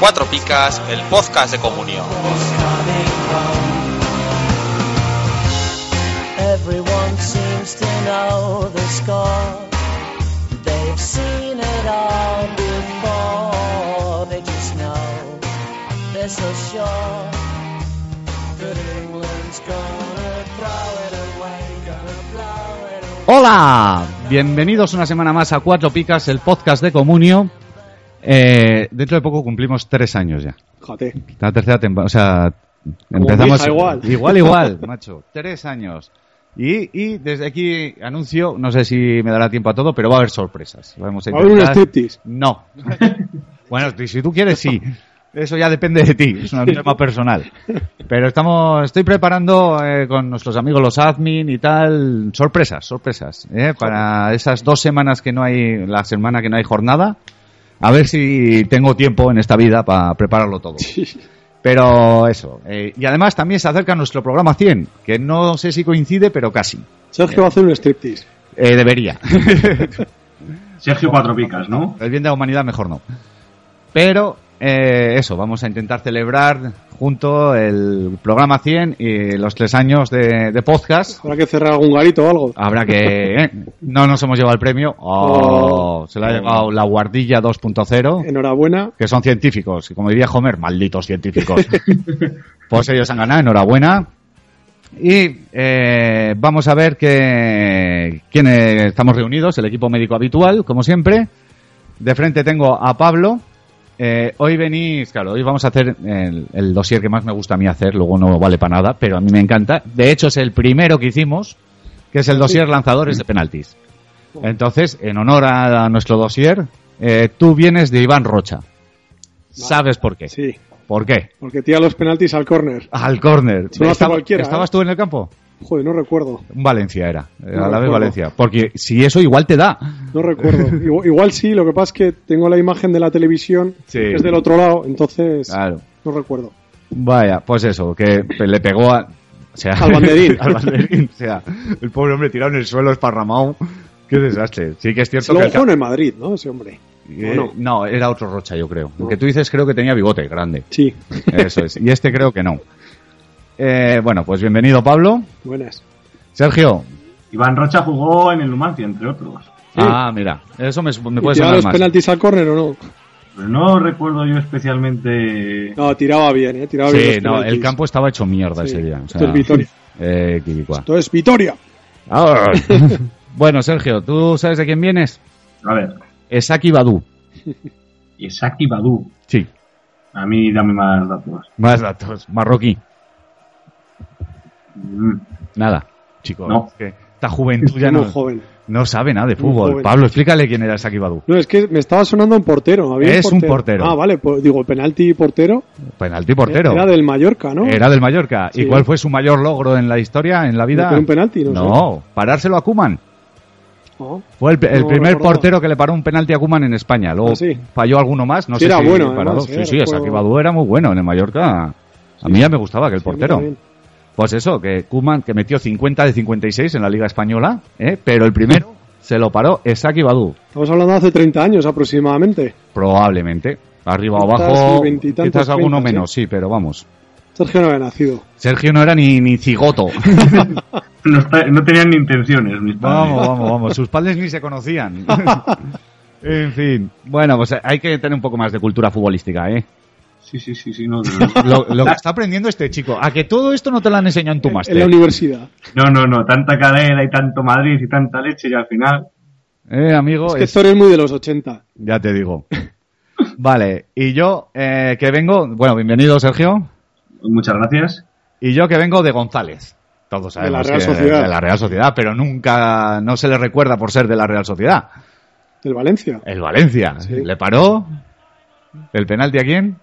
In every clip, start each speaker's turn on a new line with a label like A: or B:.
A: Cuatro Picas, el podcast de comunión.
B: Everyone seems to know the score. They've seen it all before. They just know they're so sure that England's gonna throw it away, gonna blow it away.
C: ¡Hola! Bienvenidos una semana más a Cuatro Picas, el podcast de Comunio. Eh, dentro de poco cumplimos tres años ya.
D: Joder.
C: La tercera temporada, o sea,
D: Como
C: empezamos...
D: mi hija, igual.
C: Igual, igual, macho. Tres años. Y, y desde aquí anuncio, no sé si me dará tiempo a todo, pero va a haber sorpresas. Vamos a
D: Va a haber un
C: intentar-
D: striptease.
C: No. bueno, si tú quieres, sí. Eso ya depende de ti, es un tema personal. Pero estamos, estoy preparando eh, con nuestros amigos los admin y tal, sorpresas, sorpresas, ¿eh? para esas dos semanas que no hay, la semana que no hay jornada, a ver si tengo tiempo en esta vida para prepararlo todo. Pero eso, eh, y además también se acerca nuestro programa 100, que no sé si coincide, pero casi.
D: ¿Sabes que va a hacer un striptease?
C: Eh, debería.
E: Sergio Cuatro Picas, ¿no?
C: El bien de la humanidad mejor no. Pero eh, eso, vamos a intentar celebrar junto el programa 100 y los tres años de, de podcast.
D: Habrá que cerrar algún garito o algo.
C: Habrá que... ¿eh? No nos hemos llevado el premio. Oh, se lo ha llevado la guardilla 2.0,
D: Enhorabuena.
C: que son científicos. Y como diría Homer, malditos científicos. pues ellos han ganado, enhorabuena. Y eh, vamos a ver que, quién eh, estamos reunidos, el equipo médico habitual, como siempre. De frente tengo a Pablo. Eh, hoy venís, claro, hoy vamos a hacer el, el dossier que más me gusta a mí hacer, luego no vale para nada, pero a mí me encanta. De hecho, es el primero que hicimos, que es el dossier lanzadores de penaltis. Entonces, en honor a, a nuestro dossier, eh, tú vienes de Iván Rocha. ¿Sabes por qué?
D: Sí.
C: ¿Por qué?
D: Porque tira los penaltis al córner.
C: Al córner.
D: Se lo hace
C: Estaba-
D: cualquiera, ¿eh?
C: ¿Estabas tú en el campo?
D: Joder, no recuerdo.
C: Valencia era. eh,
D: No
C: a la vez
D: recuerdo.
C: Valencia. Porque si eso igual te da.
D: No recuerdo. Igu- Igual, sí, lo que pasa es que tengo la imagen de la televisión,
C: Sí. Ah.
D: que es del otro lado, entonces
C: Claro.
D: no recuerdo.
C: Vaya, pues eso, que le pegó a, o sea,
D: Al banderín.
C: al banderín. O sea, el pobre hombre tirado en el suelo, esparramado. Qué desastre. Sí que es cierto
D: Se lo
C: que... el
D: jugó
C: ca-
D: en Madrid, ¿no? Ese hombre.
C: eh,
D: ¿O no?
C: no, era otro Rocha, yo creo. El que tú dices creo que tenía bigote grande.
D: Sí.
C: Eso es. Y este creo que no. Eh, bueno, pues bienvenido, Pablo.
D: Buenas.
C: Sergio.
E: Iván Rocha jugó en el Numancia, entre otros.
D: Sí.
C: Ah, mira. Eso me, me
D: ¿Y
C: puede
D: ¿Tiraba
C: sonar
D: los
C: más.
D: penaltis al córner o no?
E: Pero no recuerdo yo especialmente...
D: No, tiraba bien, ¿eh? Tiraba bien.
C: Sí,
D: los
C: no, el
D: penaltis.
C: campo estaba hecho mierda
D: Sí.
C: ese día. o sea,
D: Esto es Vitoria.
C: eh, Quibicua.
D: Esto es Vitoria.
C: Ahora. bueno, Sergio, ¿tú sabes de quién vienes?
E: A ver,
C: Esaki Badu.
E: Isaki Badu.
C: Sí.
E: A mí dame más datos.
C: Más datos. Marroquí.
E: Mm,
C: Nada. Chico,
E: No.
C: es que esta juventud ya
D: Muy
C: no,
D: joven.
C: no sabe nada de
D: Muy
C: fútbol.
D: joven.
C: Pablo, explícale quién era Esaki Badu.
D: No, es que me estaba sonando un portero. Había
C: Es un portero.
D: Ah, vale, pues, digo, penalti y portero.
C: Penalti portero.
D: Era del Mallorca, ¿no?
C: Era del Mallorca. ¿Y
D: Sí.
C: cuál fue su mayor logro en la historia, en la vida?
D: Meter un penalti, no sé. Ah,
C: parárselo a Kuman.
D: No.
C: Fue el, el
D: No
C: primer
D: recordaba.
C: portero que le paró un penalti a Kuman en España. Luego
D: Ah, sí.
C: falló alguno más. No sé
D: Sí, era
C: si
D: bueno,
C: paró.
D: además,
C: Sí,
D: eh,
C: sí,
D: recuerdo.
C: Esaki Badu era muy bueno en el Mallorca. A mí ya me gustaba que el portero.
D: Sí,
C: Pues eso, que Kuman, que metió 50 de 56 en la Liga Española, ¿eh? pero el primero se lo paró Esaki Badu,
D: Estamos hablando de hace 30 años aproximadamente.
C: probablemente. Arriba o
D: Quizás
C: abajo,
D: el veintitantos,
C: quizás alguno
D: treinta,
C: menos, sí, pero vamos.
D: Sergio no había nacido.
C: Sergio no era ni, ni cigoto.
E: No, está- no tenían ni intenciones mis padres.
C: Vamos, vamos, vamos. Sus padres ni se conocían. en fin. Bueno, pues hay que tener un poco más de cultura futbolística, ¿eh?
E: Sí, sí, sí, sí. No, no,
C: Lo, lo que está aprendiendo este chico. A que todo esto no te lo han enseñado en tu
D: En la
C: máster.
D: universidad.
E: no, no, no, Tanta cadera y tanto Madrid y tanta leche y al final...
C: Eh, amigo,
D: Es que
C: es-
D: esto es muy de los 80.
C: ya te digo. Vale, y yo eh, que vengo... Bueno, bienvenido, Sergio.
E: Muchas gracias.
C: Y yo que vengo de González. Todos
D: De la
C: sabemos
D: Real
C: que-
D: Sociedad.
C: de la Real Sociedad, pero nunca no se le recuerda por ser de la Real Sociedad.
D: Del Valencia.
C: El Valencia.
D: Sí.
C: ¿Le paró? ¿El penalti a quién?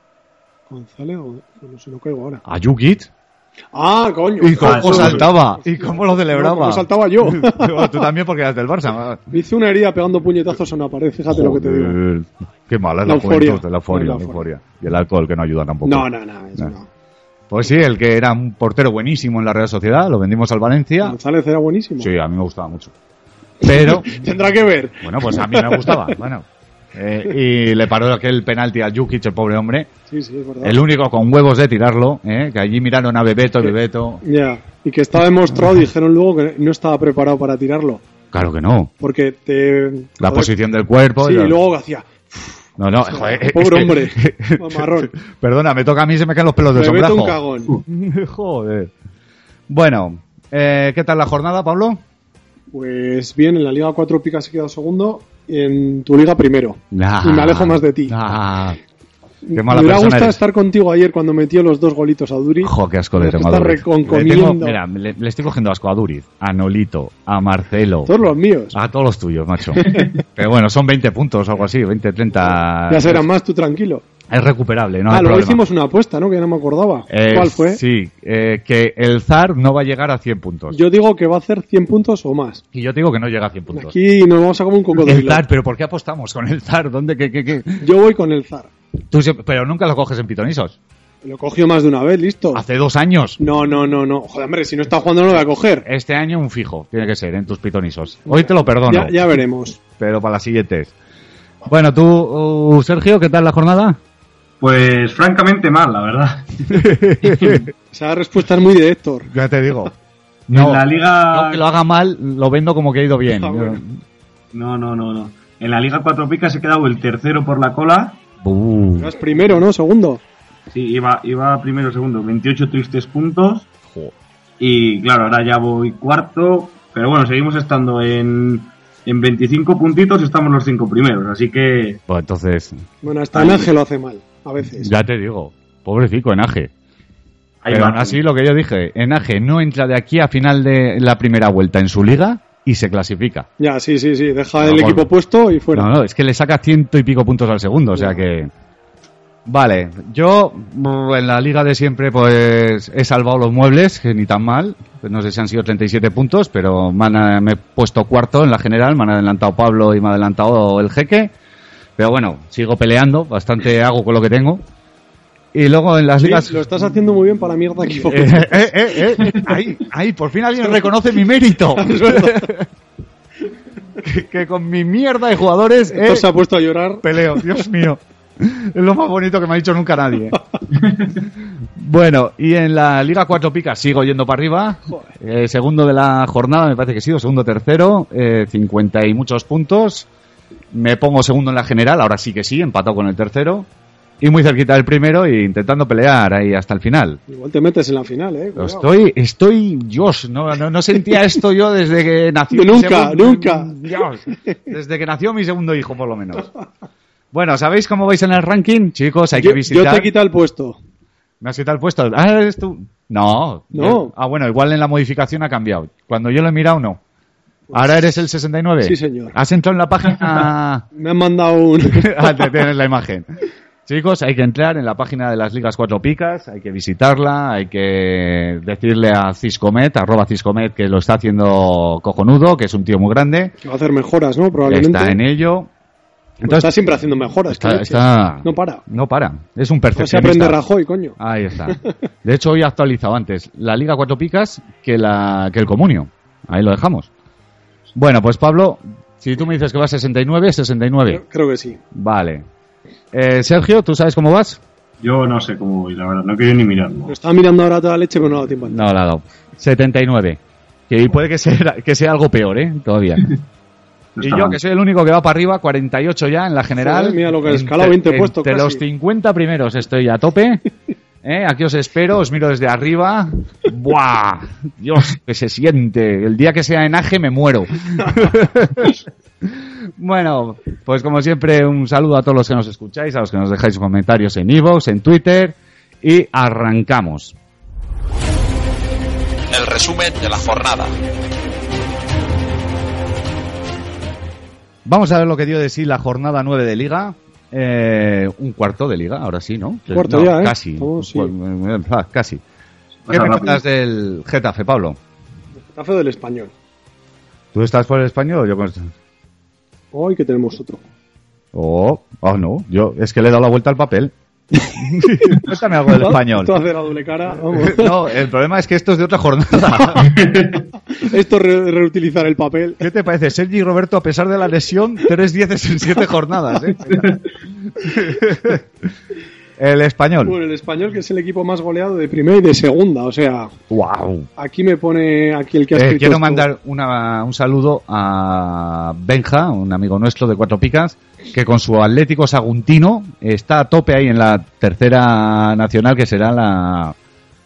D: González, o- no sé, no caigo ahora.
C: A Yukit.
D: Ah, coño. pues,
C: ¿Y
E: Ah,
C: cómo
E: eso-
C: saltaba? ¿Y cómo lo
D: No,
C: celebraba?
D: como saltaba yo.
C: Bueno, Tú también porque eras del Barça.
D: Me hice una herida pegando puñetazos a una pared, fíjate lo que te digo.
C: Joder, Qué mala es
D: La
C: la,
D: euforia.
C: juventud, la euforia,
D: La
C: la euforia. Y el alcohol que no ayuda tampoco.
D: No, no, no, eso
C: No.
D: no.
C: Pues sí, el que era un portero buenísimo en la Real Sociedad, lo vendimos al Valencia.
D: González era buenísimo.
C: Sí, a mí me gustaba mucho. Pero,
D: Tendrá que ver.
C: bueno, pues a mí me gustaba. Bueno, Eh, y le paró aquel penalti al Jukic, el pobre hombre.
D: Sí, sí, es verdad.
C: El único con huevos de tirarlo, ¿eh? que allí miraron a Bebeto, Bebeto.
D: Ya. Y que está demostrado, dijeron luego que no estaba preparado para tirarlo.
C: Claro que no.
D: Porque te.
C: La
D: joder,
C: posición del Eh, cuerpo.
D: Sí,
C: la-
D: y luego hacía.
C: No, no, joder, es
D: Pobre
C: que-
D: hombre. Marrón.
C: Perdona, me toca a mí y se me caen los pelos del
D: Me meto un
C: eh, sombrajo.
D: cagón.
C: Joder. Bueno, eh, ¿qué tal la jornada, Pablo?
D: Pues bien, en la Liga 4 Picas he quedado segundo, en tu liga primero. Y me alejo más de ti.
C: Ah, qué
D: me
C: mala
D: hubiera
C: persona
D: gustado
C: eres.
D: estar contigo ayer cuando metió los dos golitos a Duri.
C: Jo, qué asco le
D: Pero
C: tengo a
D: está
C: Duriz. Le
D: reconcomiendo.
C: tengo- mira, le, le estoy cogiendo asco a Duriz, a Nolito, a Marcelo,
D: Todos los míos.
C: a Ah, todos los tuyos, macho. Pero bueno, son 20 puntos o algo así, 20, 30.
D: ya serán más, tú tranquilo.
C: Es recuperable, pues no
D: ah,
C: hay
D: luego
C: problema.
D: hicimos una apuesta, ¿no? Que ya no me acordaba.
C: Eh,
D: ¿Cuál fue?
C: Sí, eh, que el ZAR no va a llegar a 100 puntos.
D: Yo digo que va a hacer 100 puntos o más.
C: Y yo te digo que no llega a 100 puntos.
D: Aquí nos vamos a comer un coco de
C: El ZAR, pero ¿por qué apostamos con el ZAR? ¿Dónde? ¿Qué, qué, qué?
D: Yo voy con el Zar.
C: Tú siempre- pero nunca lo coges en pitonizos.
D: Lo cogió más de una vez, listo.
C: Hace dos años.
D: No, no, no, no. Joder, hombre, si no está jugando no lo voy a coger.
C: Este año un fijo, tiene que ser, en tus pitonisos. Hoy te lo perdono,
D: ya, ya veremos.
C: pero para las siguientes. Bueno, tú, uh, Sergio, ¿qué tal la jornada?
E: Pues francamente mal, la verdad.
D: Esa respuesta es muy de Héctor.
C: Ya te digo. No,
E: En la liga...
C: no, que lo haga mal, lo vendo como que ha ido bien.
D: Ah, bueno.
E: No, no, no, no. En la Liga Cuatro Picas he quedado el tercero por la cola.
C: Uh,
D: No es primero, ¿no? Segundo.
E: Sí, iba, iba primero, segundo, 28 tristes puntos.
C: jo.
E: Y claro, ahora ya voy cuarto. Pero bueno, seguimos estando en, en 25 puntitos y estamos los cinco primeros. Así que
C: Pues entonces,
D: Bueno, hasta el ángel lo hace mal, a veces.
C: ya te digo. Pobrecito, enaje.
E: hay
C: Pero aún
E: margen.
C: así, lo que yo dije, Enaje no entra de aquí a final de la primera vuelta en su liga y se clasifica.
D: Ya, sí, sí, sí. Deja
C: No,
D: el
C: bueno.
D: equipo puesto y fuera.
C: No, no, es que le saca ciento y pico puntos al segundo, o sea que... Vale, yo brr, en la liga de siempre pues he salvado los muebles, que ni tan mal, no sé si han sido 37 puntos, pero me, han- eh, me he puesto cuarto en la general, me han adelantado Pablo y me ha adelantado el jeque, pero bueno, sigo peleando, bastante hago con lo que tengo. Y luego en las
D: Sí,
C: ligas...
D: lo estás haciendo muy bien para la mierda equipo.
C: Eh, eh, eh, eh, eh. Ahí, ahí, por fin alguien reconoce mi mérito. que, que con mi mierda de jugadores eh,
D: Héctor se ha puesto a llorar.
C: peleo, Dios mío. Es lo más bonito que me ha dicho nunca nadie. bueno, y en la Liga Cuatro Picas sigo yendo para arriba. Eh, segundo de la jornada, me parece que he sido. Segundo, tercero, eh, 50 y muchos puntos. Me pongo segundo en la general, ahora sí que sí, empatado con el tercero. Y muy cerquita del primero e intentando pelear ahí hasta el final.
D: Igual te metes en la final, ¿eh?
C: Lo
D: Cuidado.
C: Estoy, estoy, Dios, no, no, no sentía esto yo desde que nació.
D: Nunca,
C: mi segundo-
D: nunca.
C: Dios, desde que nació mi segundo hijo, por lo menos. Bueno, ¿sabéis cómo vais en el ranking? Chicos, hay
D: Yo,
C: que visitar.
D: yo te he quitado el puesto.
C: Me has quitado el puesto. Ah, eres tú. No.
D: No.
C: Ah, bueno, igual en la modificación ha cambiado. Cuando yo lo he mirado, no. Ahora eres el 69.
D: Pues Sí, señor.
C: Has entrado en la página.
D: Me han mandado un.
C: Ah, te tienes la imagen. Chicos, hay que entrar en la página de las Ligas Cuatro Picas, hay que visitarla, hay que decirle a Ciscomet, arroba Ciscomet, que lo está haciendo cojonudo, que es un tío muy grande,
D: que va a hacer mejoras, ¿no?
C: que
D: Probablemente.
C: está en ello.
D: Pues está
C: Entonces,
D: siempre haciendo mejoras.
C: está-
D: qué leches.
C: está-
D: No para.
C: no para, es un
D: No se Pues aprende
C: perfeccionista.
D: Rajoy, coño.
C: Ahí está. De hecho, hoy he actualizado antes la Liga Cuatro Picas que, la, que el Comunio. Ahí lo dejamos. Bueno, pues Pablo, si tú me dices que vas 69, 69.
D: Creo, creo que sí.
C: Vale. Eh, Sergio, ¿tú sabes cómo vas?
E: Yo no sé cómo voy, la verdad. No quiero ni mirarlo.
D: Lo estaba mirando ahora toda la leche, pero no ha dado tiempo. a entrar.
C: No, la ha dado. 79. Que puede que sea, que sea algo peor, ¿eh? Todavía.
E: No
C: Y
E: está
C: yo,
E: mal.
C: que soy el único que va para arriba, 48 ya en la general.
D: Joder, mira lo que he
C: he
D: escalado, 20 puestos
C: De
D: casi.
C: los 50 primeros estoy a tope. ¿Eh? Aquí os espero, os miro desde arriba. ¡Buah! Dios, que se siente. El día que sea enaje me muero. bueno, pues como siempre, un saludo a todos los que nos escucháis, a los que nos dejáis comentarios en Evox, en Twitter. Y arrancamos.
A: El resumen de la jornada.
C: Vamos a ver lo que dio de sí la jornada 9 de Liga. Eh, un cuarto de Liga, ahora sí, ¿no?
D: Cuarto
C: No,
D: ya, ¿eh?
C: Casi.
D: Estamos, sí.
C: Bueno, eh, ah, Casi. ¿Qué
E: Pasa
C: me
E: rápido.
C: cuentas del Getafe, Pablo?
D: Está feo del español.
C: ¿Tú estás por el español o yo con...
D: Hoy que tenemos otro.
C: Oh, oh, no. Yo, es que le he dado la vuelta al papel. Cuéntame algo del español.
D: Esto hace la doble cara. vamos.
C: No, el problema es que esto es de otra jornada.
D: Esto es re- reutilizar el papel.
C: ¿Qué te parece? Sergi y Roberto, a pesar de la lesión, 3 10 en 7 jornadas. ¿eh? el español.
D: Bueno, el español que es el equipo más goleado de primera y de segunda. O sea,
C: ¡Wow!
D: aquí me pone aquí el que ha
C: Eh,
D: escrito.
C: quiero
D: esto.
C: mandar una- un saludo a Benja, un amigo nuestro de Cuatro Picas, que con su Atlético Saguntino está a tope ahí en la tercera nacional, que será la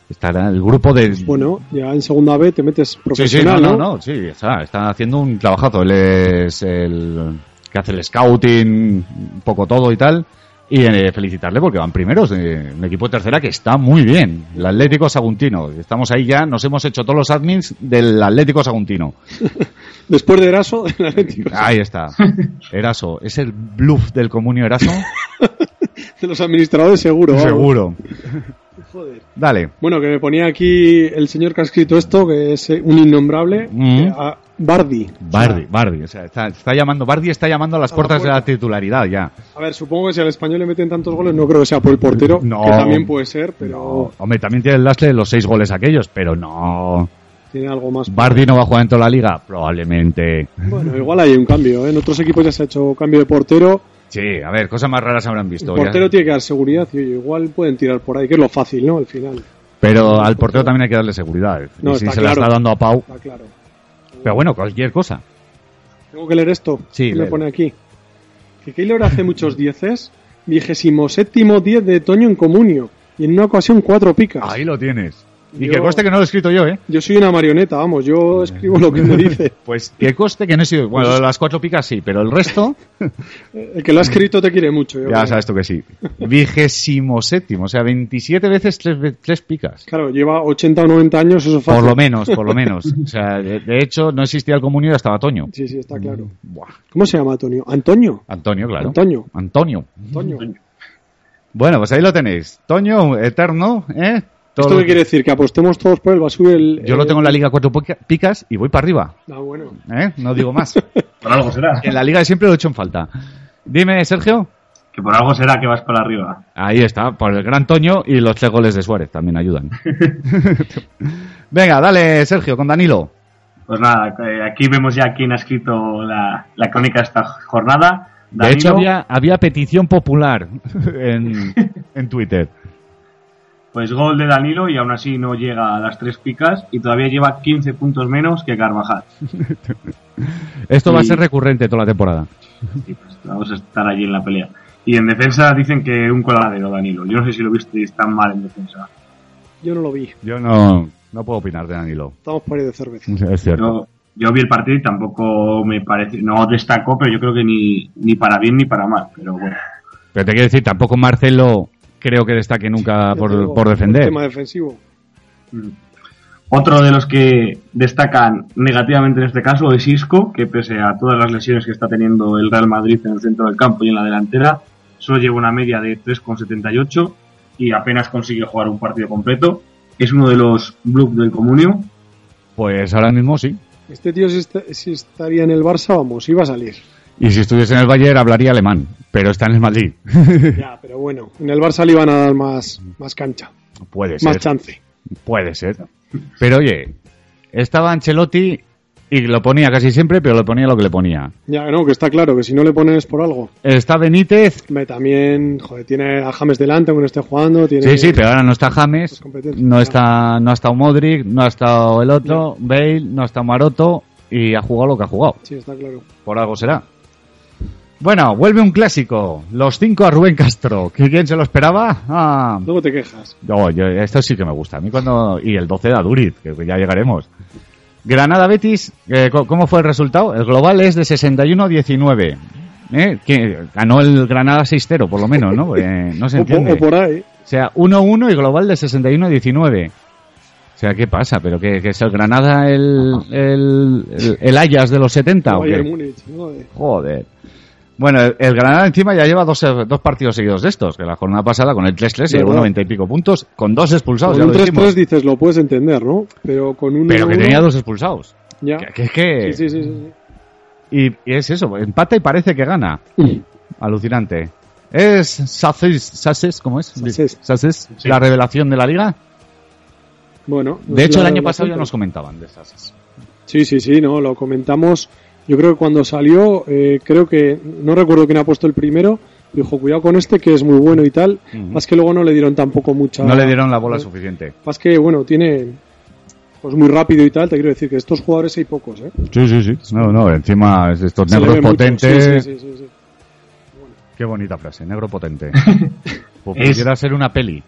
C: estará el grupo del
D: Bueno, ya en segunda B te metes
C: sí, sí, no,
D: profesional,
C: no, no, sí, está, está haciendo un trabajazo. Él es el que hace el scouting, un poco todo y tal. Y eh, felicitarle porque van primeros, eh, un equipo de tercera que está muy bien, el Atlético Saguntino. Estamos ahí ya, nos hemos hecho todos los admins del Atlético Saguntino.
D: Después de Eraso, del Atlético,
C: Ahí está. Eraso. ¿Es el bluff del comunio Eraso?
D: de los administradores seguro. vamos.
C: Seguro.
D: Joder.
C: Dale.
D: Bueno, que me ponía aquí el señor que ha escrito esto, que es eh, un innombrable,
C: Mm.
D: eh, a Bardi.
C: Bardi, Bardi. O sea, está, está llamando, Bardi está llamando a las
D: A la
C: puertas de la
D: puerta.
C: titularidad ya.
D: A ver, supongo que si al español le meten tantos goles, no creo que sea por el portero,
C: No.
D: que también puede ser, pero
C: Hombre, también tiene el lastre de los seis goles aquellos, pero no.
D: tiene algo más.
C: Bardi no va a jugar en toda la liga. Probablemente.
D: Bueno, igual hay un cambio, ¿eh? en otros equipos ya se ha hecho cambio de portero.
C: Sí, a ver, cosas más raras habrán
D: El
C: visto.
D: portero
C: Ya-
D: tiene que dar seguridad y oye, igual pueden tirar por ahí, que es lo fácil, ¿no? Al final,
C: Pero al portero también hay que darle seguridad.
D: No,
C: y si
D: está
C: se la
D: claro.
C: está dando a Pau.
D: está claro.
C: Pero bueno, cualquier cosa.
D: Tengo que leer esto.
C: Sí,
D: ¿Qué me
C: léelo.
D: pone aquí? Que Keylor hace muchos dieces, vigésimo séptimo diez de Toño en comunio, y en una ocasión cuatro picas.
C: Ahí lo tienes. Y
D: Yo-
C: que conste que no lo he escrito yo, ¿eh?
D: Yo soy una marioneta, vamos, yo escribo lo que me dice.
C: Pues que coste que no he sido.
D: Pues
C: Bueno, de las cuatro picas sí, pero el resto.
D: El que lo ha escrito te quiere mucho. yo
C: Ya
D: creo.
C: sabes tú que sí. Vigésimo séptimo, o sea, 27 veces tres, ve- tres picas.
D: Claro, lleva 80 o 90 años, eso es fácil.
C: Por lo menos, por lo menos. O sea, de, de hecho, no existía el comunio hasta Antonio.
D: Sí, sí, está claro.
C: Buah,
D: ¿Cómo se llama Antonio? Antonio.
C: Antonio, claro.
D: Antonio.
C: Antonio.
D: Antonio.
C: Bueno, pues ahí lo tenéis. Toño, eterno, ¿eh? Todo lo
D: ¿Esto qué
C: que-
D: quiere decir? ¿Que apostemos todos por él? ¿Va a subir el...?
C: Yo lo
D: eh,
C: tengo en la Liga Cuatro Pica- Picas y voy para arriba,
D: Ah, bueno.
C: ¿eh? No digo más.
E: Por algo será.
C: En la Liga siempre lo he hecho en falta. Dime, Sergio.
E: Que por algo será que vas para arriba.
C: Ahí está, por el gran Toño y los tres goles de Suárez también ayudan. Venga, dale, Sergio, con Danilo.
E: Pues nada, eh, aquí vemos ya quién ha escrito la, la crónica de esta jornada.
C: De hecho,
E: Danilo,
C: había, había petición popular en, en Twitter.
E: Pues gol de Danilo y aún así no llega a las tres picas y todavía lleva 15 puntos menos que Carvajal.
C: Esto va a
E: Y-
C: ser recurrente toda la temporada.
E: Y pues vamos a estar allí en la pelea. Y en defensa dicen que un coladero Danilo. Yo no sé si lo visteis tan mal en defensa.
D: Yo no lo vi.
C: Yo no, no puedo opinar de Danilo.
D: Estamos por ahí de cerveza.
C: Es cierto.
E: Yo, yo vi el partido y tampoco me parece, no destacó, pero yo creo que ni, ni para bien ni para mal. Pero bueno,
C: Pero te quiero decir, tampoco Marcelo creo que destaque nunca
D: Ya te
C: ah, por,
D: digo,
C: por defender.
D: Tema defensivo.
E: Otro de los que destacan negativamente en este caso es Isco, que pese a todas las lesiones que está teniendo el Real Madrid en el centro del campo y en la delantera, solo lleva una media de 3,78 y apenas consigue jugar un partido completo. Es uno de los blues del comunio.
C: Pues ahora mismo sí.
D: Este tío si, está- si estaría en el Barça, vamos, iba a salir.
C: Y si estuviese en el Bayern hablaría alemán, pero está en el Madrid.
D: ya, pero bueno. En el Barça le iban a dar más, más cancha,
C: Puede
D: más
C: ser.
D: chance.
C: Puede ser. Pero oye, estaba Ancelotti y lo ponía casi siempre, pero le ponía lo que le ponía.
D: Ya, no, que está claro, que si no le pones por algo.
C: Está Benítez.
D: Hombre, también, joder, tiene a James delante, aunque no esté jugando. Tiene...
C: Sí, sí, pero ahora no está James,
D: Pues competencia,
C: no
D: ya.
C: está, no ha estado Modric, no ha estado el otro, Bale, no ha estado Maroto y ha jugado lo que ha jugado.
D: Sí, está claro.
C: Por algo será. Bueno, vuelve un clásico. Los cinco a Rubén Castro. ¿Que ¿Quién se lo esperaba? Ah,
D: Luego te quejas.
C: no, yo- esto sí que me gusta. A mí cuando... Y el 12 de Aduriz, que ya llegaremos. Granada Betis, eh, co- ¿cómo fue el resultado? El global es de 61-19. ¿Eh? Que ganó el Granada 6-0, por lo menos, ¿no? Eh, no se
D: O, po-
C: entiende.
D: o por ahí.
C: O sea, 1-1 y global de 61-19. O sea, ¿qué pasa? ¿Pero qué, qué es el Granada el, el, el, el Ajax de los 70? ¿o qué?
D: Bayern Múnich, ¿no? De-
C: Joder. Bueno, el, el Granada encima ya lleva dos, dos partidos seguidos de estos, que la jornada pasada con el 3-3 se llevó
D: ¿Verdad?
C: 90 y pico puntos, con dos expulsados,
D: Con
C: ya
D: un
C: lo
D: 3-3
C: dijimos.
D: dices, lo puedes entender, ¿no? Pero con un.
C: Pero que
D: 1-1,
C: tenía dos expulsados.
D: Ya.
C: Que, que es que...
D: Sí, sí, sí, sí, sí.
C: Y, y es eso, empata y parece que gana. Alucinante. Es Saces, Saces, ¿cómo es?
D: Saces.
C: Saces,
E: Sí.
C: la revelación de la liga.
D: Bueno, no
C: De
D: es
C: hecho, el
D: Pues
C: año
D: la revelación,
C: pasado ya
D: pero-
C: nos comentaban de Saces.
D: Sí, sí, sí, no, lo comentamos. Yo creo que cuando salió, eh, creo que, no recuerdo quién ha puesto el primero, dijo, cuidado con este que es muy bueno y tal.
C: Ujú.
D: Más que luego no le dieron tampoco mucha.
C: No le dieron la bola
D: eh,
C: suficiente.
D: Más que, bueno, tiene. Pues muy rápido y tal, te quiero decir que estos jugadores hay pocos, ¿eh?
C: Sí, sí, sí. No, no, encima es estos
D: Se le
C: negros
D: ve mucho,
C: potentes.
D: sí, sí, sí, sí, sí.
C: Qué bonita frase, negro potente. Pues pudiera ser una peli.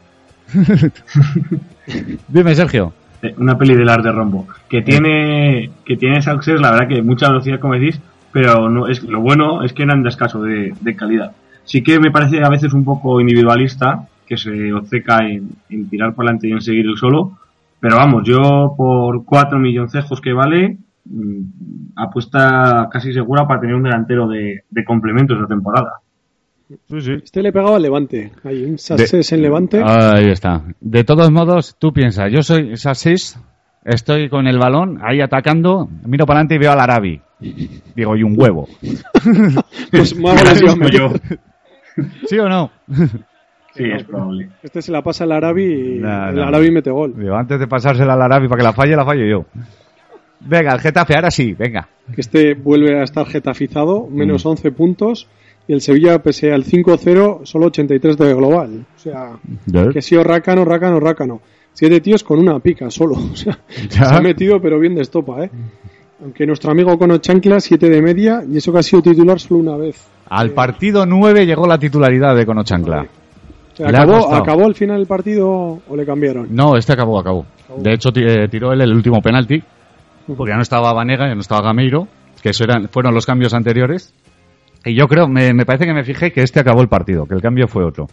C: Dime, Sergio.
E: Eh, una peli de las de Rombo, que tiene que tiene Success, la verdad que mucha velocidad como decís, pero no es lo bueno es que era en descaso de, de calidad. Sí que me parece a veces un poco individualista, que se obceca en, en tirar para adelante y en seguir el solo, pero vamos, yo por 4 milloncejos que vale, mm, apuesta casi segura para tener un delantero de, de complementos la temporada.
C: Sí, sí.
D: Este le pegaba al Levante. Hay un Sassés en Levante.
C: Ahí está. De todos modos, tú piensas, yo soy Sassis, estoy con el balón ahí atacando, miro para adelante y veo al Arabi. Digo, y un huevo.
D: Pues más vale si
E: Como yo.
C: ¿Sí o no?
E: Sí, es probable.
D: Este se la pasa al Arabi y
C: No,
D: el
C: no.
D: Arabi mete gol.
C: Digo, antes de pasársela al Arabi para que la falle, la fallo yo. Venga, el Getafe, ahora sí, venga.
D: Que este vuelve a estar getafizado, menos
C: Mm.
D: 11 puntos. Y el Sevilla, pese al 5-0, solo 83 de global. O sea, que sí o rácano, rácano, rácano. Siete tíos con una pica solo. O sea, se
C: Ya.
D: ha metido, pero bien de estopa, ¿eh? Aunque nuestro amigo Cono Chancla, 7 de media, y eso que ha sido titular solo una vez.
C: Al partido 9 llegó la titularidad de Conochancla.
D: O sea,
C: Le ha
D: acabó,
C: costado.
D: acabó al final el partido o le cambiaron.
C: No, este acabó, acabó. De hecho, ti- eh, tiró él el último penalti, porque ya no estaba Vanega, ya no estaba Gameiro, que eso eran, fueron los cambios anteriores. Y yo creo, me, me parece que me fijé que este acabó el partido, que el cambio fue otro.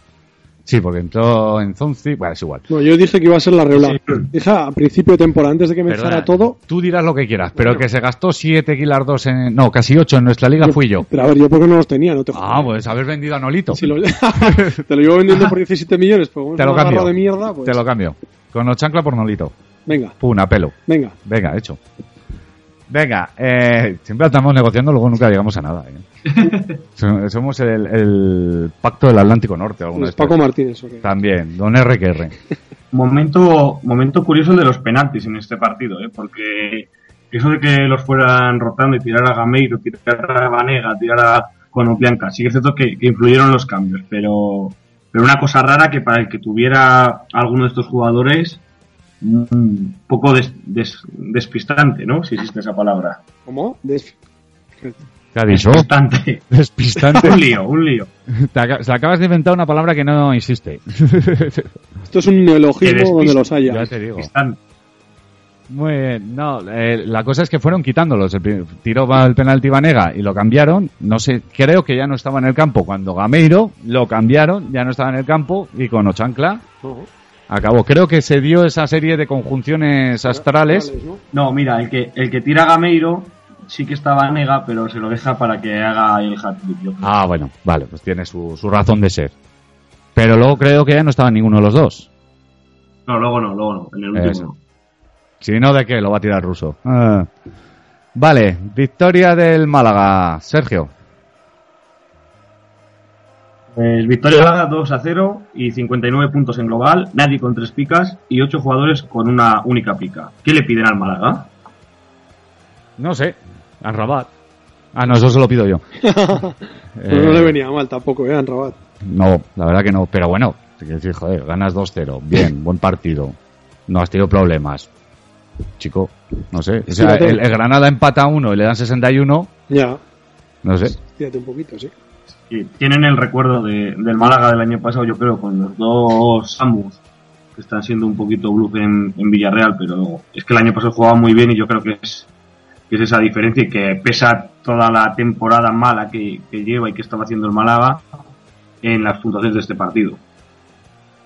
C: Sí, porque entró en Zonzi, bueno, es igual.
D: No, yo dije que iba a ser la regla. Dije a principio de temporada, antes de que
C: Perdona,
D: empezara todo.
C: Tú dirás lo que quieras, pero que se gastó 7 kilardos en. No, casi 8 en nuestra liga fui yo.
D: Pero a ver, yo porque no los tenía, no te
C: Ah, pues haber vendido a Nolito.
D: Si lo- te lo llevo vendiendo por 17 millones, pues
C: Te lo cambio.
D: de mierda, pues
C: Te lo cambio. Con chancla por Nolito.
D: venga,
C: Pum, a pelo.
D: venga.
C: Venga, hecho. Venga, eh, siempre estamos negociando, luego nunca llegamos a nada. ¿eh? So- Somos el, el pacto del Atlántico Norte. alguna
D: Es
C: vez.
D: Pues Paco Martínez, ok.
C: También, don RQR.
E: Momento, momento curioso el de los penaltis en este partido, ¿eh? porque eso de que los fueran rotando y tirar a Gameiro, tirar a Vanega, tirar a Conoplianca, sí que es cierto que, que influyeron los cambios, pero, pero una cosa rara que para el que tuviera alguno de estos jugadores, un poco des- des- despistante, ¿no? Si existe esa palabra.
D: ¿Cómo? Des-
C: ¿Qué ha dicho?
E: Despistante.
C: Despistante.
E: Un lío, un lío.
C: Te aca- se acabas de inventar una palabra que no existe.
D: Esto es un
E: Que
D: neologismo
E: despiste.
D: donde los haya.
C: Ya te digo.
E: Despistante.
C: Muy bien, no, eh, la cosa es que fueron quitándolos. El pri- tiró va- el penalti Vanega y lo cambiaron. No sé, creo que ya no estaba en el campo. Cuando Gameiro lo cambiaron, ya no estaba en el campo y con Ochancla acabó. Creo que se dio esa serie de conjunciones astrales.
D: Astrales, ¿no?
E: No, mira, el que, el que tira a Gameiro sí que está Vanega, pero se lo deja para que haga el hat-trick. yo creo.
C: Ah, bueno, vale, pues tiene su, su razón de ser. Pero luego creo que ya no estaba ninguno de los dos.
E: No, luego no, luego no. En el último.
C: Eso.
E: no.
C: Si no, ¿de qué? Lo va a tirar ruso. Ah. Vale, victoria del Málaga. Sergio.
E: Pues victoria Málaga 2 a 0 y 59 puntos en global, nadie con tres picas y ocho jugadores con una única pica. ¿Qué le piden al Málaga?
C: No sé, a Rabat. Ah, no, eso se lo pido yo.
D: Pero no
C: Eh,
D: le venía mal tampoco, ¿eh? a Rabat.
C: No, la verdad que no. Pero bueno, te quiero decir, joder, ganas 2-0. Bien, buen partido. No has tenido problemas. Chico, no sé. O sea,
D: Fíjate.
C: el, el Granada empata uno y le dan 61.
D: Ya,
C: No sé.
D: tírate un poquito, sí.
E: Sí, Eh, tienen el recuerdo de- del Málaga del año pasado, yo creo, con los dos Samus, que están siendo un poquito bluff en, en Villarreal, pero es que el año pasado jugaba muy bien y yo creo que es, que es esa diferencia y que pesa toda la temporada mala que, que lleva y que estaba haciendo el Málaga en las puntuaciones de este partido.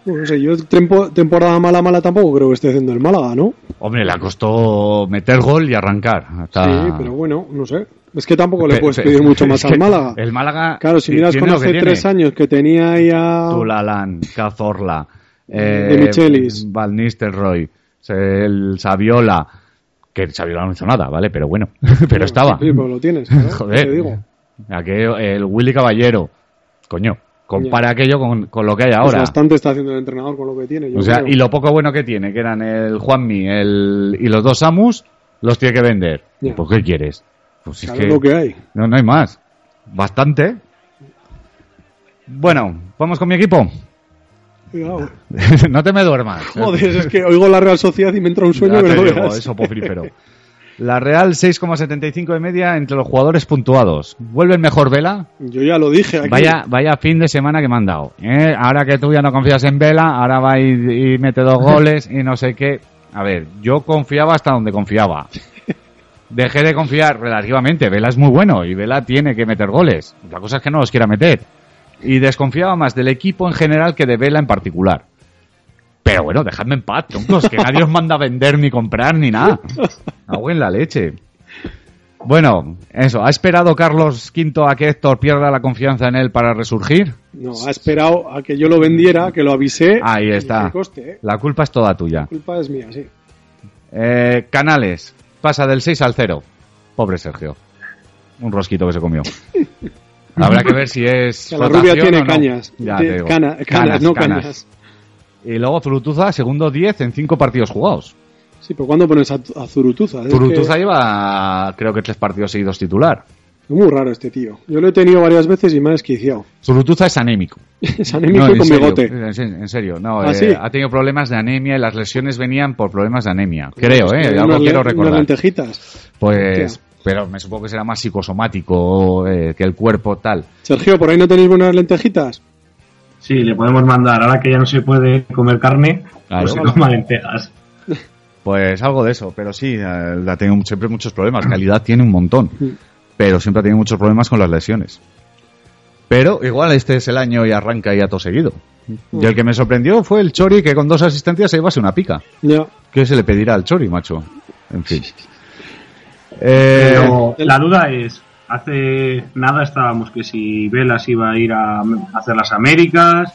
D: No, no sé, yo tempo- temporada mala, mala tampoco creo que esté haciendo el Málaga, ¿no?
C: Hombre, le costó meter gol y arrancar. hasta-
D: Sí, pero bueno, no sé. Es que tampoco le
C: Ah. Pe-
D: puedes
C: pe-
D: pedir mucho
C: es
D: más
C: que
D: al Málaga.
C: El Málaga.
D: Claro, si
C: ti-
D: miras
C: tiene
D: con
C: lo que
D: hace
C: tiene.
D: tres años que tenía ya...
C: Tulalán, Cazorla, eh,
D: De Michelis.
C: Van Nistelrooy, el Saviola. Que el Saviola no hizo nada, ¿vale? Pero bueno, pero estaba.
D: Sí, pero lo tienes, claro,
C: Joder.
D: te digo.
C: Aquel- el Willy Caballero. Coño, Compara aquello con, con lo que hay
D: Pues
C: ahora.
D: bastante está haciendo el entrenador con lo que tiene. yo
C: O sea,
D: creo.
C: y lo poco bueno que tiene, que eran el Juanmi el, y los dos Samus, los tiene que vender.
D: Ya.
C: ¿Por qué quieres? Pues es
D: Sabe
C: que,
D: lo que hay.
C: no, no hay más. Bastante. Bueno, vamos con mi equipo.
D: Cuidado.
C: no te me duermas.
D: Joder, es que oigo la Real Sociedad y me entra un sueño
C: Ya
D: que
C: te
D: no
C: digo,
D: veas.
C: eso poprífero. La Real 6,75 de media entre los jugadores puntuados. Vuelve el mejor Vela.
D: Yo ya lo dije aquí.
C: Vaya, vaya fin de semana que me han dado. ¿eh? Ahora que tú ya no confías en Vela, ahora va y, y mete dos goles y no sé qué. A ver, yo confiaba hasta donde confiaba. Dejé de confiar relativamente. Vela es muy bueno y Vela tiene que meter goles. La cosa es que no los quiera meter. Y desconfiaba más del equipo en general que de Vela en particular. Pero bueno, dejadme en paz, troncos, que nadie os manda a vender ni comprar ni nada. Agua en la leche. Bueno, eso, ¿ha esperado Carlos V a que Héctor pierda la confianza en él para resurgir?
D: No, ha esperado a que yo lo vendiera, que lo avisé.
C: Ahí
D: y
C: está.
D: que coste, ¿eh?
C: La culpa es toda tuya.
D: La culpa es mía, sí.
C: Eh, Canales, pasa del 6 al 0. Pobre Sergio. Un rosquito que se comió. Habrá que ver si es.
D: Que la rubia
C: rotación
D: tiene
C: o no.
D: cañas.
C: Ya
D: Tiene
C: te digo.
D: cana- canas, no canas.
C: Y luego Zurutuza, segundo 10 en 5 partidos jugados.
D: Sí, pero ¿cuándo pones a, a Zurutuza? Es
C: Zurutuza
D: que
C: lleva, creo que tres partidos seguidos titular.
D: es muy raro este tío. Yo lo he tenido varias veces y me ha desquiciado.
C: Zurutuza es anémico.
D: Es anémico
C: No,
D: y con
C: serio, Eh,
D: bigote.
C: En, se- en serio, no.
D: ¿Ah,
C: eh,
D: sí?
C: Ha tenido problemas de anemia y las lesiones venían por problemas de anemia. Creo,
D: Pues
C: ¿eh?
D: tiene
C: Algo
D: unas
C: quiero
D: le- Unas
C: recordar.
D: lentejitas.
C: Pues,
D: Hostia.
C: pero me supongo que será más psicosomático eh, que el cuerpo tal.
D: Sergio, ¿por ahí no tenéis buenas lentejitas?
E: Sí, le podemos mandar, ahora que ya no se puede comer carne,
C: Claro.
E: pues se coma lentejas.
C: Pues algo de eso, pero sí, eh, la tengo siempre muchos problemas. Calidad tiene un montón,
D: Sí.
C: pero siempre ha tenido muchos problemas con las lesiones. Pero igual este es el año y arranca y a todo seguido. Y el que me sorprendió fue el Chori que con dos asistencias se llevase una pica.
D: Ya.
C: ¿Qué se le pedirá al Chori, macho? En fin. Eh,
E: Pero la duda es, hace nada estábamos que si Velas iba a ir a hacer las Américas,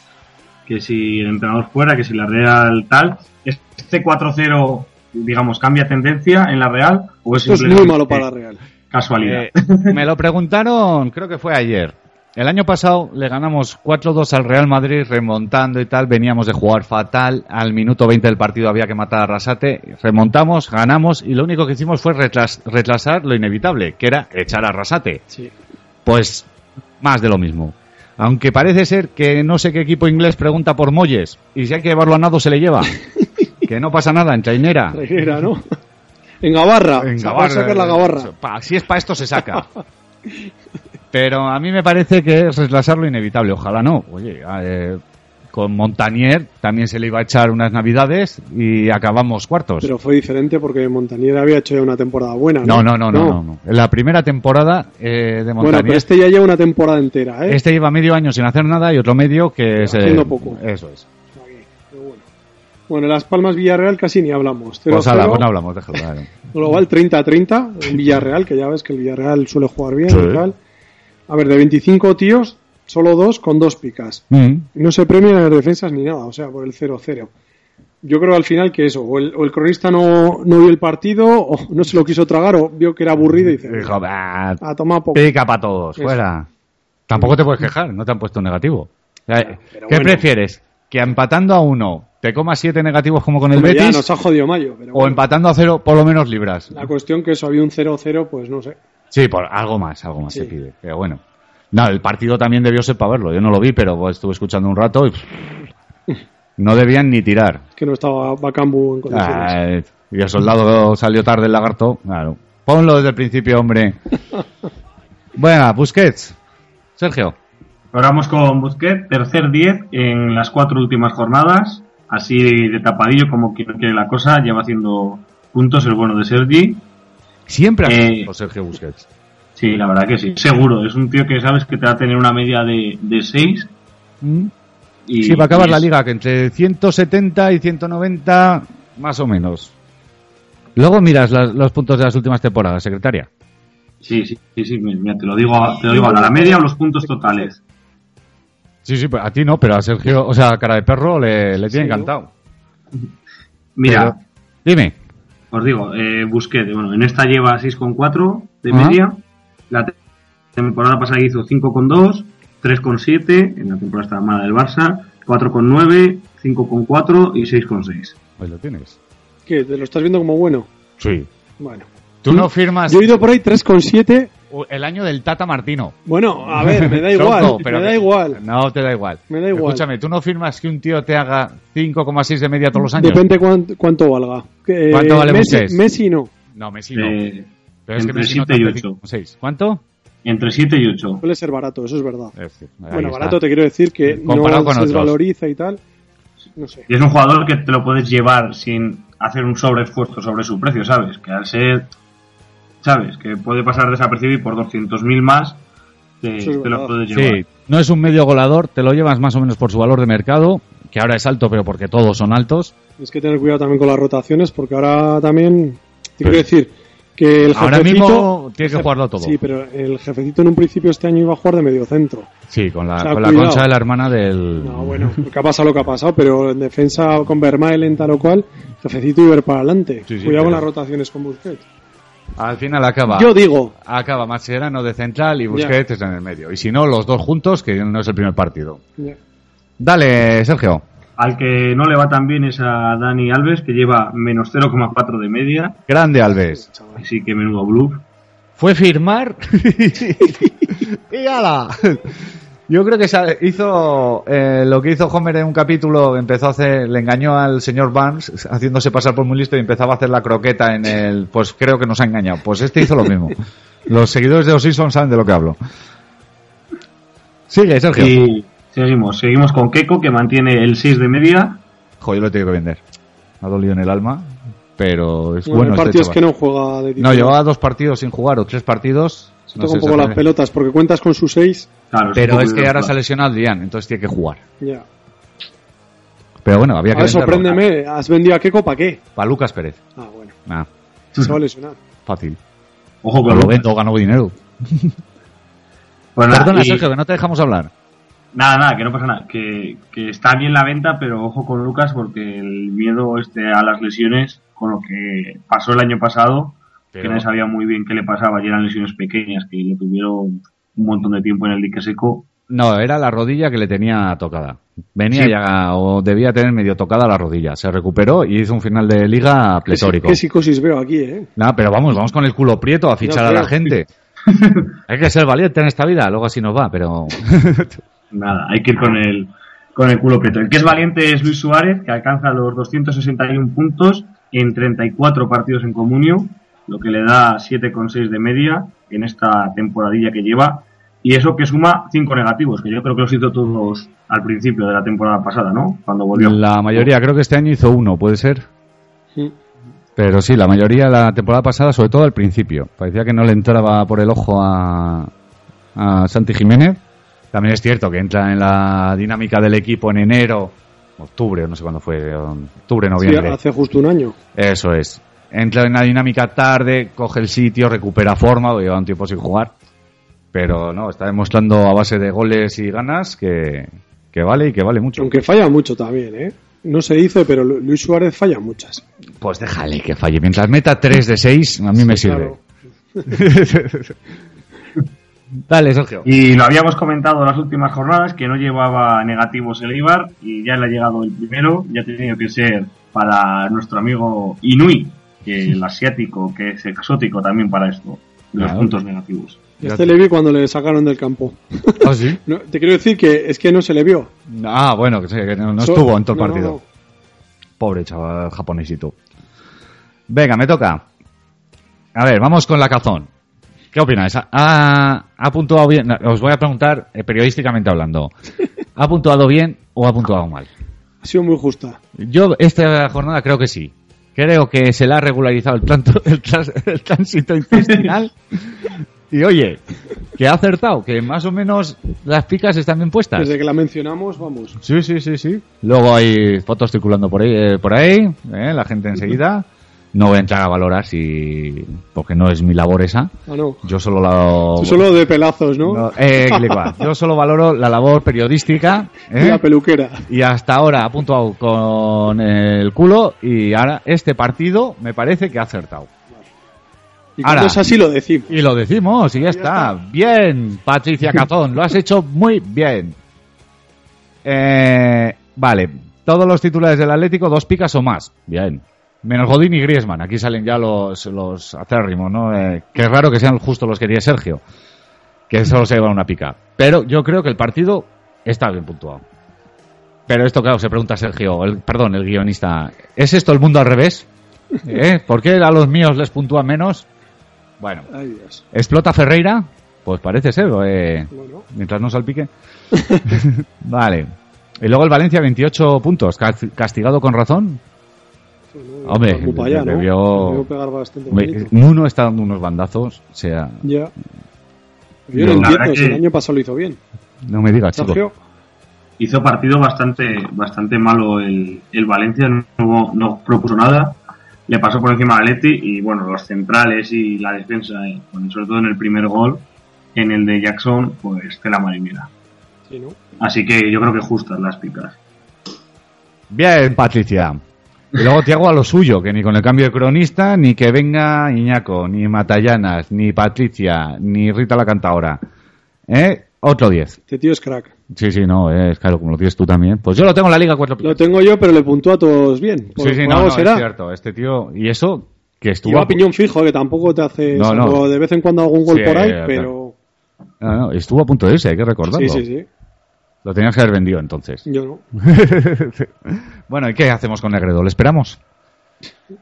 E: que si el entrenador fuera, que si la Real tal. Este 4-0, digamos, cambia tendencia en la Real o es,
D: Esto es
E: simplemente
D: muy malo para la Real.
E: casualidad.
C: Eh, me lo preguntaron, creo que fue ayer. El año pasado le ganamos 4-2 al Real Madrid remontando y tal. Veníamos de jugar fatal. Al minuto 20 del partido había que matar a Rasate. Remontamos, ganamos y lo único que hicimos fue retras- retrasar lo inevitable, que era echar a Rasate.
D: Sí.
C: Pues más de lo mismo. Aunque parece ser que no sé qué equipo inglés pregunta por Molles y si hay que llevarlo a nado se le lleva. que no pasa nada en Chainera.
D: Traidera, ¿no? En Gabarra.
C: En eh,
D: Se va a sacar la Gabarra.
C: Pa- si es para esto, se saca. Pero a mí me parece que es retrasar lo inevitable. Ojalá no. Oye, eh, con Montanier también se le iba a echar unas navidades y acabamos cuartos.
D: Pero fue diferente porque Montanier había hecho ya una temporada buena.
C: no, no, no, no, no, no. En La primera temporada eh, de
D: Bueno,
C: Montanier.
D: pero este ya lleva una temporada entera, ¿eh?
C: este lleva medio año sin hacer nada y otro medio que se.
D: Haciendo poco.
C: Eso es.
D: Pero bueno. Bueno, Las Palmas Villarreal casi ni hablamos. Pero
C: Pues ala, pues no hablamos, déjalo. claro.
D: Global 30-30 en Villarreal, que ya ves que el Villarreal suele jugar bien
C: pues. Sí.
D: y tal. A ver, de 25 tíos, solo dos con dos picas.
C: Mm.
D: No se premian las defensas ni nada, o sea, por el 0-0. Yo creo al final que eso, o el, o el cronista no, no vio el partido, o no se lo quiso tragar, o vio que era aburrido y dice,
C: Dijo, "Bah,
D: a tomar poco.
C: Pica para todos,
D: Eso.
C: fuera. Tampoco te puedes quejar, no te han puesto un negativo. O sea,
D: pero
C: ¿Qué
D: bueno.
C: prefieres? ¿Que empatando a uno te comas siete negativos como con el
D: Hombre, ya
C: Betis?
D: nos ha jodido Mayo, pero
C: ¿O
D: bueno,
C: empatando a cero por lo menos libras?
D: la cuestión que eso había un 0-0, pues no sé.
C: Sí, por algo más, algo más
D: Sí.
C: se pide. Pero bueno. No, el partido también debió ser para verlo. Yo no lo vi, pero pues, estuve escuchando un rato y no debían ni tirar.
D: Es que no estaba Bacambu en condiciones.
C: Ah, y el soldado salió tarde el lagarto. Claro. Ponlo desde el principio, hombre. Bueno, Busquets. Sergio.
E: Ahora vamos con Busquets, tercer 10 en las cuatro últimas jornadas, así de tapadillo como quien no quiere la cosa, lleva haciendo puntos el bueno de Sergi.
C: Siempre ha
E: Eh,
C: sido Sergio Busquets.
E: Sí, la verdad que sí, seguro, es un tío que sabes que te va a tener una media de, de 6.
C: Mm.
E: Y,
C: sí, va a acabar
E: y
C: la
E: es-
C: liga, que entre 170 y 190, más o menos. Luego miras las- los puntos de las últimas temporadas, secretaria.
E: Sí, sí, sí, sí, mira, te lo digo, te lo digo ahora, la media o los puntos totales.
C: Sí, sí, pues a ti no, pero a Sergio, o sea, a cara de perro le, le tiene
D: Sí, ¿no?
C: encantado.
E: Mira,
C: Dime.
E: os digo, eh, Busquets, bueno, en esta lleva 6,4 de
C: Ajá.
E: media, la te- temporada pasada hizo 5,2, 3,7 en la temporada esta mala del Barça, 4,9, 5,4 y 6,6.
C: Ahí lo tienes.
D: ¿Qué? ¿Te lo estás viendo como bueno?
C: Sí.
D: Bueno.
C: Tú no firmas
D: Yo he ido por ahí 3,7.
C: el año del Tata Martino.
D: Bueno, a ver, me da igual.
C: Tronco, pero
D: me da
C: que-
D: igual.
C: No, te da igual.
D: Me da igual.
C: Escúchame, tú no firmas que un tío te haga 5,6 de media todos los años.
D: Depende cuánto, cuánto valga. Eh,
C: ¿Cuánto vale Busquets?
D: Messi, Messi no.
C: No, Messi no.
E: Eh,
C: Pero es que
E: entre
C: Messi no te
E: siete y
C: hace
E: ocho.
C: 5,6. ¿cuánto?
E: entre 7 y 8.
D: Suele ser barato, eso es verdad.
C: Es decir, ahí
D: bueno,
C: está.
D: barato te quiero decir que
C: Comparado
D: no
C: con
D: se
C: otros.
D: desvaloriza y tal. No sé.
E: Y es un jugador que te lo puedes llevar sin hacer un sobreesfuerzo sobre su precio, ¿sabes? Que al ser, ¿sabes? Que puede pasar desapercibido y por 200.000 más te,
D: Eso es
E: te lo
D: verdad.
E: puedes llevar.
C: Sí, no es un medio goleador, te lo llevas más o menos por su valor de mercado, que ahora es alto, pero porque todos son altos.
D: Es que tener cuidado también con las rotaciones porque ahora también. Te quiero decir que Pues el
C: Pues, Ahora
D: jefecito-
C: mismo tienes que jugarlo todo.
D: Sí, pero el jefecito en un principio este año iba a jugar de mediocentro.
C: Sí, con la,
D: O sea,
C: con la
D: cuidado.
C: concha de la hermana del.
D: No, bueno, porque ha pasado lo que ha pasado, pero en defensa con Vermaelen tal o cual, jefecito y ver para adelante.
C: Sí, sí,
D: Cuidado con
C: pero-
D: las rotaciones con Busquets.
C: Al final acaba.
D: Yo digo,
C: Acaba Mascherano de central y Busquets en el medio. Y si no, los dos juntos, que no es el primer partido.
D: ya,
C: Dale, Sergio.
E: Al que no le va tan bien es a Dani Alves, que lleva menos 0,4 de media.
C: Grande Alves.
D: chaval.
E: Así que menudo blue.
C: Fue firmar. y ala. Yo creo que sa- hizo eh, lo que hizo Homer en un capítulo, empezó a hacer, le engañó al señor Barnes haciéndose pasar por muy listo y empezaba a hacer la croqueta en el, pues creo que nos ha engañado. Pues este hizo lo mismo. Los seguidores de los Simpsons saben de lo que hablo. Sigue, Sergio.
E: Y seguimos, seguimos con Keiko, que mantiene el 6 de media.
C: Joder, lo he tenido que vender. Me ha dolido en el alma, pero es
D: Bueno,
C: bueno.
D: el
C: este
D: partido es
C: chaval.
D: que no juega de
C: No,
D: titular.
C: llevaba dos partidos sin jugar o tres partidos.
D: Se
C: No
D: toca
C: sé
D: un poco las
C: exactamente.
D: pelotas porque cuentas con su 6.
E: Claro,
C: Pero
E: un
C: es que
E: poco
C: ahora
E: de-
C: se ha lesionado Adrián, entonces tiene que jugar.
D: Ya.
C: Pero bueno, había que
D: Ahora
C: venderlo.
D: sorpréndeme, ¿has vendido a Keco para qué?
C: Para Lucas Pérez.
D: Ah, bueno,
C: Nah,
D: se va a lesionar.
C: fácil.
E: Ojo con
C: Pero lo
E: Lucas.
C: vendo, gano dinero.
E: Pues nada,
C: Perdona,
E: y-
C: Sergio, que no te dejamos hablar.
E: Nada, nada, que no pasa nada. Que, que está bien la venta, pero ojo con Lucas porque el miedo este a las lesiones, con lo que pasó el año pasado, que
C: Pero-
E: nadie sabía muy bien qué le pasaba, y eran lesiones pequeñas, que le tuvieron un montón de tiempo en el dique seco.
C: No, era la rodilla que le tenía tocada. Venía
E: Sí.
C: ya, o debía tener medio tocada la rodilla. Se recuperó y hizo un final de liga
D: ¿Qué, si-
C: pletórico.
D: qué psicosis veo aquí, eh?
C: Nah, pero vamos, vamos con el culo prieto a fichar
D: No,
C: a la
D: claro.
C: gente. Hay que ser valiente en esta vida, luego así nos va, pero
E: Nada, hay que ir con el, con el culo preto. El que es valiente es Luis Suárez, que alcanza los 261 puntos en 34 partidos en comunio, lo que le da 7,6 de media en esta temporadilla que lleva. Y eso que suma 5 negativos, que yo creo que los hizo todos al principio de la temporada pasada, ¿no? Cuando volvió.
C: la mayoría, creo que este año hizo uno, puede ser.
D: Mm.
C: Pero sí, la mayoría la temporada pasada, sobre todo al principio. Parecía que no le entraba por el ojo a, a Santi Jiménez. También es cierto que entra en la dinámica del equipo en enero, octubre, no sé cuándo fue, octubre,
D: Sí,
C: noviembre.
D: hace justo un año.
C: Eso es. Entra en la dinámica tarde, coge el sitio, recupera forma, porque lleva un tiempo sin jugar. Pero no, está demostrando a base de goles y ganas que, que vale y que vale mucho.
D: Aunque falla mucho también, eh. No se dice, pero Lu- Luis Suárez falla muchas.
C: Pues déjale que falle. Mientras meta 3 de 6, a mí me sirve.
D: Claro.
C: Dale, Sergio.
E: Y lo habíamos comentado en las últimas jornadas que no llevaba negativos el Ibar y ya le ha llegado el primero, ya ha tenido que ser para nuestro amigo Inui, que el asiático, que es exótico también para esto, de los
C: Claro.
E: puntos negativos.
D: Este le vi cuando le sacaron del campo.
C: ¿Ah, sí?
D: No, te quiero decir que es que no se le vio.
C: Ah, bueno, que sí, que no, no
D: So-
C: estuvo en todo el
D: no, no,
C: partido.
D: no.
C: Pobre chaval japonesito. Venga, me toca. A ver, vamos con la cazón. ¿Qué opináis? ¿Ha, ha, ha puntuado bien? No, Os voy a preguntar eh, periodísticamente hablando. ¿Ha puntuado bien o ha puntuado mal?
D: Ha sido muy justa.
C: Yo esta jornada creo que sí. Creo que se le ha regularizado el, tranto- el trans- el tránsito intestinal. Y oye, que ha acertado, que más o menos las picas están bien puestas.
D: Desde que la mencionamos, vamos.
C: Sí, sí, sí, sí. Luego hay fotos circulando por ahí, eh, por ahí eh, la gente enseguida. No voy a entrar a valorar si... porque no es mi labor esa.
D: Ah, no.
C: Yo solo la...
D: Tú Solo de pelazos, ¿no?
C: Oh, No, eh, Glicua. Yo solo valoro la labor periodística.
D: Y
C: ¿eh?
D: la peluquera.
C: Y hasta ahora ha puntuado con el culo y ahora este partido me parece que ha acertado.
D: Y cuando
C: Ahora.
D: es así lo decimos.
C: Y lo decimos, y ya, está. Bien, Patricia Cazón, lo has hecho muy bien. Eh, vale, todos los titulares del Atlético, dos picas o más. Bien. Menos Godín y Griezmann, aquí salen ya los, los acérrimos, ¿no? Eh, que es raro que sean justo los que tiene Sergio, que solo se lleva una pica. Pero yo creo que el partido está bien puntuado. Pero esto, claro, se pregunta Sergio, el, perdón, el guionista, ¿es esto el mundo al revés? ¿Eh? ¿Por qué a los míos les puntúan menos? Bueno,
D: Ay, Dios.
C: ¿Explota Ferreira? Pues parece ser, eh,
D: Bueno,
C: mientras no salpique. vale. Y luego el Valencia, 28 puntos. Cast- Castigado con razón.
D: bueno,
C: Hombre,
D: va para allá, ¿no?
C: debió-
D: Debió pegar bastante
C: Hombre,
D: bonito.
C: Nuno está dando unos bandazos. O sea,
D: Ya. Yo
C: Yo-
D: lo
E: La
D: entiendo,
E: verdad
D: si el
E: que-
D: año pasado lo hizo bien.
C: no me digas, chico.
D: Sergio,
E: hizo partido bastante bastante malo el, el Valencia, no, hubo- no propuso nada, le pasó por encima al Atleti y bueno, los centrales y la defensa, y, bueno, sobre todo en el primer gol, en el de Jackson, pues tela marinera.
D: sí, ¿no?
E: Así que yo creo que justas las picas.
C: Bien, Patricia. Y luego Tiago a lo suyo, que ni con el cambio de cronista, ni que venga Iñaco, ni Matallanas, ni Patricia, ni Rita la cantadora. ¿Eh? Otro 10.
D: Este tío es crack.
C: Sí, sí, no, eh, es claro, como lo tienes tú también. Pues yo lo tengo en la Liga 4
D: Lo tengo yo, pero le puntúa a todos bien. Por,
C: Sí, sí, no,
D: por algo
C: no,
D: Pues será.
C: es cierto. Este tío, y eso, que
D: Y
C: estuvo
D: va
C: a,
D: a piñón fijo, que tampoco te hace.
C: No,
D: salvo
C: no.
D: De vez en cuando algún gol
C: Sí,
D: por ahí,
C: claro.
D: pero.
C: no, no, estuvo a punto de irse, hay que recordarlo.
D: Sí, sí, sí.
C: Lo tenías que haber vendido entonces.
D: Yo no.
C: bueno, ¿y qué hacemos con Negredo? ¿Le esperamos?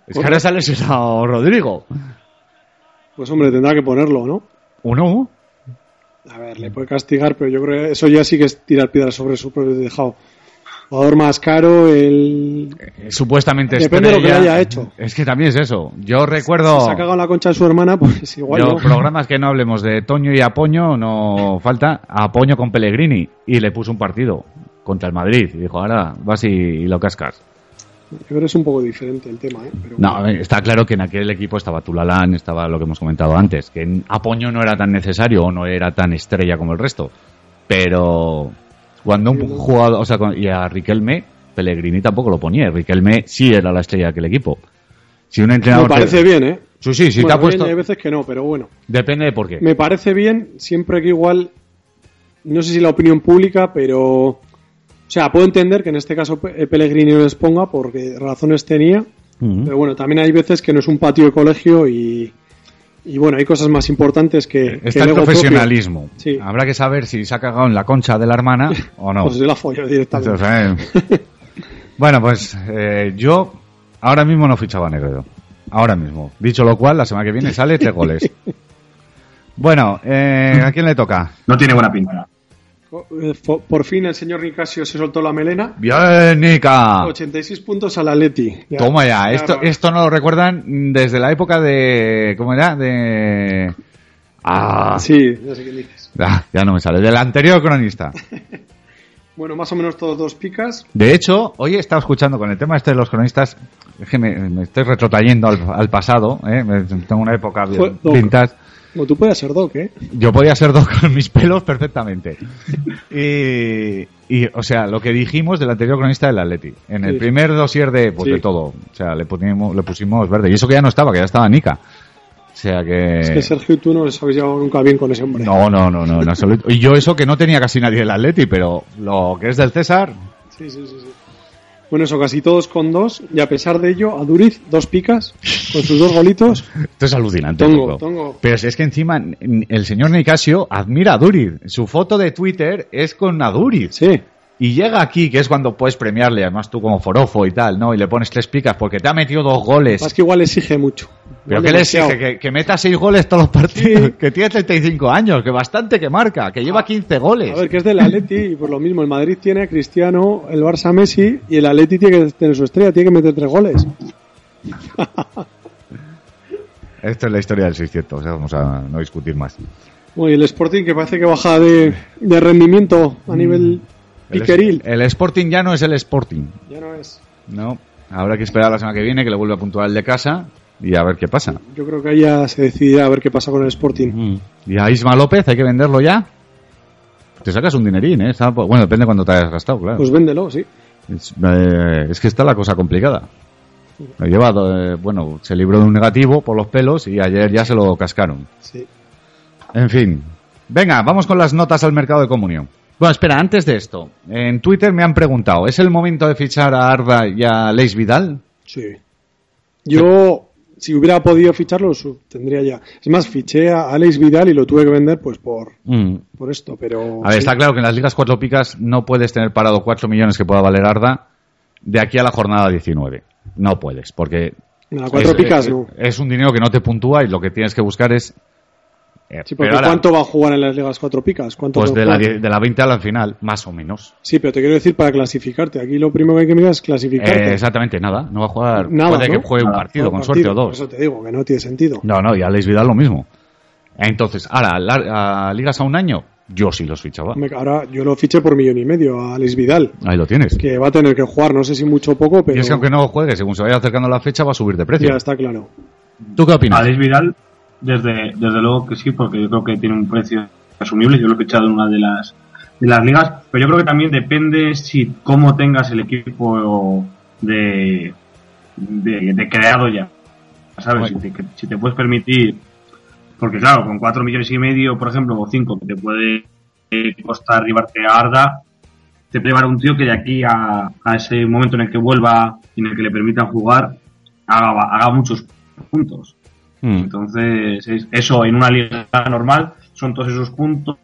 C: Es que ahora se ha lesionado Rodrigo.
D: Pues hombre, tendrá que ponerlo, ¿no?
C: Uno,
D: A ver, le puede castigar, pero yo creo que eso ya sí que es tirar piedras sobre su propio tejado. Jugador más caro, el.
C: eh, supuestamente
D: Depende de lo que
C: estrella.
D: haya hecho.
C: Es que también es eso. Yo
D: Si
C: recuerdo.
D: se ha cagado en la concha de su hermana, pues igual
C: Yo,
D: no.
C: programas que no hablemos de Toño y Apoño, no falta Apoño con Pellegrini. Y le puso un partido contra el Madrid. Y dijo, ahora vas y- y lo cascas.
D: Yo creo que es un poco diferente el tema, ¿eh? Pero
C: No, a ver, está claro que en aquel equipo estaba Tulalán, estaba lo que hemos comentado antes, que en Apoño no era tan necesario o no era tan estrella como el resto. Pero cuando un jugador, o sea, cuando- y a Riquelme, Pellegrini tampoco lo ponía. Riquelme sí era la estrella de aquel equipo. Si un entrenador.
D: me parece
C: te-
D: bien, ¿eh?
C: Sí, sí, si te
D: Bueno,
C: ha puesto.
D: bien, hay veces que no, pero bueno.
C: Depende de por qué.
D: Me parece bien, siempre que igual, no sé si la opinión pública, pero, o sea, puedo entender que en este caso Pe- eh, Pellegrini no les ponga porque razones tenía,
C: Ujú.
D: pero bueno, también hay veces que no es un patio de colegio y, y bueno, hay cosas más importantes que, que
C: Está el
D: ego propio.
C: profesionalismo.
D: Sí.
C: Habrá que saber si se ha cagado en la concha de la hermana o no.
D: Pues se la follo directamente.
C: Entonces, eh, bueno, pues eh, yo ahora mismo no fichaba a Negredo. Ahora mismo. Dicho lo cual, la semana que viene sale tres goles. Bueno, eh, ¿a quién le toca?
E: No tiene buena pinta.
D: Co- eh, fo- Por fin el señor Nicasio se soltó la melena.
C: Bien, Nica.
D: 86 puntos al Atleti.
C: Ah.
D: Ya.
C: Toma ya. Esto,
D: Claro.
C: esto no lo recuerdan desde la época de... ¿Cómo era? De... Ah,
D: Sí, ya sé quién dices.
C: ah, ya no me sale. Del anterior cronista.
D: Bueno, más o menos todos dos picas.
C: De hecho, hoy he estado escuchando con el tema este de los cronistas, es que me, me estoy retrotrayendo al, al pasado, ¿eh? Me- tengo una época
D: Fue-
C: bien vintage.
D: Como tú puedes ser Doc, ¿eh?
C: Yo podía ser dos con mis pelos perfectamente. Y, y, o sea, lo que dijimos del anterior cronista del Atleti. En el
D: Sí.
C: primer dossier de, pues,
D: Sí.
C: de todo. O sea, le pusimos, le pusimos verde. Y eso que ya no estaba, que ya estaba Nica. O sea que...
D: Es que Sergio y tú no os habéis llevado nunca bien con ese hombre.
C: Eh, no, no, no, no, en absoluto. Y yo eso que no tenía casi nadie del Atleti, pero lo que es del César,
D: Sí, sí, sí, sí. Bueno, eso, casi todos con dos. Y a pesar de ello, a Duriz, dos picas, con sus dos golitos.
C: Esto es alucinante.
D: Tongo,
C: Paco.
D: tongo.
C: Pero si es que encima n- n- el señor Nicasio admira a Duriz. Su foto de Twitter es con a Duriz.
D: Sí.
C: Y llega aquí, que es cuando puedes premiarle, además tú como forofo y tal, ¿no? Y le pones tres picas porque te ha metido dos goles.
D: Es que igual exige mucho.
C: ¿Pero
D: Igual
C: qué le
D: demasiado.
C: exige? Que, que meta seis goles todos los partidos. Que tiene 35 años, que bastante que marca, que lleva 15 goles.
D: A ver, que es del Atleti y por lo mismo el Madrid tiene a Cristiano, el Barça a Messi y el Atleti tiene que tener su estrella, tiene que meter tres goles.
C: Esta es la historia del 600, o sea, vamos a no discutir más.
D: Bueno, y el Sporting que parece que baja de, de rendimiento a nivel
C: Mm. El es- eh.
D: piqueril.
C: el Sporting ya no es el Sporting.
D: Ya no es.
C: No, habrá que esperar la semana que viene que le vuelva a puntuar el de casa y a ver qué pasa.
D: Yo creo que ahí ya se decidirá a ver qué pasa con el
C: Mm.
D: Sporting.
C: Y a Isma López hay que venderlo ya. Te sacas un dinerín, ¿eh? Está- bueno, depende cuando te hayas gastado, claro.
D: Pues véndelo, sí.
C: es, eh, es que está la cosa complicada. Lo lleva, eh, bueno, se libró de un negativo por los pelos y ayer ya se lo cascaron.
D: Sí.
C: En fin. Venga, vamos con las notas al mercado de comunión. Bueno, espera, antes de esto, en Twitter me han preguntado, ¿es el momento de fichar a Arda y a Leis Vidal?
D: Sí. Yo, si hubiera podido ficharlo, su- tendría ya. Es más, fiché a Alex Vidal y lo tuve que vender pues por,
C: Mm.
D: por esto, pero...
C: A ver, está claro que en las ligas cuatro picas no puedes tener parado cuatro millones que pueda valer Arda de aquí a la jornada 19. No puedes, porque
D: En las cuatro
C: es, eh,
D: picas,
C: es-
D: ¿no?
C: es un dinero que no te puntúa y lo que tienes que buscar es... eh,
D: Sí, porque
C: pero ahora,
D: ¿cuánto va a jugar en las ligas cuatro picas? ¿Cuánto
C: Pues
D: va a
C: de la,
D: jugar?
C: die- de la 20 a la final, más o menos.
D: Sí, pero te quiero decir para clasificarte. Aquí lo primero que hay que mirar es
C: Eh,
D: clasificarte.
C: exactamente, nada. No va a jugar.
D: Nada,
C: puede
D: ¿no?
C: que juegue un
E: Nada.
C: partido,
D: Por
C: con
D: partido.
C: suerte o
D: Por
C: dos.
D: Eso te digo, que no tiene sentido.
C: No, no, y a Alex Vidal lo mismo. Entonces, ahora, la- a ligas a un año, yo sí los fichaba.
D: Hombre, Ahora yo lo fiché por millón y medio a Alex Vidal,
C: Ahí lo tienes.
D: que va a tener que jugar, no sé si mucho o poco, pero
C: Y es que aunque no juegue, según se vaya acercando la fecha, va a subir de precio.
D: ya está claro.
C: ¿Tú qué opinas?
E: Alex Vidal, desde, desde luego que sí, porque yo creo que tiene un precio asumible. Yo lo he fichado en una de las, de las ligas, pero yo creo que también depende si cómo tengas el equipo de, de, de creado ya. ¿Sabes?
C: Bueno.
E: Si, te, si te puedes permitir, porque claro, con 4 millones y medio, por ejemplo, o 5, que te puede eh, costar arribarte a Arda, te puede llevar un tío que de aquí a, a ese momento en el que vuelva y en el que le permitan jugar, haga, haga muchos puntos.
C: Mm.
E: Entonces, es- eso en una liga normal son todos esos puntos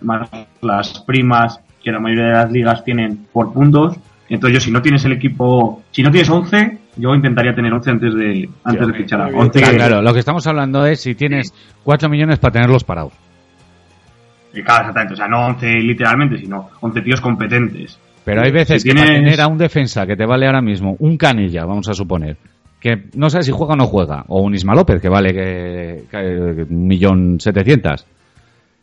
E: más las primas que la mayoría de las ligas tienen por puntos. Entonces, yo si no tienes el equipo, si no tienes 11, yo intentaría tener 11 antes de antes de
C: Sí,
E: fichar a
D: muy bien.
E: 11.
C: Está claro, lo que estamos hablando es si tienes 4 millones para tenerlos parados.
E: Eh, claro, exactamente. O sea, no 11 literalmente, sino 11 tíos competentes.
C: Pero hay veces
E: Si
C: que para
E: tienes-
C: tener a un defensa que te vale ahora mismo, un canilla, vamos a suponer, que no sabes si juega o no juega, o un Isma López, que vale que, que- un millón setecientas,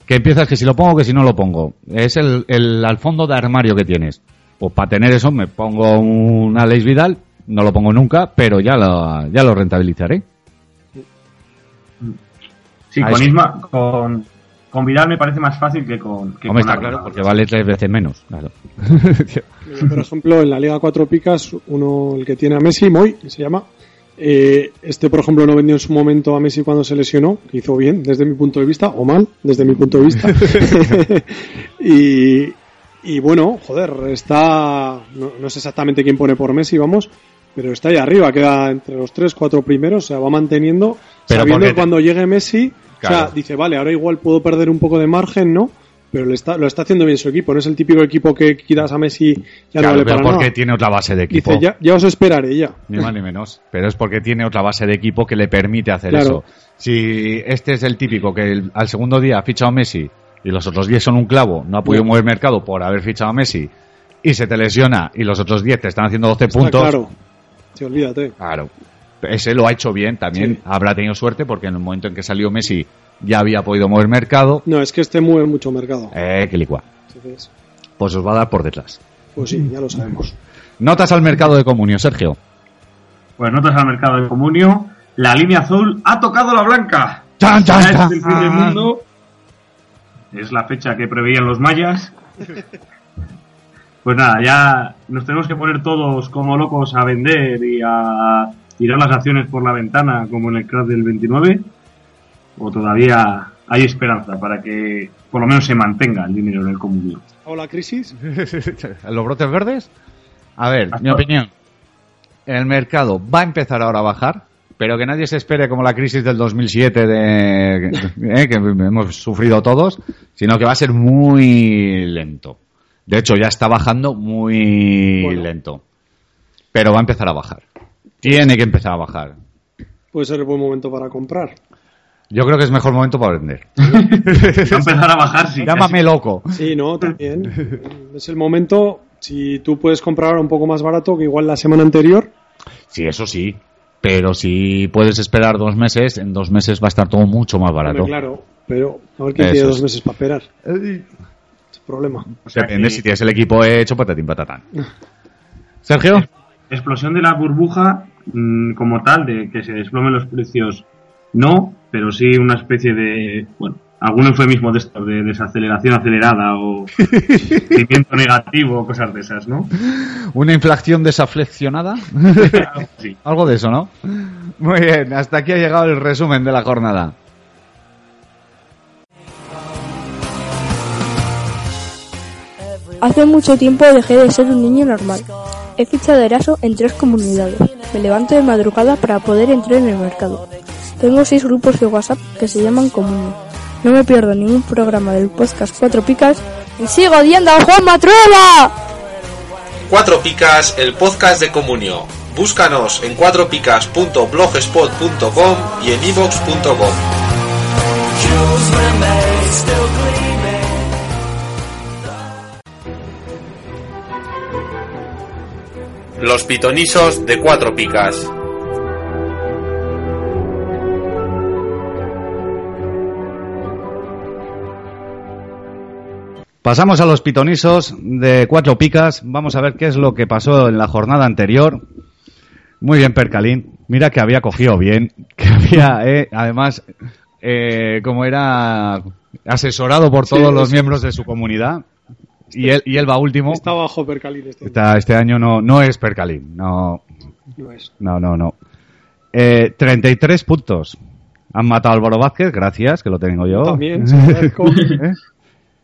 C: que empiezas que si lo pongo, que si no lo pongo. Es el, el al fondo de armario que tienes. Pues para tener eso me pongo una Leis Vidal, no lo pongo nunca, pero ya lo, ya lo rentabilizaré.
E: Sí,
C: Ah,
E: con
C: eso.
E: Isma, con, con Vidal me parece más fácil que con. Que
C: Hombre, está
E: con Arda.
C: claro, porque vale tres veces menos. claro.
D: Mira, Por ejemplo, en la Liga Cuatro Picas, uno, el que tiene a Messi, Moy, se llama. eh, este, por ejemplo, no vendió en su momento a Messi cuando se lesionó, que hizo bien desde mi punto de vista, o mal desde mi punto de vista. y, y bueno, joder, está. No, no sé exactamente quién pone por Messi, vamos, pero está ahí arriba, queda entre los tres, cuatro primeros, se va manteniendo.
C: Pero
D: sabiendo
C: porque-
D: que cuando llegue Messi, o
C: Claro.
D: sea, dice, vale, ahora igual puedo perder un poco de margen, ¿no? Pero le está, lo está haciendo bien su equipo, no es el típico equipo que quitas a Messi ya
C: Claro,
D: no vale
C: pero
D: para
C: porque
D: nada.
C: tiene otra base de equipo.
D: Dice, ya, ya os esperaré, ya.
C: Ni más ni menos. Pero es porque tiene otra base de equipo que le permite hacer
D: Claro.
C: eso. Si este es el típico que el- al segundo día ha fichado a Messi y los otros 10 son un clavo, no ha podido
D: Ya.
C: mover mercado por haber fichado a Messi y se te lesiona y los otros 10 te están haciendo 12
D: Está
C: puntos.
D: claro. Sí, olvídate.
C: Claro. Ese lo ha hecho bien también.
D: Sí.
C: Habrá tenido suerte porque en el momento en que salió Messi ya había podido mover mercado.
D: No, es que este mueve mucho mercado.
C: Eh, que licua.
D: Entonces,
C: Pues os va a dar por detrás.
D: pues sí, ya lo sabemos.
C: Notas al mercado de comunio, Sergio.
E: Pues notas al mercado de comunio. La línea azul ha tocado la blanca.
C: Tan, tan,
E: Ya es
C: tan.
E: el fin del mundo. Es la fecha que preveían los mayas. Pues nada, ya nos tenemos que poner todos como locos a vender y a tirar las acciones por la ventana como en el crash del 29. O todavía hay esperanza para que por lo menos se mantenga el dinero del comunio.
D: ¿O la crisis?
C: ¿Los brotes verdes? A ver, mi
E: Hasta-
C: opinión. El mercado va a empezar ahora a bajar, pero que nadie se espere como la crisis del 2007 de, eh, que hemos sufrido todos, sino que va a ser muy lento. De hecho, ya está bajando muy
D: Bueno.
C: lento. Pero va a empezar a bajar. Tiene que empezar a bajar.
D: Puede ser el buen momento para comprar.
C: Yo creo que es mejor momento para vender.
E: Va a empezar a bajar, sí.
C: Llámame loco.
D: Sí, no, también. es el momento, si tú puedes comprar ahora un poco más barato que igual la semana anterior,
C: Sí, eso sí. Pero si puedes esperar dos meses, en dos meses va a estar todo mucho más barato.
D: hombre, claro. Pero a ver quién
C: Eso
D: tiene
C: es.
D: dos meses para esperar. Es el problema.
E: O sea
C: Depende
E: que-
C: si tienes el equipo hecho, patatín patatán. Sergio,
E: explosión de la burbuja mm, como tal, de que se desplomen los precios, no, pero sí una especie de, bueno, algún eufemismo de estos, de desaceleración acelerada o sentimiento negativo o cosas de esas, ¿no?
C: Una inflación desafleccionada.
E: Sí.
C: Algo de eso, ¿no? Muy bien, hasta aquí ha llegado el resumen de la jornada.
F: Hace mucho tiempo dejé de ser un niño normal. He fichado Eraso en tres comunidades. Me levanto de madrugada para poder entrar en el mercado. Tengo seis grupos de WhatsApp que se llaman Comunio. No me pierdo ningún programa del podcast Cuatro Picas y sigo odiando a Juan Matrueva.
A: Cuatro Picas, el podcast de Comunio. Búscanos en cuatropicas.blogspot.com y en ivox.com.
B: Jewels remain still gleaming.
A: Los pitonisos de Cuatro Picas.
C: Pasamos a los pitonisos de cuatro picas. Vamos a ver qué es lo que pasó en la jornada anterior. Muy bien, Percalín. Mira que había cogido bien. Que había, eh, además, eh, como era asesorado por todos los miembros de su comunidad. Y él, y él va último.
D: Está bajo Percalín este.
C: Está- este año no, no es Percalín. No,
D: No es.
C: no, no, no. Eh, 33 puntos. Han matado a Álvaro Vázquez, gracias, que lo tengo yo.
D: También, se lo agradezco.
C: ¿Eh?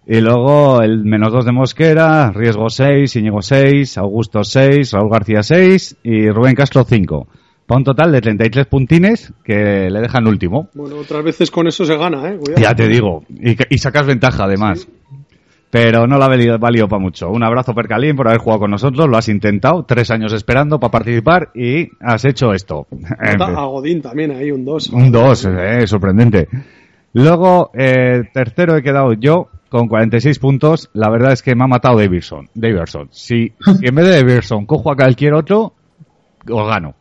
C: Y luego el menos 2 de Mosquera, Riesgo 6, Íñigo 6, Augusto 6, Raúl García 6 y Rubén Castro 5. Para un total de 33 puntines que le dejan último.
D: Bueno, otras veces con eso se gana, ¿eh? Cuidado.
C: Ya te digo. Y, que- y sacas ventaja además. Pero no la ha valido, valido para mucho. Un abrazo, Percalín, por haber jugado con nosotros. Lo has intentado. Tres años esperando para participar y has hecho esto. En fin.
D: A Godín también, ahí un 2.
C: Un 2, eh, sorprendente. Luego, eh, tercero he quedado yo con 46 puntos. La verdad es que me ha matado Davidson. Davidson. Si, si en vez de Davidson cojo a cualquier otro, os gano.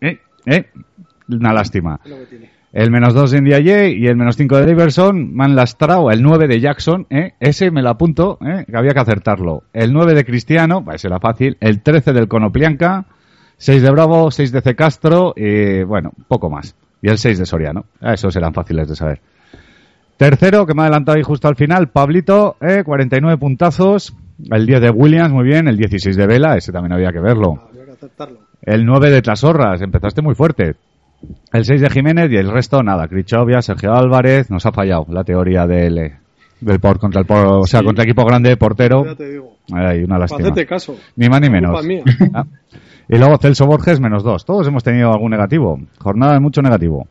C: Eh, eh, una lástima. El menos 2 de India J y el menos 5 de Davidson me han lastrado. El 9 de Jackson, eh, ese me lo apunto, eh, que había que acertarlo. El 9 de Cristiano, bah, ese era fácil. El 13 del Conoplianca. 6 de Bravo, 6 de C. Castro y bueno, poco más. Y el 6 de Soriano. Ah, Esos eran fáciles de saber. Tercero, que me ha adelantado ahí justo al final, Pablito, eh, 49 puntazos. El 10 de Williams, muy bien. El 16 de Vela, ese también había que verlo.
D: Habría que aceptarlo.
C: El 9 de Trasorras, empezaste muy fuerte. El 6 de Jiménez y el resto nada. Crichovia, Sergio Álvarez, nos ha fallado la teoría del, eh, del por contra el por, o sea,
D: Sí.
C: contra equipo grande, portero.
D: Ya te digo.
C: Ay, una lástima.
D: Hacete caso.
C: Ni más ni menos.
D: Culpa mía.
C: Ah. Y luego Celso Borges, menos dos. Todos hemos tenido algún negativo. Jornada de mucho negativo.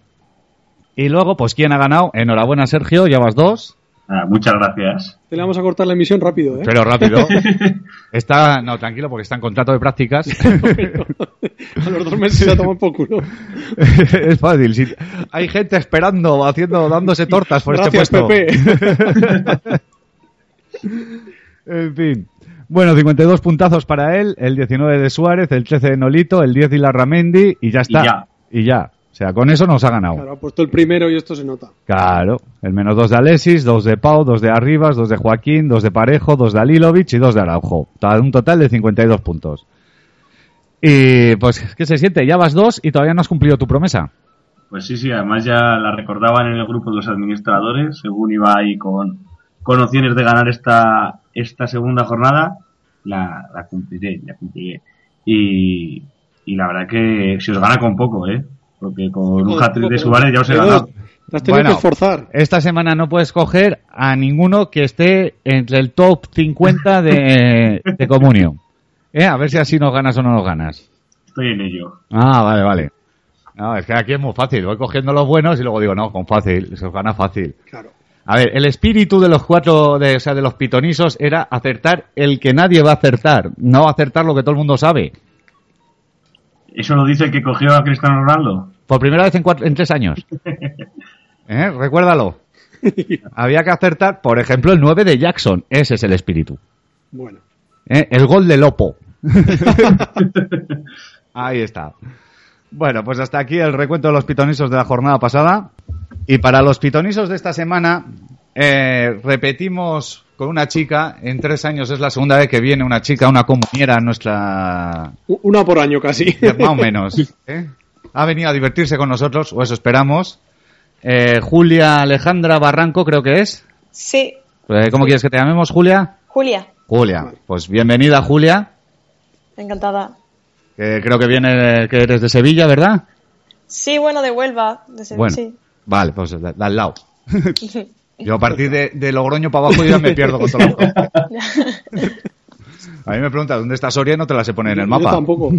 C: Y luego, pues, ¿quién ha ganado? Enhorabuena, Sergio, llevas dos.
E: Ah, muchas gracias.
D: Te la vamos a cortar la emisión rápido, ¿eh?
C: Pero rápido. Está, no, tranquilo, porque está en contrato de prácticas.
D: a los dos meses se toman por culo.
C: es fácil. si- hay gente esperando, haciendo, dándose tortas por
D: Gracias,
C: este puesto.
D: Pepe.
C: En fin. Bueno, 52 puntazos para él, el 19 de Suárez, el 13 de Nolito, el 10 de Ilarramendi y ya está.
E: ya.
C: Y ya. O sea, con eso nos ha ganado.
D: Claro, ha puesto el primero y esto se nota.
C: Claro, el menos dos de Alexis, dos de Pau, dos de Arribas, dos de Joaquín, dos de Parejo, dos de Alilovic y dos de Araujo. Ta- Un total de 52 puntos. Y pues, ¿qué se siente? Ya vas dos y todavía no has cumplido tu promesa.
E: Pues sí, sí, además ya la recordaban en el grupo de los administradores, según iba ahí con, con opciones de ganar esta, esta segunda jornada, la, la cumpliré, la cumpliré. Y, y la verdad que si os gana con poco, ¿eh? Porque con un hat-trick de Suárez ya os he
D: Pero
E: ganado.
D: Te has tenido
C: Bueno.
D: que esforzar.
C: Esta semana no puedes coger a ninguno que esté entre el top 50 de, de Comunio. Eh, A ver si así nos ganas o no nos ganas.
E: Estoy en ello.
C: Ah, vale, vale. No, es que aquí es muy fácil. Voy cogiendo los buenos y luego digo, no, con fácil, se os gana fácil.
D: Claro.
C: A ver, el espíritu de los cuatro, de, o sea, de los pitonisos era acertar el que nadie va a acertar, no acertar lo que todo el mundo sabe.
E: ¿Eso lo dice el que cogió a Cristiano Ronaldo?
C: Por primera vez en, cuatro- en tres años. ¿Eh? Recuérdalo. Había que acertar, por ejemplo, el 9 de Jackson. Ese es el espíritu.
D: Bueno.
C: ¿Eh? El gol de Lopo. Ahí está. Bueno, pues hasta aquí el recuento de los pitonisos de la jornada pasada. Y para los pitonisos de esta semana, eh, repetimos con una chica. En tres años es la segunda vez que viene una chica, una compañera nuestra.
D: U- Una por año casi.
C: Más o menos. ¿eh? Ha venido a divertirse con nosotros, o eso esperamos. Eh, Julia Alejandra Barranco, creo que es.
G: Sí,
C: Eh, ¿Cómo quieres que te llamemos, Julia?
G: Julia,
C: Julia. Pues bienvenida, Julia.
G: encantada.
C: que creo que viene, que eres de Sevilla, ¿verdad?
G: Sí, bueno, de Huelva, de Sevilla,
C: Bueno,
G: sí.
C: vale, pues de- de al lado. Yo a partir de, de Logroño para abajo yo ya me pierdo con todas las cosas. A mí me pregunta dónde está Soria y no te la se pone en el
D: Yo
C: mapa.
D: tampoco.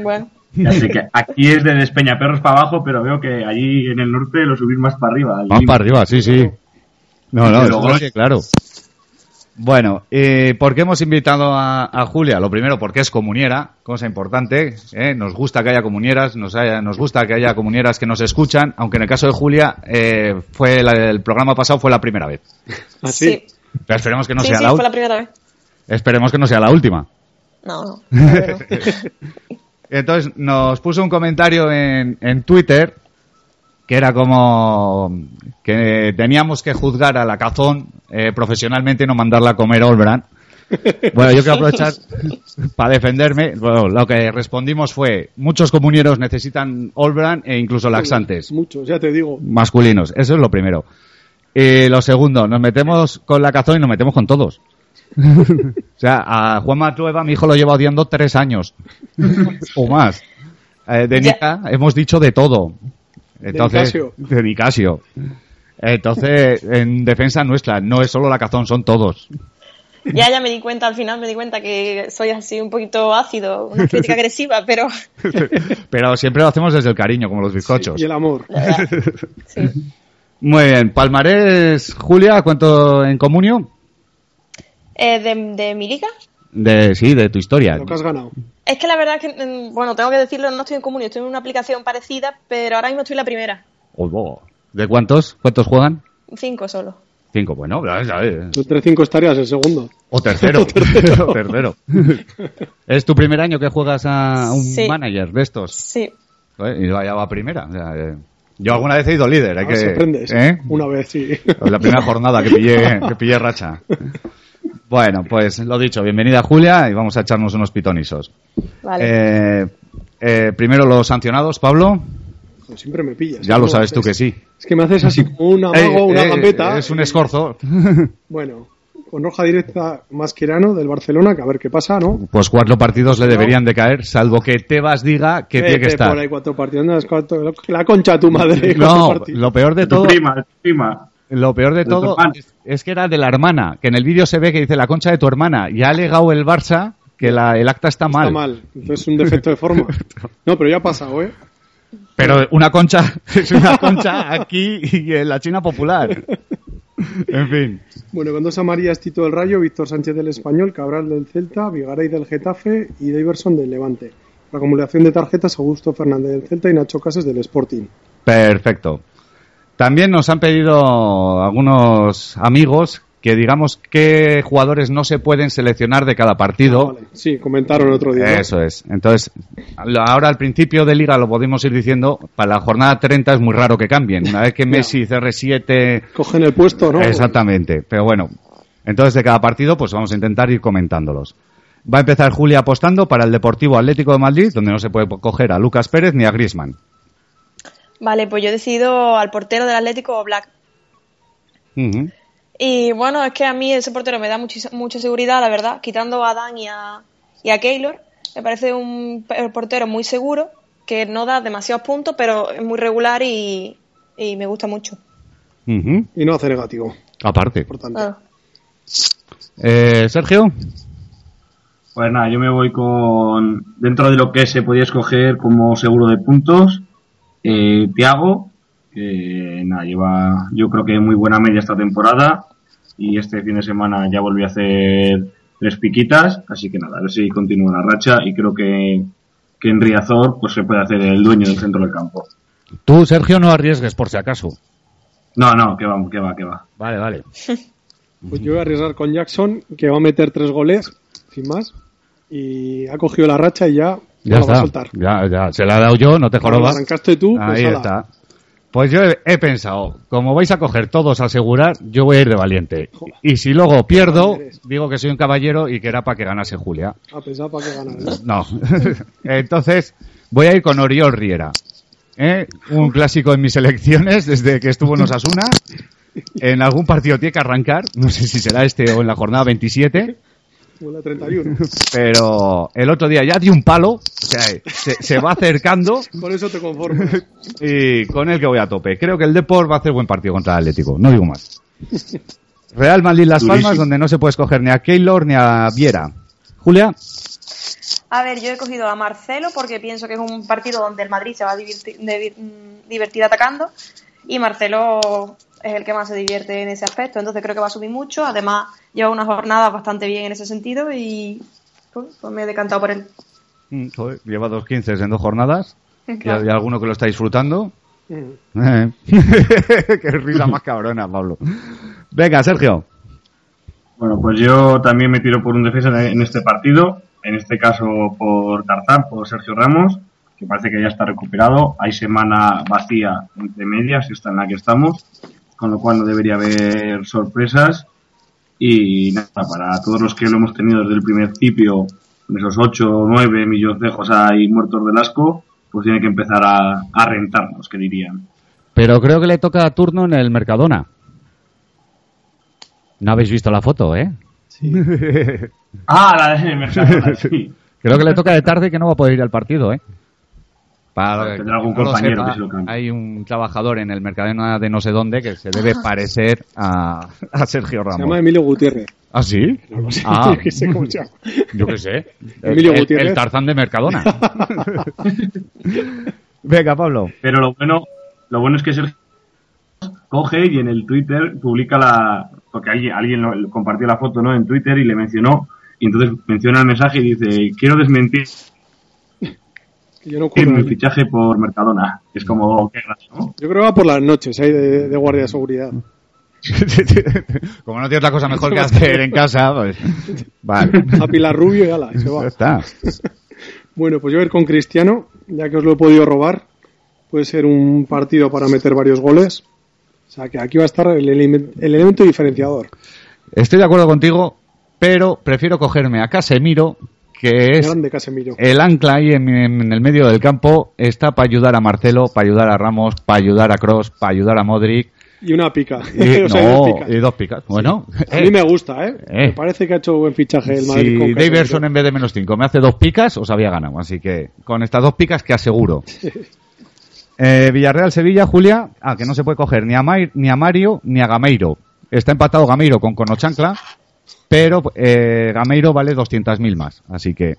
G: Bueno,
E: Así que aquí es de Despeñaperros para abajo, pero veo que allí en el norte lo subís más para arriba.
C: Van
E: al límite.
C: para arriba, sí, sí. No, no,
E: De
C: eso
E: Logroño.
C: sí, claro. Bueno, eh, ¿por qué hemos invitado a, a Julia? Lo primero, porque es comuniera, cosa importante. ¿eh? Nos gusta que haya comunieras, nos, haya- nos gusta que haya comunieras que nos escuchan, aunque en el caso de Julia, eh, fue la- el programa pasado fue la primera vez.
D: Así.
G: sí,
C: Pero esperemos que ¿Ah, no
G: sí,
C: sea
G: sí,
C: la
G: fue la
C: última.
G: primera vez.
C: Esperemos que no sea la última.
G: No, no. pero bueno.
C: Entonces nos puso un comentario en, en Twitter que era como que teníamos que juzgar a la cazón eh, profesionalmente y no mandarla a comer Olbran. Bueno, yo quiero aprovechar para defenderme. Bueno, lo que respondimos fue, muchos comunieros necesitan Olbran e incluso laxantes
D: Muchos, ya te digo.
C: masculinos. Eso es lo primero. Y lo segundo, nos metemos con la cazón y nos metemos con todos. o sea, a Juan Matrueva mi hijo lo lleva odiando tres años o más. Eh, de
G: Ya.
C: Nica hemos dicho de todo. Entonces,
D: Nicasio.
C: de Nicasio. Entonces, en defensa nuestra, no es solo la cazón, son todos.
G: Ya, ya me di cuenta, al final me di cuenta que soy así un poquito ácido, una crítica agresiva, pero...
C: Pero siempre lo hacemos desde el cariño, como los bizcochos.
D: Y el amor.
G: la verdad, sí.
C: Muy bien, Palmarés, Julia, ¿cuánto en comunio?
G: Eh, de, de mi liga,
C: De, sí, de tu historia.
D: Lo que has ganado.
G: es que la verdad que, mm, bueno, tengo que decirlo, no estoy en comunio, estoy en una aplicación parecida, pero ahora mismo estoy en la primera.
C: Oh, oh. ¿De cuántos? ¿Cuántos juegan?
G: Cinco solo.
C: Cinco, bueno, ya ves, ya ves.
D: Entre cinco estarías el segundo.
C: o tercero. o tercero. es tu primer año que juegas a un
G: Sí.
C: manager de estos.
G: Sí.
C: Joder, Y vaya va primera. o sea, eh, yo alguna vez he ido líder. Hay
D: Ahora
C: que,
D: Ah, se aprendes.
C: ¿eh?
D: Una vez, sí.
C: La primera jornada que pillé, que pillé racha. Bueno, pues lo dicho, bienvenida Julia y vamos a echarnos unos pitonisos.
G: Vale.
C: Eh, eh, primero los sancionados, Pablo.
D: Joder, Siempre me pillas.
C: Ya lo
D: ¿Cómo
C: sabes tú que
D: haces?
C: sí.
D: Es que me haces así como un amago,
C: Eh,
D: una
C: eh,
D: gambeta.
C: es un escorzo.
D: Bueno, con roja directa Mascherano del Barcelona, que a ver qué pasa, ¿no?
C: Pues cuatro partidos le deberían de caer, salvo que Tebas diga que tiene que
D: Vete
C: estar.
D: Por ahí cuatro partidos, no, es cuatro- la concha de tu madre. cuatro
C: No,
D: partidos.
C: lo peor de
E: Tu
C: todo,
E: prima, tu prima.
C: lo peor de
E: tu
C: todo
E: hermana.
C: es, es que era de la hermana, que en el vídeo se ve que dice la concha de tu hermana y ha alegado el Barça que la- el acta está mal,
D: Está mal. Entonces es un defecto de forma. No, pero ya ha pasado, ¿eh?
C: pero una concha es una concha aquí y en la China popular. En fin,
D: Bueno, con dos amarillas, Tito del Rayo, Víctor Sánchez del Español, Cabral del Celta, Vigaray del Getafe y Daverson del Levante. La acumulación de tarjetas, Augusto Fernández del Celta y Nacho Casas del Sporting.
C: perfecto. También nos han pedido algunos amigos que digamos qué jugadores no se pueden seleccionar de cada partido.
D: Vale, sí, comentaron otro día. ¿no?
C: Eso es. Entonces, lo- ahora al principio de liga lo podemos ir diciendo, para la jornada 30 es muy raro que cambien. Una vez que Messi, CR7,
D: Cogen el puesto, ¿no?
C: exactamente. Pero bueno, entonces de cada partido pues vamos a intentar ir comentándolos. Va a empezar Julia apostando para el Deportivo Atlético de Madrid, donde no se puede coger a Lucas Pérez ni a Griezmann.
G: Vale, pues yo decido al portero del Atlético Black.
C: Ujú.
G: Y bueno, es que a mí ese portero me da muchis- mucha seguridad, la verdad, quitando a Dan y a, y a Keylor. Me parece un pe- portero muy seguro, que no da demasiados puntos, pero es muy regular y, y me gusta mucho.
C: Ujú.
D: Y no hace negativo,
C: Aparte.
D: por tanto.
G: Ah,
C: Eh, Sergio,
E: Pues nada, yo me voy con. Dentro de lo que se podía escoger como seguro de puntos, eh, Tiago, que nada, lleva yo creo que muy buena media esta temporada. Y este fin de semana ya volví a hacer tres piquitas, así que nada, a ver si continúa la racha. Y creo que, que en Riazor pues se puede hacer el dueño del centro del campo.
C: tú, Sergio, no arriesgues por si acaso.
E: No, no, que va, que va, que va.
C: Vale, vale.
D: Pues yo voy a arriesgar con Jackson, que va a meter tres goles, sin más. Y ha cogido la racha y ya, no
C: Ya
D: la va a
C: está.
D: soltar.
C: Ya, ya, se la ha dado yo, no te
D: Como la
C: jorobas.
D: arrancaste tú, pues
C: Ahí
D: ala.
C: está. Pues yo he, he pensado, como vais a coger todos a asegurar, yo voy a ir de valiente. Y si luego pierdo,
D: eres.
C: digo que soy un caballero y que era para que ganase Julia.
D: A pensar para que ganar. ¿no?
C: No. Entonces, voy a ir con Oriol Riera. ¿eh? un clásico en mis elecciones desde que estuvo en Osasuna. En algún partido tiene que arrancar, no sé si será este o en la jornada 27,
D: O la 31.
C: pero el otro día ya dio un palo, o sea, se, se va acercando
D: Con eso te conformas.
C: y con el que voy a tope. Creo que el Deport va a hacer buen partido contra el Atlético, no digo más. Real Madrid Las Palmas,
E: Durísimo.
C: donde no se puede escoger ni a Keylor ni a Viera. Julia,
G: A ver, yo he cogido a Marcelo porque pienso que es un partido donde el Madrid se va a divirti- devi- mm, divertir atacando y Marcelo es el que más se divierte en ese aspecto, entonces creo que va a subir mucho. Además, lleva unas jornadas bastante bien en ese sentido y pues, pues me he decantado por él.
C: Mm, joder, lleva dos 15 en dos jornadas y
G: Claro.
C: hay alguno que lo está disfrutando.
D: Mm.
C: Eh. Qué risa más cabrona, Pablo. Venga, Sergio.
E: Bueno, pues yo también me tiro por un defensa de- en este partido, en este caso por Tarzán, por Sergio Ramos, que parece que ya está recuperado. Hay semana vacía entre medias, esta en la que estamos, con lo cual no debería haber sorpresas. Y nada, para todos los que lo hemos tenido desde el principio, con esos 8 o 9 millones de ahí muertos del asco, pues tiene que empezar a, a rentarnos, que dirían.
C: Pero creo que le toca turno en el Mercadona. No habéis visto la foto, ¿eh?
E: Ah, la de Mercadona, sí.
C: Creo que le toca de tarde y que no va a poder ir al partido, ¿eh? Para
E: Tendrá algún
C: quien lo
E: compañero
C: sepa,
E: que se lo cambie.
C: Hay un trabajador en el Mercadona de no sé dónde que se debe parecer a, a Sergio
D: Se llama
C: Ramos.
D: Emilio Gutiérrez.
C: ¿Ah, sí?
D: No lo sé,
C: Ah.
D: que sé cómo se llama.
C: Yo qué sé.
D: Emilio
C: El- el-
D: Gutiérrez.
C: el Tarzán de Mercadona. Venga, Pablo.
E: Pero lo bueno, lo bueno es que Sergio coge y en el Twitter publica la. Porque alguien, alguien lo- lo compartió la foto ¿no? en Twitter y le mencionó. Y entonces menciona el mensaje y dice: Quiero desmentir
D: Que yo no curro.
E: mi fichaje por Mercadona. Es como. qué raro, ¿no?
D: Yo creo que va por las noches ahí de, de guardia de seguridad.
C: Como no tienes otra cosa mejor que hacer en casa, pues. Vale.
D: A Pilar Rubio y ala, se
C: Ya
D: va.
C: está.
D: Bueno, pues yo voy a ir con Cristiano, ya que os lo he podido robar. Puede ser un partido para meter varios goles. O sea, que aquí va a estar el, eleme- el elemento diferenciador.
C: Estoy de acuerdo contigo, pero prefiero cogerme a Casemiro, que es
D: Grande Casemiro.
C: el ancla ahí en, en el medio del campo. Está para ayudar a Marcelo, para ayudar a Ramos, para ayudar a Cross, para ayudar a Modric.
D: Y una pica.
C: Y,
D: O sea, hay dos
C: no,
D: picas.
C: y dos picas. Bueno,
D: A mí me gusta, ¿eh?
C: Eh.
D: Me parece que ha hecho buen fichaje el Madrid.
C: si
D: con Casemiro.
C: Daverson en vez de menos 5 me hace dos picas, os había ganado. Así que con estas dos picas que aseguro. Eh, Villarreal-Sevilla, Julia. Ah, que no se puede coger ni a, Mai- ni a Mario ni a Gameiro. Está empatado Gameiro con Conochancla, pero eh, Gameiro vale 200.000 más. Así que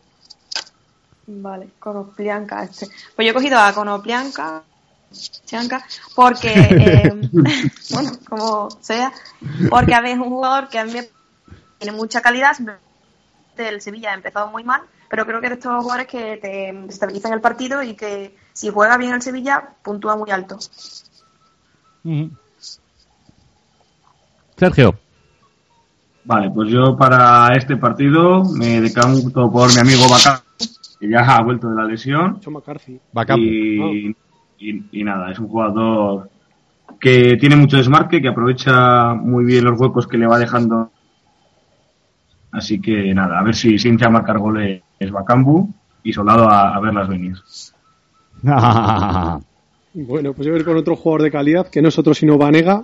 G: Vale, Conoplianca este. Pues yo he cogido a Conoplianca Chanca, porque, eh, bueno, como sea, porque a ver, es un jugador que a mí me tiene mucha calidad, simplemente el Sevilla ha empezado muy mal, pero creo que es de estos jugadores que te estabilizan el partido y que si juega bien el Sevilla, puntúa muy alto.
C: Sergio.
E: Vale, pues yo para este partido me decanto por mi amigo Bacá, que ya ha vuelto de la lesión.
D: Mucho McCarthy.
C: Bacampo.
E: Y, y- y nada, es un jugador que tiene mucho desmarque, que aprovecha muy bien los huecos que le va dejando. Así que nada, a ver si se hincha a marcar goles Bacambu y Solado a, a verlas venir.
D: Bueno, pues yo voy a ir con otro jugador de calidad, que no es otro sino Vanega,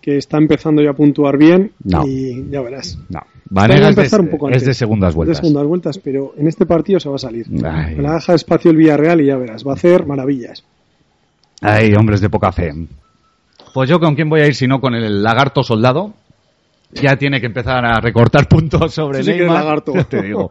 D: que está empezando ya a puntuar bien.
C: No.
D: Y ya verás.
C: no. Vanega es de,
D: empezar un poco
C: es de
D: antes.
C: segundas vueltas.
D: De segundas vueltas, pero en este partido se va a salir.
C: Ay.
D: Me la deja espacio el Villarreal y ya verás, va a hacer maravillas.
C: Ay, hombres de poca fe. Pues yo con quién voy a ir si no con el lagarto soldado. Ya tiene que empezar a recortar puntos sobre
D: Tú sí que eres
C: Neymar.
D: lagarto.
C: Ya te digo.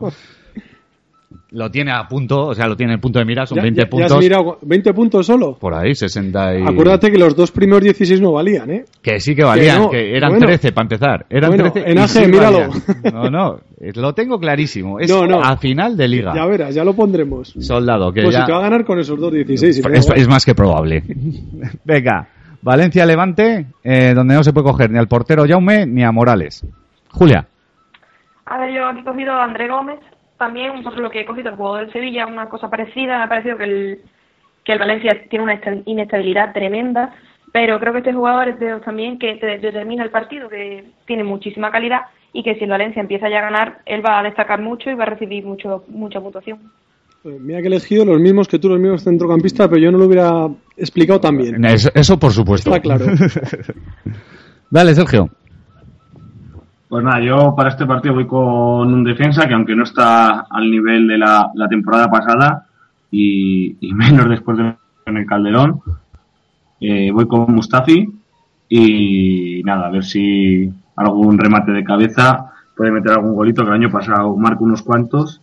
C: Lo tiene a punto, o sea, lo tiene en punto de mira, son
D: Ya-
C: 20
D: ya- ya has
C: puntos.
D: mirado- ¿20 puntos solo?
C: Por ahí, 60 y...
D: Acuérdate que los dos primeros 16 no valían, ¿eh?
C: Que sí que valían,
D: Que
C: que,
D: no,
C: eran
D: bueno.
C: 13 para empezar. Eran
D: Bueno,
C: 13 y
D: Enaje,
C: sí
D: míralo.
C: valían. No, no, eh, lo tengo clarísimo. Es
D: No, no.
C: a final de liga.
D: Ya verás, ya lo pondremos.
C: Soldado, que
D: Pues
C: ya...
D: si te va a ganar con esos dos 16. si te
C: Es,
D: da igual.
C: es más que probable. Venga, Valencia-Levante, eh, donde no se puede coger ni al portero Jaume ni a Morales. Julia.
G: A ver, yo aquí he cogido a André Gómez, también por lo que he cogido el jugador del Sevilla, una cosa parecida, me ha parecido que el, que el Valencia tiene una esta- inestabilidad tremenda, pero creo que este jugador es de los también que te determina el partido, que tiene muchísima calidad y que si el Valencia empieza ya a ganar, él va a destacar mucho y va a recibir mucho mucha puntuación.
D: Pues Mira que he elegido los mismos que tú, los mismos centrocampistas, pero yo no lo hubiera explicado también.
C: Eso, eso por supuesto.
D: Está claro. Pues
C: Dale, Sergio.
E: Pues nada, yo para este partido voy con un defensa que aunque no está al nivel de la, la temporada pasada y, y menos después de en el Calderón, eh, voy con Mustafi y nada, a ver si algún remate de cabeza puede meter algún golito que el año pasado marco unos cuantos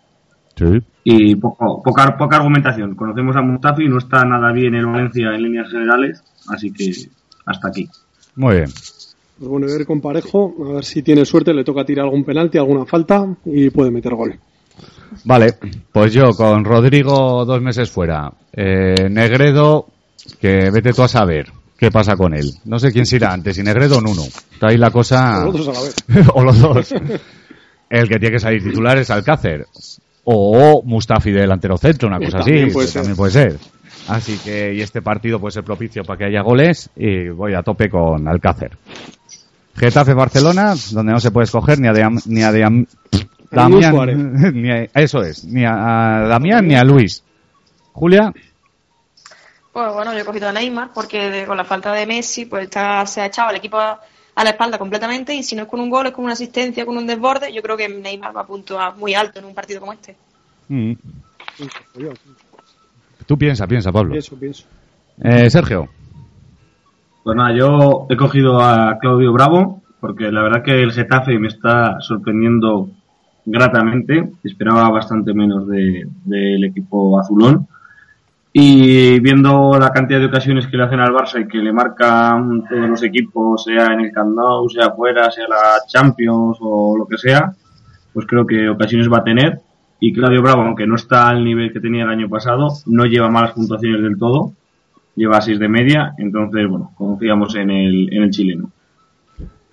C: Sí.
E: y poco, poca, poca argumentación. Conocemos a Mustafi, no está nada bien el Valencia en líneas generales, así que hasta aquí.
C: Muy bien.
D: Pues bueno, ver con Parejo, a ver si tiene suerte, le toca tirar algún penalti, alguna falta y puede meter gol.
C: Vale, pues yo con Rodrigo dos meses fuera. Eh, Negredo, que vete tú a saber qué pasa con él. No sé quién se irá antes, si Negredo o Nuno. Está ahí la cosa...
D: Los otros a la vez.
C: o los dos. El que tiene que salir titular es Alcácer. O Mustafi de delantero centro, una cosa
D: También
C: así.
D: puede
C: que
D: ser.
C: También puede ser. Así que, y este partido puede ser propicio para que haya goles, y voy a tope con Alcácer. Getafe-Barcelona, donde no se puede escoger ni a, Deam- ni a Deam-
D: A Luis
C: Damián, ni a- eso es, ni a, a Damián ni a Luis. Julia,
G: Pues bueno, yo he cogido a Neymar porque de- con la falta de Messi pues está, se ha echado al equipo a, a la espalda completamente y si no es con un gol, es con una asistencia, con un desborde. Yo creo que Neymar va a puntuar muy alto en un partido como este.
C: mm, tú piensa, piensa, Pablo.
D: Pienso, pienso.
C: Eh, Sergio,
E: Pues nada, yo he cogido a Claudio Bravo, porque la verdad que el Getafe me está sorprendiendo gratamente. Esperaba bastante menos de- del equipo azulón. Y viendo la cantidad de ocasiones que le hacen al Barça y que le marcan todos los equipos, sea en el Camp Nou, sea fuera, sea la Champions o lo que sea, pues creo que ocasiones va a tener. Y Claudio Bravo, aunque no está al nivel que tenía el año pasado, no lleva malas puntuaciones del todo lleva 6 de media, entonces, bueno, confiamos en el, en el chileno.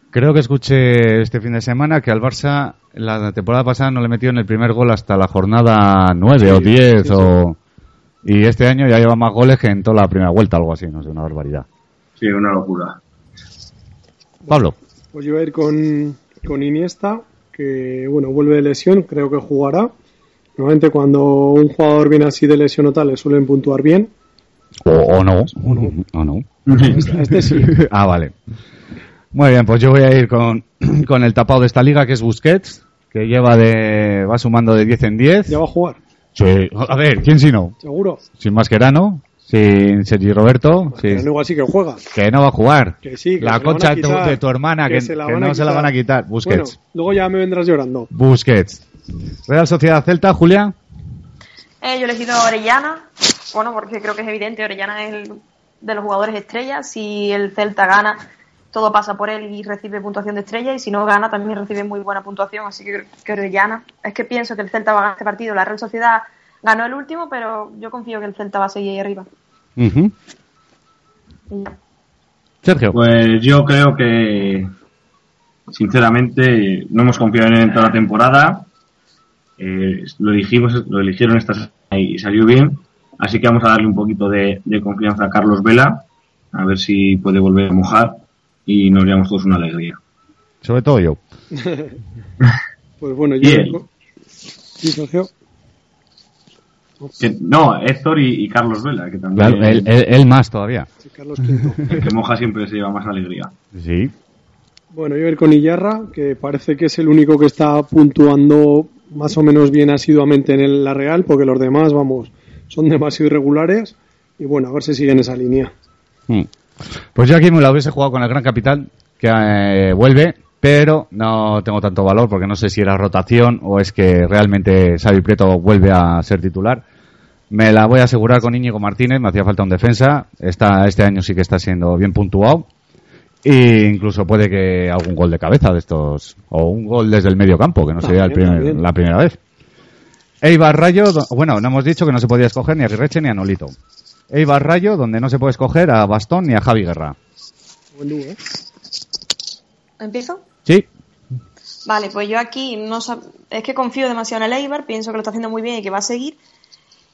C: creo que escuché este fin de semana que al Barça la temporada pasada no le metieron el primer gol hasta la jornada 9 o 10 o... Y este año ya lleva más goles que en toda la primera vuelta, algo así, no sé, una barbaridad.
E: Sí, una locura.
C: Pablo,
D: Pues yo voy a ir con, con Iniesta, que bueno, vuelve de lesión, creo que jugará. Normalmente cuando un jugador viene así de lesión o tal, le suelen puntuar bien.
C: o, o no, o no, o no.
E: Pues
D: Este, este sí.
C: ah, vale. Muy bien, pues yo voy a ir con, con el tapado de esta liga, que es Busquets, que lleva de, va sumando de 10 en 10.
D: Ya va a jugar,
C: Sí, A ver, ¿quién si no?
D: seguro.
C: Sin Mascherano, sin Sergi Roberto, sin-
D: Pero no igual sí que juega.
C: que no va a jugar.
D: Que sí, que
C: la
D: se la
C: concha
D: van a
C: de tu-
D: quitar,
C: de tu hermana, que,
D: que se la
C: que
D: van a
C: no se la
D: quitar.
C: van a quitar.
D: Bueno,
C: Busquets.
D: luego ya me vendrás llorando.
C: Busquets. Real Sociedad Celta, Julia.
G: Eh, yo he elegido a Orellana, bueno, porque creo que es evidente, Orellana es el de los jugadores estrellas. Si el Celta gana, todo pasa por él y recibe puntuación de estrella, y si no gana, también recibe muy buena puntuación. Así que, que Orellana, es que pienso que el Celta va a ganar este partido. La Real Sociedad ganó el último, pero yo confío que el Celta va a seguir ahí arriba. Y ya.
C: Sergio.
E: Pues yo creo que, sinceramente, no hemos confiado en él en toda la temporada. Eh, lo dijimos, lo eligieron esta semana y salió bien. Así que vamos a darle un poquito de, de confianza a Carlos Vela, a ver si puede volver a mojar y nos llevamos todos una alegría.
C: Sobre todo yo.
D: Pues bueno, yo.
E: Bien.
D: Sí, Sergio.
E: Que- no, Héctor y, y Carlos Vela, que también
C: Claro, él, él- él más todavía.
D: Sí, Carlos Quinto.
E: el que moja siempre se lleva más alegría.
C: Sí.
D: Bueno, yo voy a ir con Iyarra, que parece que es el único que está puntuando más o menos bien asiduamente en el- la Real, porque los demás, vamos, son demasiado irregulares. Y bueno, a ver si siguen esa línea.
C: Mm. Pues yo aquí me la hubiese jugado con el Gran Capital, que eh, vuelve, pero no tengo tanto valor porque no sé si era rotación o es que realmente Xavi Prieto vuelve a ser titular. Me la voy a asegurar con Íñigo Martínez, me hacía falta un defensa. Está, este año sí que está siendo bien puntuado. E incluso puede que algún gol de cabeza de estos, o un gol desde el medio campo, que no sería el
D: También,
C: primer-
D: también.
C: la primera vez. Eibar Rayo, do- bueno, no hemos dicho que no se podía escoger ni a Guirreche ni a Nolito. Eibar Rayo, donde no se puede escoger a Bastón ni a Javi Guerra.
D: Buen dúo, ¿eh?
G: ¿Empiezo?
C: Sí,
G: Vale, pues yo aquí no sab- es que confío demasiado en el Eibar, pienso que lo está haciendo muy bien y que va a seguir.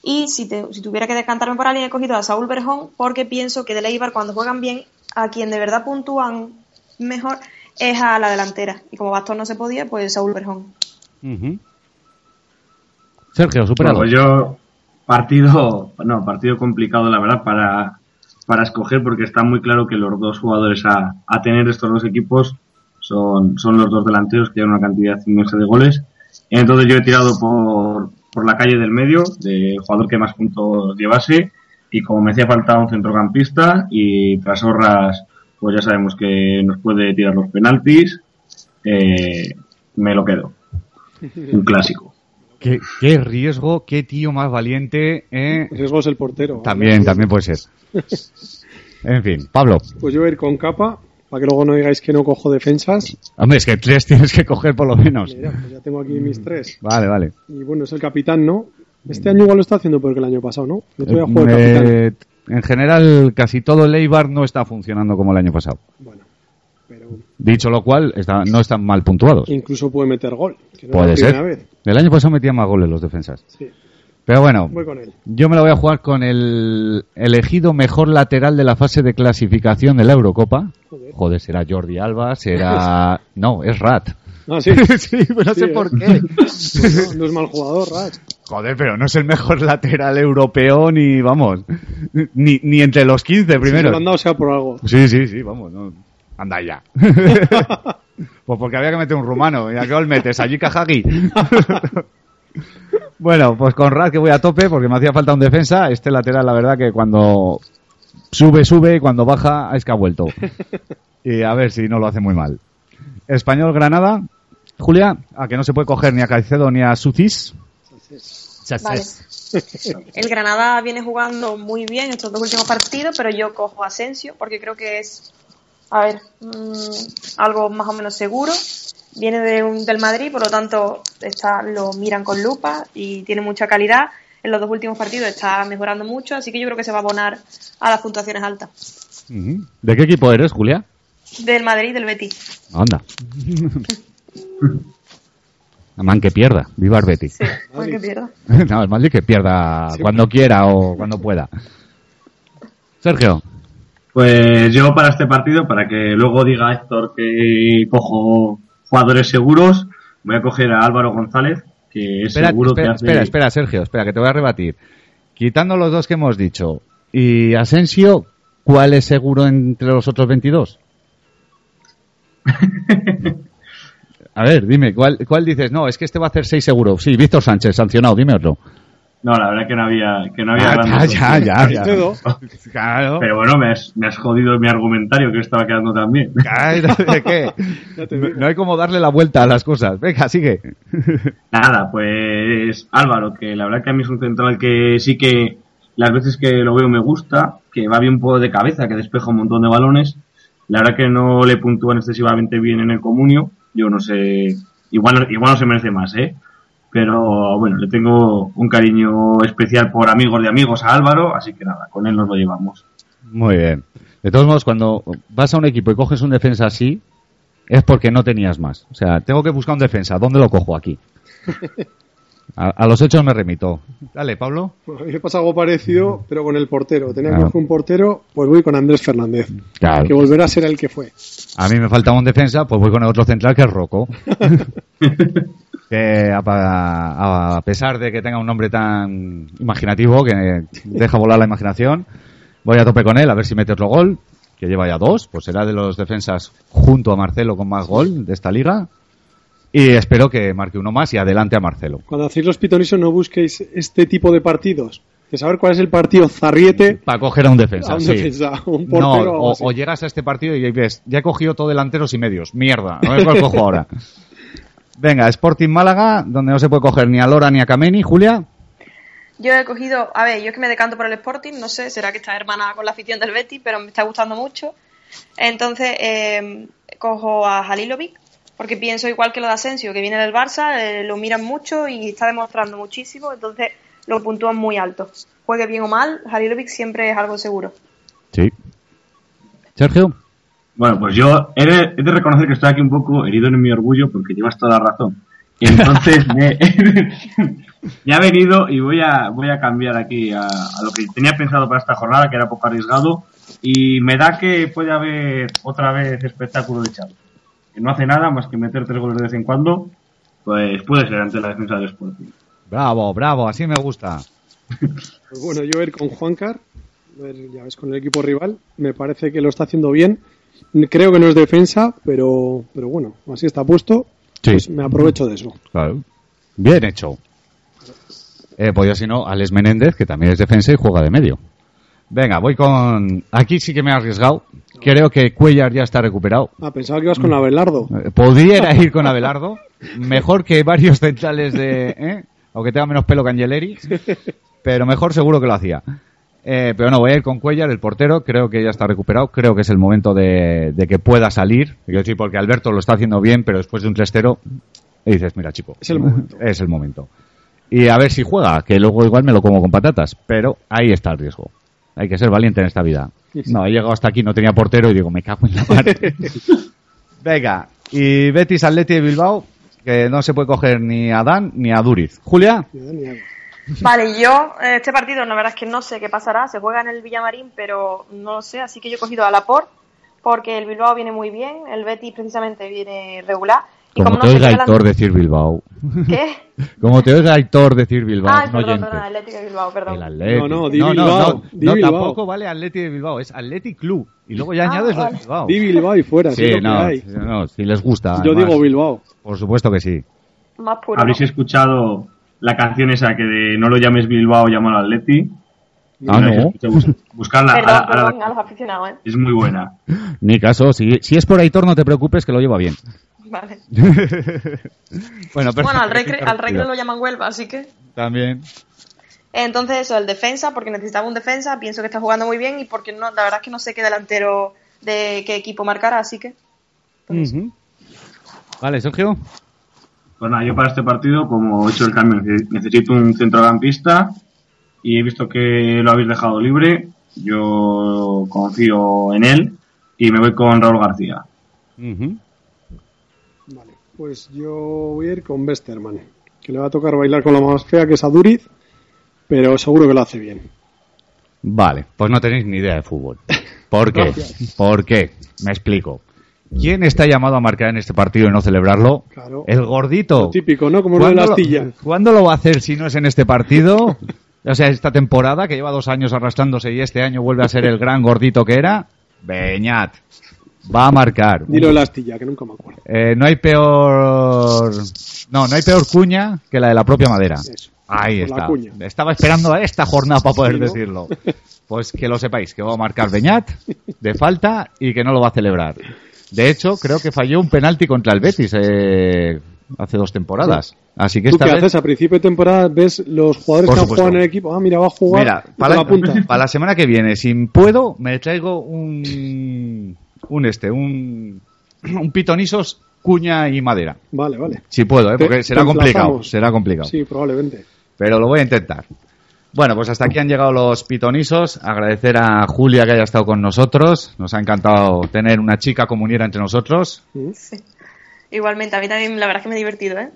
G: Y si, te- si tuviera que decantarme por alguien, he cogido a Saúl Berjón porque pienso que del Eibar cuando juegan bien, a quien de verdad puntúan mejor es a la delantera. Y como Bastón no se podía, pues Saúl Berjón.
C: Sergio, superado.
E: Bueno, pues yo partido, no, partido complicado la verdad para para escoger porque está muy claro que los dos jugadores a, a tener estos dos equipos son, son los dos delanteros que tienen una cantidad inmensa de goles. Entonces yo he tirado por, por la calle del medio, del jugador que más puntos llevase, y como me hacía falta un centrocampista, y tras horras, pues ya sabemos que nos puede tirar los penaltis, eh, me lo quedo. Un clásico.
C: Qué, qué riesgo, qué tío más valiente. eh.
D: El riesgo es el portero.
C: También, también puede ser. En fin, Pablo.
D: Pues yo voy a ir con capa, para que luego no digáis que no cojo defensas.
C: Hombre, es que tres tienes que coger por lo menos.
D: Mira, pues ya tengo aquí
C: mm.
D: mis tres.
C: Vale, vale.
D: Y bueno, es el capitán, ¿no? Este año igual lo está haciendo porque el año pasado, ¿no? Yo todavía juego de capitán.
C: Mm. Eh, en general, casi todo el Eibar no está funcionando como el año pasado.
D: Bueno, pero
C: Dicho lo cual, está- no están mal puntuados.
D: incluso puede meter gol. Que no
C: pues Puede
D: es la
C: ser.
D: primera vez.
C: El año pasado metían más goles los defensas.
D: Sí,
C: Pero bueno,
D: voy con él.
C: yo me la voy a jugar con el elegido mejor lateral de la fase de clasificación de la Eurocopa.
D: Joder.
C: Joder, será Jordi Alba, será... No, es Rat.
D: Ah, sí.
C: sí, pero no
D: Sí,
C: sé
D: ¿eh?
C: por qué.
D: Pues no, no es mal jugador, Raj.
C: Joder, pero no es el mejor lateral europeo ni, vamos, ni, ni entre los 15
D: Si se
C: primero.
D: lo han dado sea por algo.
C: Sí, sí, sí, vamos. no. Anda ya. pues porque había que meter un rumano. ¿Y a qué os metes? Allí Kajagi. bueno, pues con Rad que voy a tope porque me hacía falta un defensa. Este lateral, la verdad que cuando sube, sube y cuando baja es que ha vuelto. Y a ver si no lo hace muy mal. Español Granada. Julia, a que no se puede coger ni a Caicedo ni a Sucis.
G: Vale. El Granada viene jugando muy bien estos dos últimos partidos, pero yo cojo a Asensio porque creo que es, a ver, mm, algo más o menos seguro. Viene de un- del Madrid, por lo tanto está, lo miran con lupa y tiene mucha calidad. En los dos últimos partidos está mejorando mucho, así que yo creo que se va a abonar a las puntuaciones altas.
C: Ujú. ¿De qué equipo eres, Julia?
G: Del Madrid y del Betis.
C: Anda. Amán que pierda. Viva el Betis.
G: Sí, pues que pierda.
C: no, el Madrid que pierda cuando quiera o cuando pueda. Sergio.
E: Pues yo para este partido, para que luego diga Héctor que cojo jugadores seguros, voy a coger a Álvaro González, que es
C: Espera,
E: seguro
C: espera,
E: que hace...
C: espera, espera, Sergio, espera, que te voy a rebatir. Quitando los dos que hemos dicho y Asensio, ¿cuál es seguro entre los otros 22? A ver, dime, ¿cuál, ¿cuál dices? No, es que este va a hacer seis seguros. Sí, Víctor Sánchez, sancionado, dime otro.
E: No, la verdad que no había, que no había
C: Ah,
E: grandes
C: ya, ya, ya, ya.
D: Caicedo.
C: Claro.
E: Pero bueno, me has, me has jodido mi argumentario que estaba quedando también.
C: Ay, no sé qué.
D: Ya te
C: No
D: digo.
C: no hay como darle la vuelta a las cosas. Venga, sigue.
E: Nada, pues Álvaro, que la verdad que a mí es un central que sí que las veces que lo veo me gusta, que va bien un poco de cabeza, que despeja un montón de balones. La verdad que no le puntúan excesivamente bien en el comunio. Yo no sé, igual, igual no se merece más, ¿eh? Pero bueno, le tengo un cariño especial por amigos de amigos a Álvaro, así que nada, con él nos lo llevamos.
C: Muy bien. De todos modos, cuando vas a un equipo y coges un defensa así, es porque no tenías más. O sea, tengo que buscar un defensa. ¿Dónde lo cojo aquí? A, a los hechos me remito. Dale, Pablo.
D: Bueno, a mí me pasa algo parecido, pero con el portero. Tenía
C: Claro.
D: que coger un portero, pues voy con Andrés Fernández. Que volverá a ser el que fue.
C: A mí me falta un defensa, pues voy con el otro central que es Rocco. que a, pa- a pesar de que tenga un nombre tan imaginativo que deja volar la imaginación, voy a tope con él a ver si mete otro gol, que lleva ya dos, pues será de los defensas junto a Marcelo con más gol de esta liga. Y espero que marque uno más y adelante a Marcelo.
D: Cuando hacéis los pitonisos no busquéis este tipo de partidos. Que saber cuál es el partido zarriete
C: Para coger a un defensa.
D: a un
C: sí.
D: defensa, a un
C: No,
D: portero. o,
C: o, o llegas a este partido y ves, ya he cogido todo delanteros y medios. Mierda, no ver cuál cojo ahora. Venga, Sporting Málaga, donde no se puede coger ni a Lora ni a Kameni. Julia,
G: Yo he cogido, a ver, yo es que me decanto por el Sporting, no sé, será que está hermana con la afición del Betis, pero me está gustando mucho. Entonces, eh, cojo a Halilovic, porque pienso igual que lo de Asensio, que viene del Barça, eh, lo miran mucho y está demostrando muchísimo, entonces lo puntúan muy alto. Juegue bien o mal, Halilovic siempre es algo seguro.
C: Sí. Sergio.
E: Bueno, pues yo he de, he de reconocer que estoy aquí un poco herido en mi orgullo porque llevas toda la razón. Y entonces me, me ha venido y voy a, voy a cambiar aquí a, a lo que tenía pensado para esta jornada, que era poco arriesgado. Y me da que puede haber otra vez espectáculo de Chávez. Que no hace nada más que meter tres goles de vez en cuando. Pues puede ser ante la defensa del Sporting.
C: Bravo, bravo, así me gusta.
D: Pues bueno, yo voy a ir con Juancar. ver, ya ves, con el equipo rival. Me parece que lo está haciendo bien. Creo que no es defensa, pero, pero bueno, así está puesto.
C: Sí.
D: Pues me aprovecho de eso.
C: Claro. Bien hecho. Eh, pues yo, si no, Alex Menéndez, que también es defensa y juega de medio. Venga, voy con. Aquí sí que me he arriesgado. Creo que Cuellar ya está recuperado.
D: Ah, pensaba que ibas con Abelardo.
C: Eh, Pudiera ir con Abelardo. Mejor que varios centrales de. ¿eh? Aunque tenga menos pelo que Angeleri. Pero mejor seguro que lo hacía. Eh, pero no, voy a ir con Cuellar, el portero. Creo que ya está recuperado. Creo que es el momento de, de que pueda salir. Yo sí, porque Alberto lo está haciendo bien, pero después de un 3-0, y dices, mira, chico.
D: Es el momento.
C: Es el momento. Y a ver si juega, que luego igual me lo como con patatas. Pero ahí está el riesgo. Hay que ser valiente en esta vida.
D: Sí, sí.
C: No, he llegado hasta aquí, no tenía portero y digo, me cago en la mar. Venga, y Betis Atleti de Bilbao, que no se puede coger ni a Dan ni a Duriz. Julia,
D: Ya, ni hago.
G: Vale, yo eh, este partido la verdad es que no sé qué pasará, se juega en el Villamarín, pero no lo sé, así que yo he cogido a Laporte porque el Bilbao viene muy bien, el Betis precisamente viene regular. Y
C: como
G: como
C: te
G: no se
C: oiga
G: queda
C: Aitor decir Bilbao.
G: la- ¿Qué?
C: Como te oiga Aitor decir Bilbao,
G: ah,
C: no
G: perdón,
C: oyente.
G: perdón, Atlético de Bilbao,
C: El
G: perdón.
C: Atleti.
D: No, no, di Bilbao,
C: no,
D: di
C: no,
D: Bilbao.
C: tampoco vale Atleti de Bilbao, es Atleti Club. Y luego ya
G: Ah,
C: añades lo de
G: vale.
C: Bilbao.
D: Di Bilbao y fuera, sí,
C: Sí,
D: lo que
C: no,
D: hay.
C: no, si les gusta.
D: Yo
C: además.
D: digo Bilbao.
C: Por supuesto que sí.
G: Más puro.
E: Habréis
G: ¿no?
E: escuchado la canción esa que de no lo llames Bilbao, llámalo Atleti.
C: Ah,
E: Habréis
C: no.
E: escuchado, bus- Buscarla.
G: Perdón,
E: ahora- ahora-
G: perdón, a los aficionados, ¿eh?
E: es muy buena.
C: Ni caso, si, si es por Aitor, no te preocupes que lo lleva bien.
G: Vale.
C: Bueno, pero
G: Bueno, al recre, al recre lo llaman Huelva, así que... eh,
C: También.
G: Entonces eso, el defensa, porque necesitaba un defensa, pienso que está jugando muy bien y porque no, la verdad es que no sé qué delantero de qué equipo marcará, así que...
C: Vale, Sergio.
E: Pues nada, yo para este partido, como he hecho el cambio, nece- necesito un centrocampista y he visto que lo habéis dejado libre. Yo confío en él y me voy con Raúl García.
D: Vale, pues yo voy a ir con Westerman, que le va a tocar bailar con la más fea que es a Duriz, pero seguro que lo hace bien.
C: Vale, pues no tenéis ni idea de fútbol. ¿Por qué? ¿Por qué? Me explico. ¿Quién está llamado a marcar en este partido y no celebrarlo?
D: Claro.
C: El gordito.
D: Lo típico, ¿no? Como lo de la
C: ¿Cuándo
D: astilla.
C: cuándo lo va a hacer si no es en este partido? O sea, esta temporada que lleva dos años arrastrándose y este año vuelve a ser el gran gordito que era. Beñat. Va a marcar.
D: Dilo de la astilla, que nunca me acuerdo.
C: Eh, no hay peor. No, no hay peor cuña que la de la propia madera.
D: Eso.
C: Ahí
D: La
C: está.
D: cuña.
C: Estaba esperando a esta jornada para poder
D: Sí, ¿no?
C: decirlo. Pues que lo sepáis, que va a marcar Beñat de falta y que no lo va a celebrar. De hecho, creo que falló un penalti contra el Betis eh, hace dos temporadas. Así que
D: ¿Tú
C: esta
D: qué
C: vez...
D: haces? A principio de temporada ves los jugadores
C: Por
D: que han
C: supuesto.
D: jugado en el equipo. Ah, mira, va a jugar
C: Mira,
D: y te
C: para,
D: la punta.
C: para la semana que viene, si puedo, me traigo un, un este, un, un pitonisos, cuña y madera.
D: Vale, vale.
C: Si puedo, ¿eh?
D: Te-
C: porque
D: te
C: será complicado.
D: emplazamos.
C: Será complicado.
D: Sí, probablemente.
C: Pero lo voy a intentar. Bueno, pues hasta aquí han llegado los pitonisos. Agradecer a Julia que haya estado con nosotros. Nos ha encantado tener una chica comuniera entre nosotros.
D: Mm.
G: Igualmente, a mí también la verdad es que me he divertido, ¿eh?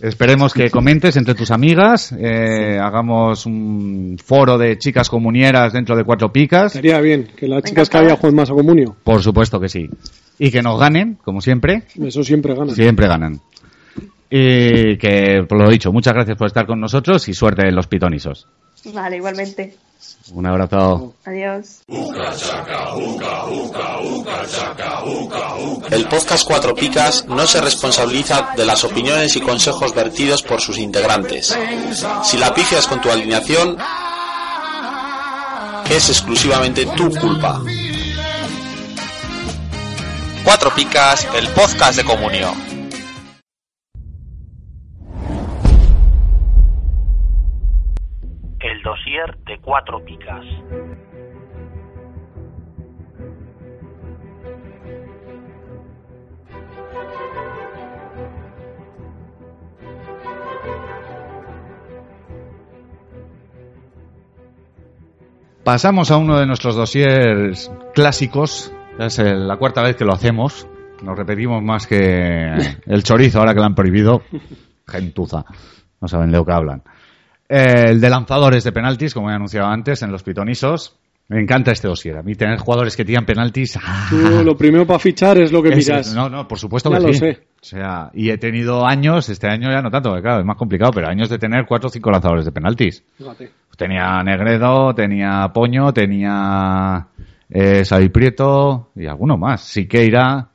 C: Esperemos que comentes entre tus amigas. eh, Hagamos un foro de chicas comunieras dentro de cuatro picas.
D: Estaría bien que las
G: Me
D: chicas que
G: encantaba.
D: había jueguen más a comunio.
C: Por supuesto que sí. Y que nos ganen, como siempre.
D: Eso siempre gana.
C: Siempre ganan. Y que, por lo dicho, muchas gracias por estar con nosotros y suerte en los pitonisos.
G: Vale, igualmente.
C: Un abrazo.
G: Adiós.
A: El podcast Cuatro Picas no se responsabiliza de las opiniones y consejos vertidos por sus integrantes. Si la pifias con tu alineación, es exclusivamente tu culpa. Cuatro Picas, el podcast de comunión.
H: El dossier de cuatro picas.
C: Pasamos a uno de nuestros dossiers clásicos. Es eh, la cuarta vez que lo hacemos. Nos repetimos más que el chorizo ahora que lo han prohibido. Gentuza. No saben de lo que hablan. Eh, El de lanzadores de penaltis, como he anunciado antes, en los pitonisos. Me encanta este dossier. A mí tener jugadores que tiran penaltis. ¡ah!
D: Tú lo primero para fichar es lo que
C: Ese-
D: miras.
C: No, no, por supuesto
D: Ya
C: que
D: lo
C: sí.
D: sé.
C: O sea, y he tenido años, este año ya no tanto, porque claro, es más complicado, pero años de tener cuatro o cinco lanzadores de penaltis.
D: Fíjate.
C: Pues Tenía Negredo, tenía Poño, tenía eh, Xavi Prieto y alguno más. Siqueira,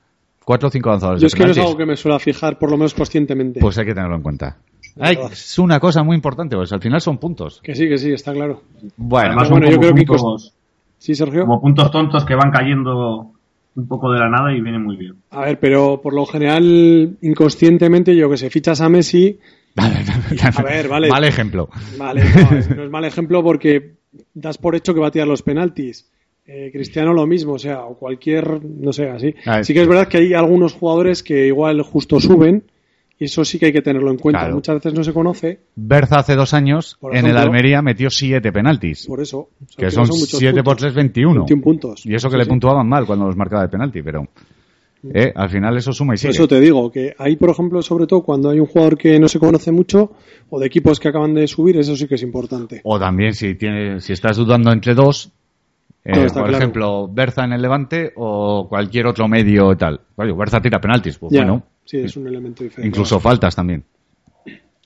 C: cuatro o cinco lanzadores
D: Yo es
C: de
D: que no es
C: penaltis.
D: algo que me suela fijar, por lo menos conscientemente.
C: Pues hay que tenerlo en cuenta. Hay-
D: verdad.
C: es una cosa muy importante, pues al final son puntos.
D: que sí, que sí, está claro.
C: Bueno,
E: Además,
D: bueno,
E: son
D: yo
E: como
D: creo que
E: puntos,
D: Sí, Sergio.
E: como puntos tontos que van cayendo un poco de la nada y viene muy bien.
D: A ver, pero por lo general, inconscientemente, yo que sé, fichas a Messi. A ver, vale.
C: mal ejemplo.
D: Vale, no, es- no es mal ejemplo porque das por hecho que va a tirar los penaltis. Eh, Cristiano lo mismo, o sea, o cualquier, no sé, así.
C: A ver.
D: Sí que es verdad que hay algunos jugadores que igual justo suben y eso sí que hay que tenerlo en cuenta.
C: Claro.
D: Muchas veces no se conoce,
C: Berza hace dos años
D: Por
C: en el
D: ejemplo.
C: Almería metió siete penaltis,
D: por eso. O sea,
C: que
D: no
C: son
D: muchos
C: siete por
D: puntos.
C: 3, 21.
D: 21 puntos.
C: Y eso que
D: Sí,
C: le
D: sí.
C: puntuaban mal cuando los marcaba de penalti, pero eh, al final eso suma y
D: Por
C: sigue.
D: eso te digo, que ahí, por ejemplo, sobre todo cuando hay un jugador que no se conoce mucho o de equipos que acaban de subir, eso sí que es importante.
C: O también si tiene, si estás dudando entre dos, eh,
D: No,
C: por
D: está claro.
C: ejemplo, Berza en el Levante o cualquier otro medio tal. Oye, Berza tira penaltis, pues
D: Ya,
C: bueno,
D: sí, es un elemento diferente.
C: incluso faltas también.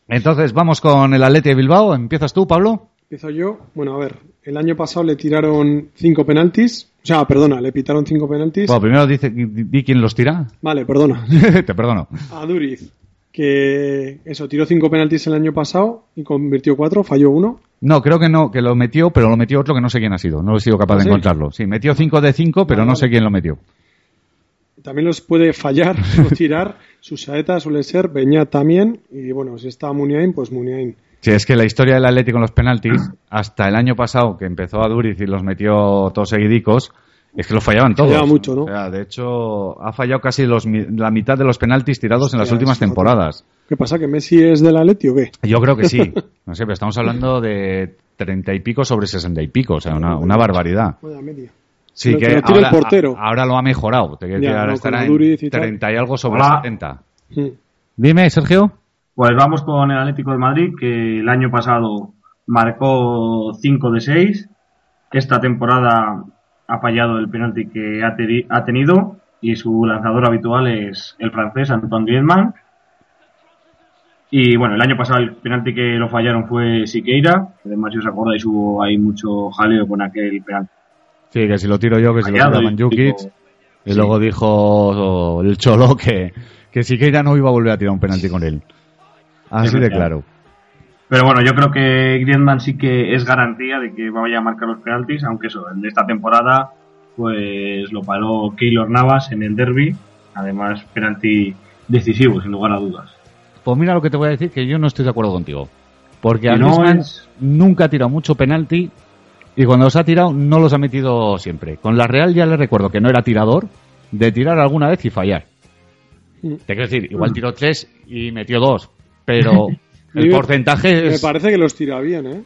C: Entonces vamos con el Atleti de Bilbao. ¿Empiezas tú, Pablo?
D: Empiezo yo. Bueno, a ver, el año pasado le tiraron cinco penaltis. O sea, perdona, le pitaron cinco penaltis.
C: Bueno, primero dice, di, di quién los tira.
D: Vale, perdona.
C: Te perdono.
D: A Duriz, que eso, tiró cinco penaltis el año pasado y convirtió cuatro, falló uno.
C: No, creo que no, que lo metió, pero lo metió otro que no sé quién ha sido. No he sido capaz
D: ¿Ah,
C: de
D: sí?
C: encontrarlo. Sí, metió 5 de 5, pero
D: Vale,
C: no
D: vale.
C: sé quién lo metió.
D: También los puede fallar o tirar. Su saeta suele ser Beñat también. Y bueno, si está Muniain, pues Muniain.
C: Sí, es que la historia del Atlético con los penaltis,
D: Ah.
C: hasta el año pasado que empezó a Duriz y los metió todos seguidicos, es que los fallaban todos.
D: Fallaba mucho, ¿no?
C: O sea, de hecho, ha fallado casi los mi- la mitad de los penaltis tirados en las
D: Hostia,
C: últimas
D: es otro.
C: temporadas.
D: ¿Qué pasa? ¿Que Messi es del Atleti o qué?
C: Yo creo que sí. No sé, pero estamos hablando de treinta y pico sobre sesenta y pico, o sea, una, una barbaridad.
D: Vaya media.
C: Sí
D: Pero
C: que
D: que lo tire el
C: ahora,
D: portero.
C: a- ahora lo ha mejorado. Te quiero
D: Ya,
C: decir, ahora
D: no,
C: estará
D: con
C: en
D: Duriz y tal.
C: 30 y algo sobre
E: Hola.
C: 70.
D: Mm.
C: Dime, Sergio.
E: Pues vamos con el Atlético de Madrid, que el año pasado marcó 5 de 6. Esta temporada ha fallado el penalti que ha, teri- ha tenido y su lanzador habitual es el francés Antoine Griezmann. Y bueno, el año pasado el penalti que lo fallaron fue Siqueira. Además, si os acordáis, hubo ahí mucho jaleo con aquel penalti.
C: Sí, que si lo tiro yo, que si Pues lo
E: fallado
C: tira
E: y
C: Manjukic.
E: tipo-
C: Y
E: Sí.
C: luego dijo el Cholo que, que Siqueira no iba a volver a tirar un penalti con él. Así
E: Es
C: de
E: verdad.
C: claro.
E: Pero bueno, yo creo que Griezmann sí que es garantía de que vaya a marcar los penaltis, aunque eso, el de esta temporada, pues lo paró Keylor Navas en el derby. Además, penalti decisivo, sin lugar a dudas.
C: Pues mira lo que te voy a decir, que yo no estoy de acuerdo contigo. Porque
E: Y
C: a
E: no
C: Griezmann
E: es-
C: nunca ha tirado mucho penalti y cuando los ha tirado no los ha metido siempre. Con la Real ya le recuerdo que no era tirador, de tirar alguna vez y fallar.
D: Mm.
C: Te quiero decir, igual tiró tres y metió dos, pero el
D: Me-
C: porcentaje
D: Me
C: es...
D: parece que los tira bien, ¿eh?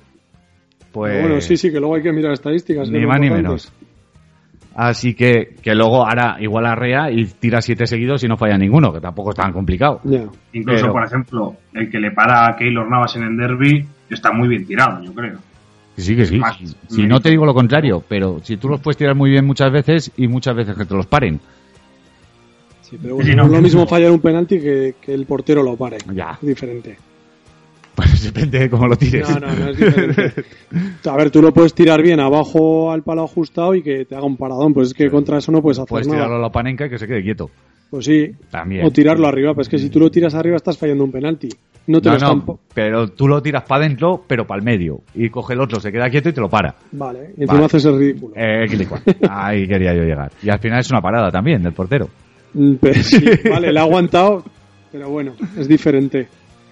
C: Pues,
D: Bueno, sí, sí, que luego hay que mirar estadísticas. que
C: ni
D: son
C: más ni
D: importantes.
C: menos. Así que, que luego hará igual a Rea y tira siete seguidos y no falla ninguno, que tampoco es tan complicado.
D: Ya.
E: Incluso,
C: Pero-
E: por ejemplo, el que le para a Keylor Navas en el derby está muy bien tirado, yo creo.
C: Que sí, que sí.
E: Más
C: Si
E: mérito.
C: no te digo lo contrario, pero si tú los puedes tirar muy bien muchas veces y muchas veces que te los paren.
D: Sí, pero bueno,
E: Sí,
D: no
E: no,
D: es lo
E: no.
D: mismo fallar un penalti que, que el portero lo pare.
C: pues Ya.
D: Es diferente.
C: Pues depende de cómo lo tires.
D: No, no, no es diferente. A ver, tú lo puedes tirar bien abajo al palo ajustado y que te haga un paradón. Pues es que contra eso no puedes hacer
C: Puedes
D: nada.
C: tirarlo a la panenca y que se quede quieto.
D: Pues sí.
C: También.
D: O tirarlo arriba. Pero es que si tú lo tiras arriba estás fallando un penalti. No te
C: No,
D: lo están
C: no,
D: po-
C: pero tú lo tiras para adentro, pero para el medio. Y coge el otro, se queda quieto y te lo para.
D: Vale. Y encima
C: Vale.
D: haces el ridículo.
C: Eh, clic, cuac. Ahí quería yo llegar. Y al final es una parada también del portero.
D: Mm, pero sí, vale, le ha aguantado. Pero bueno, es diferente.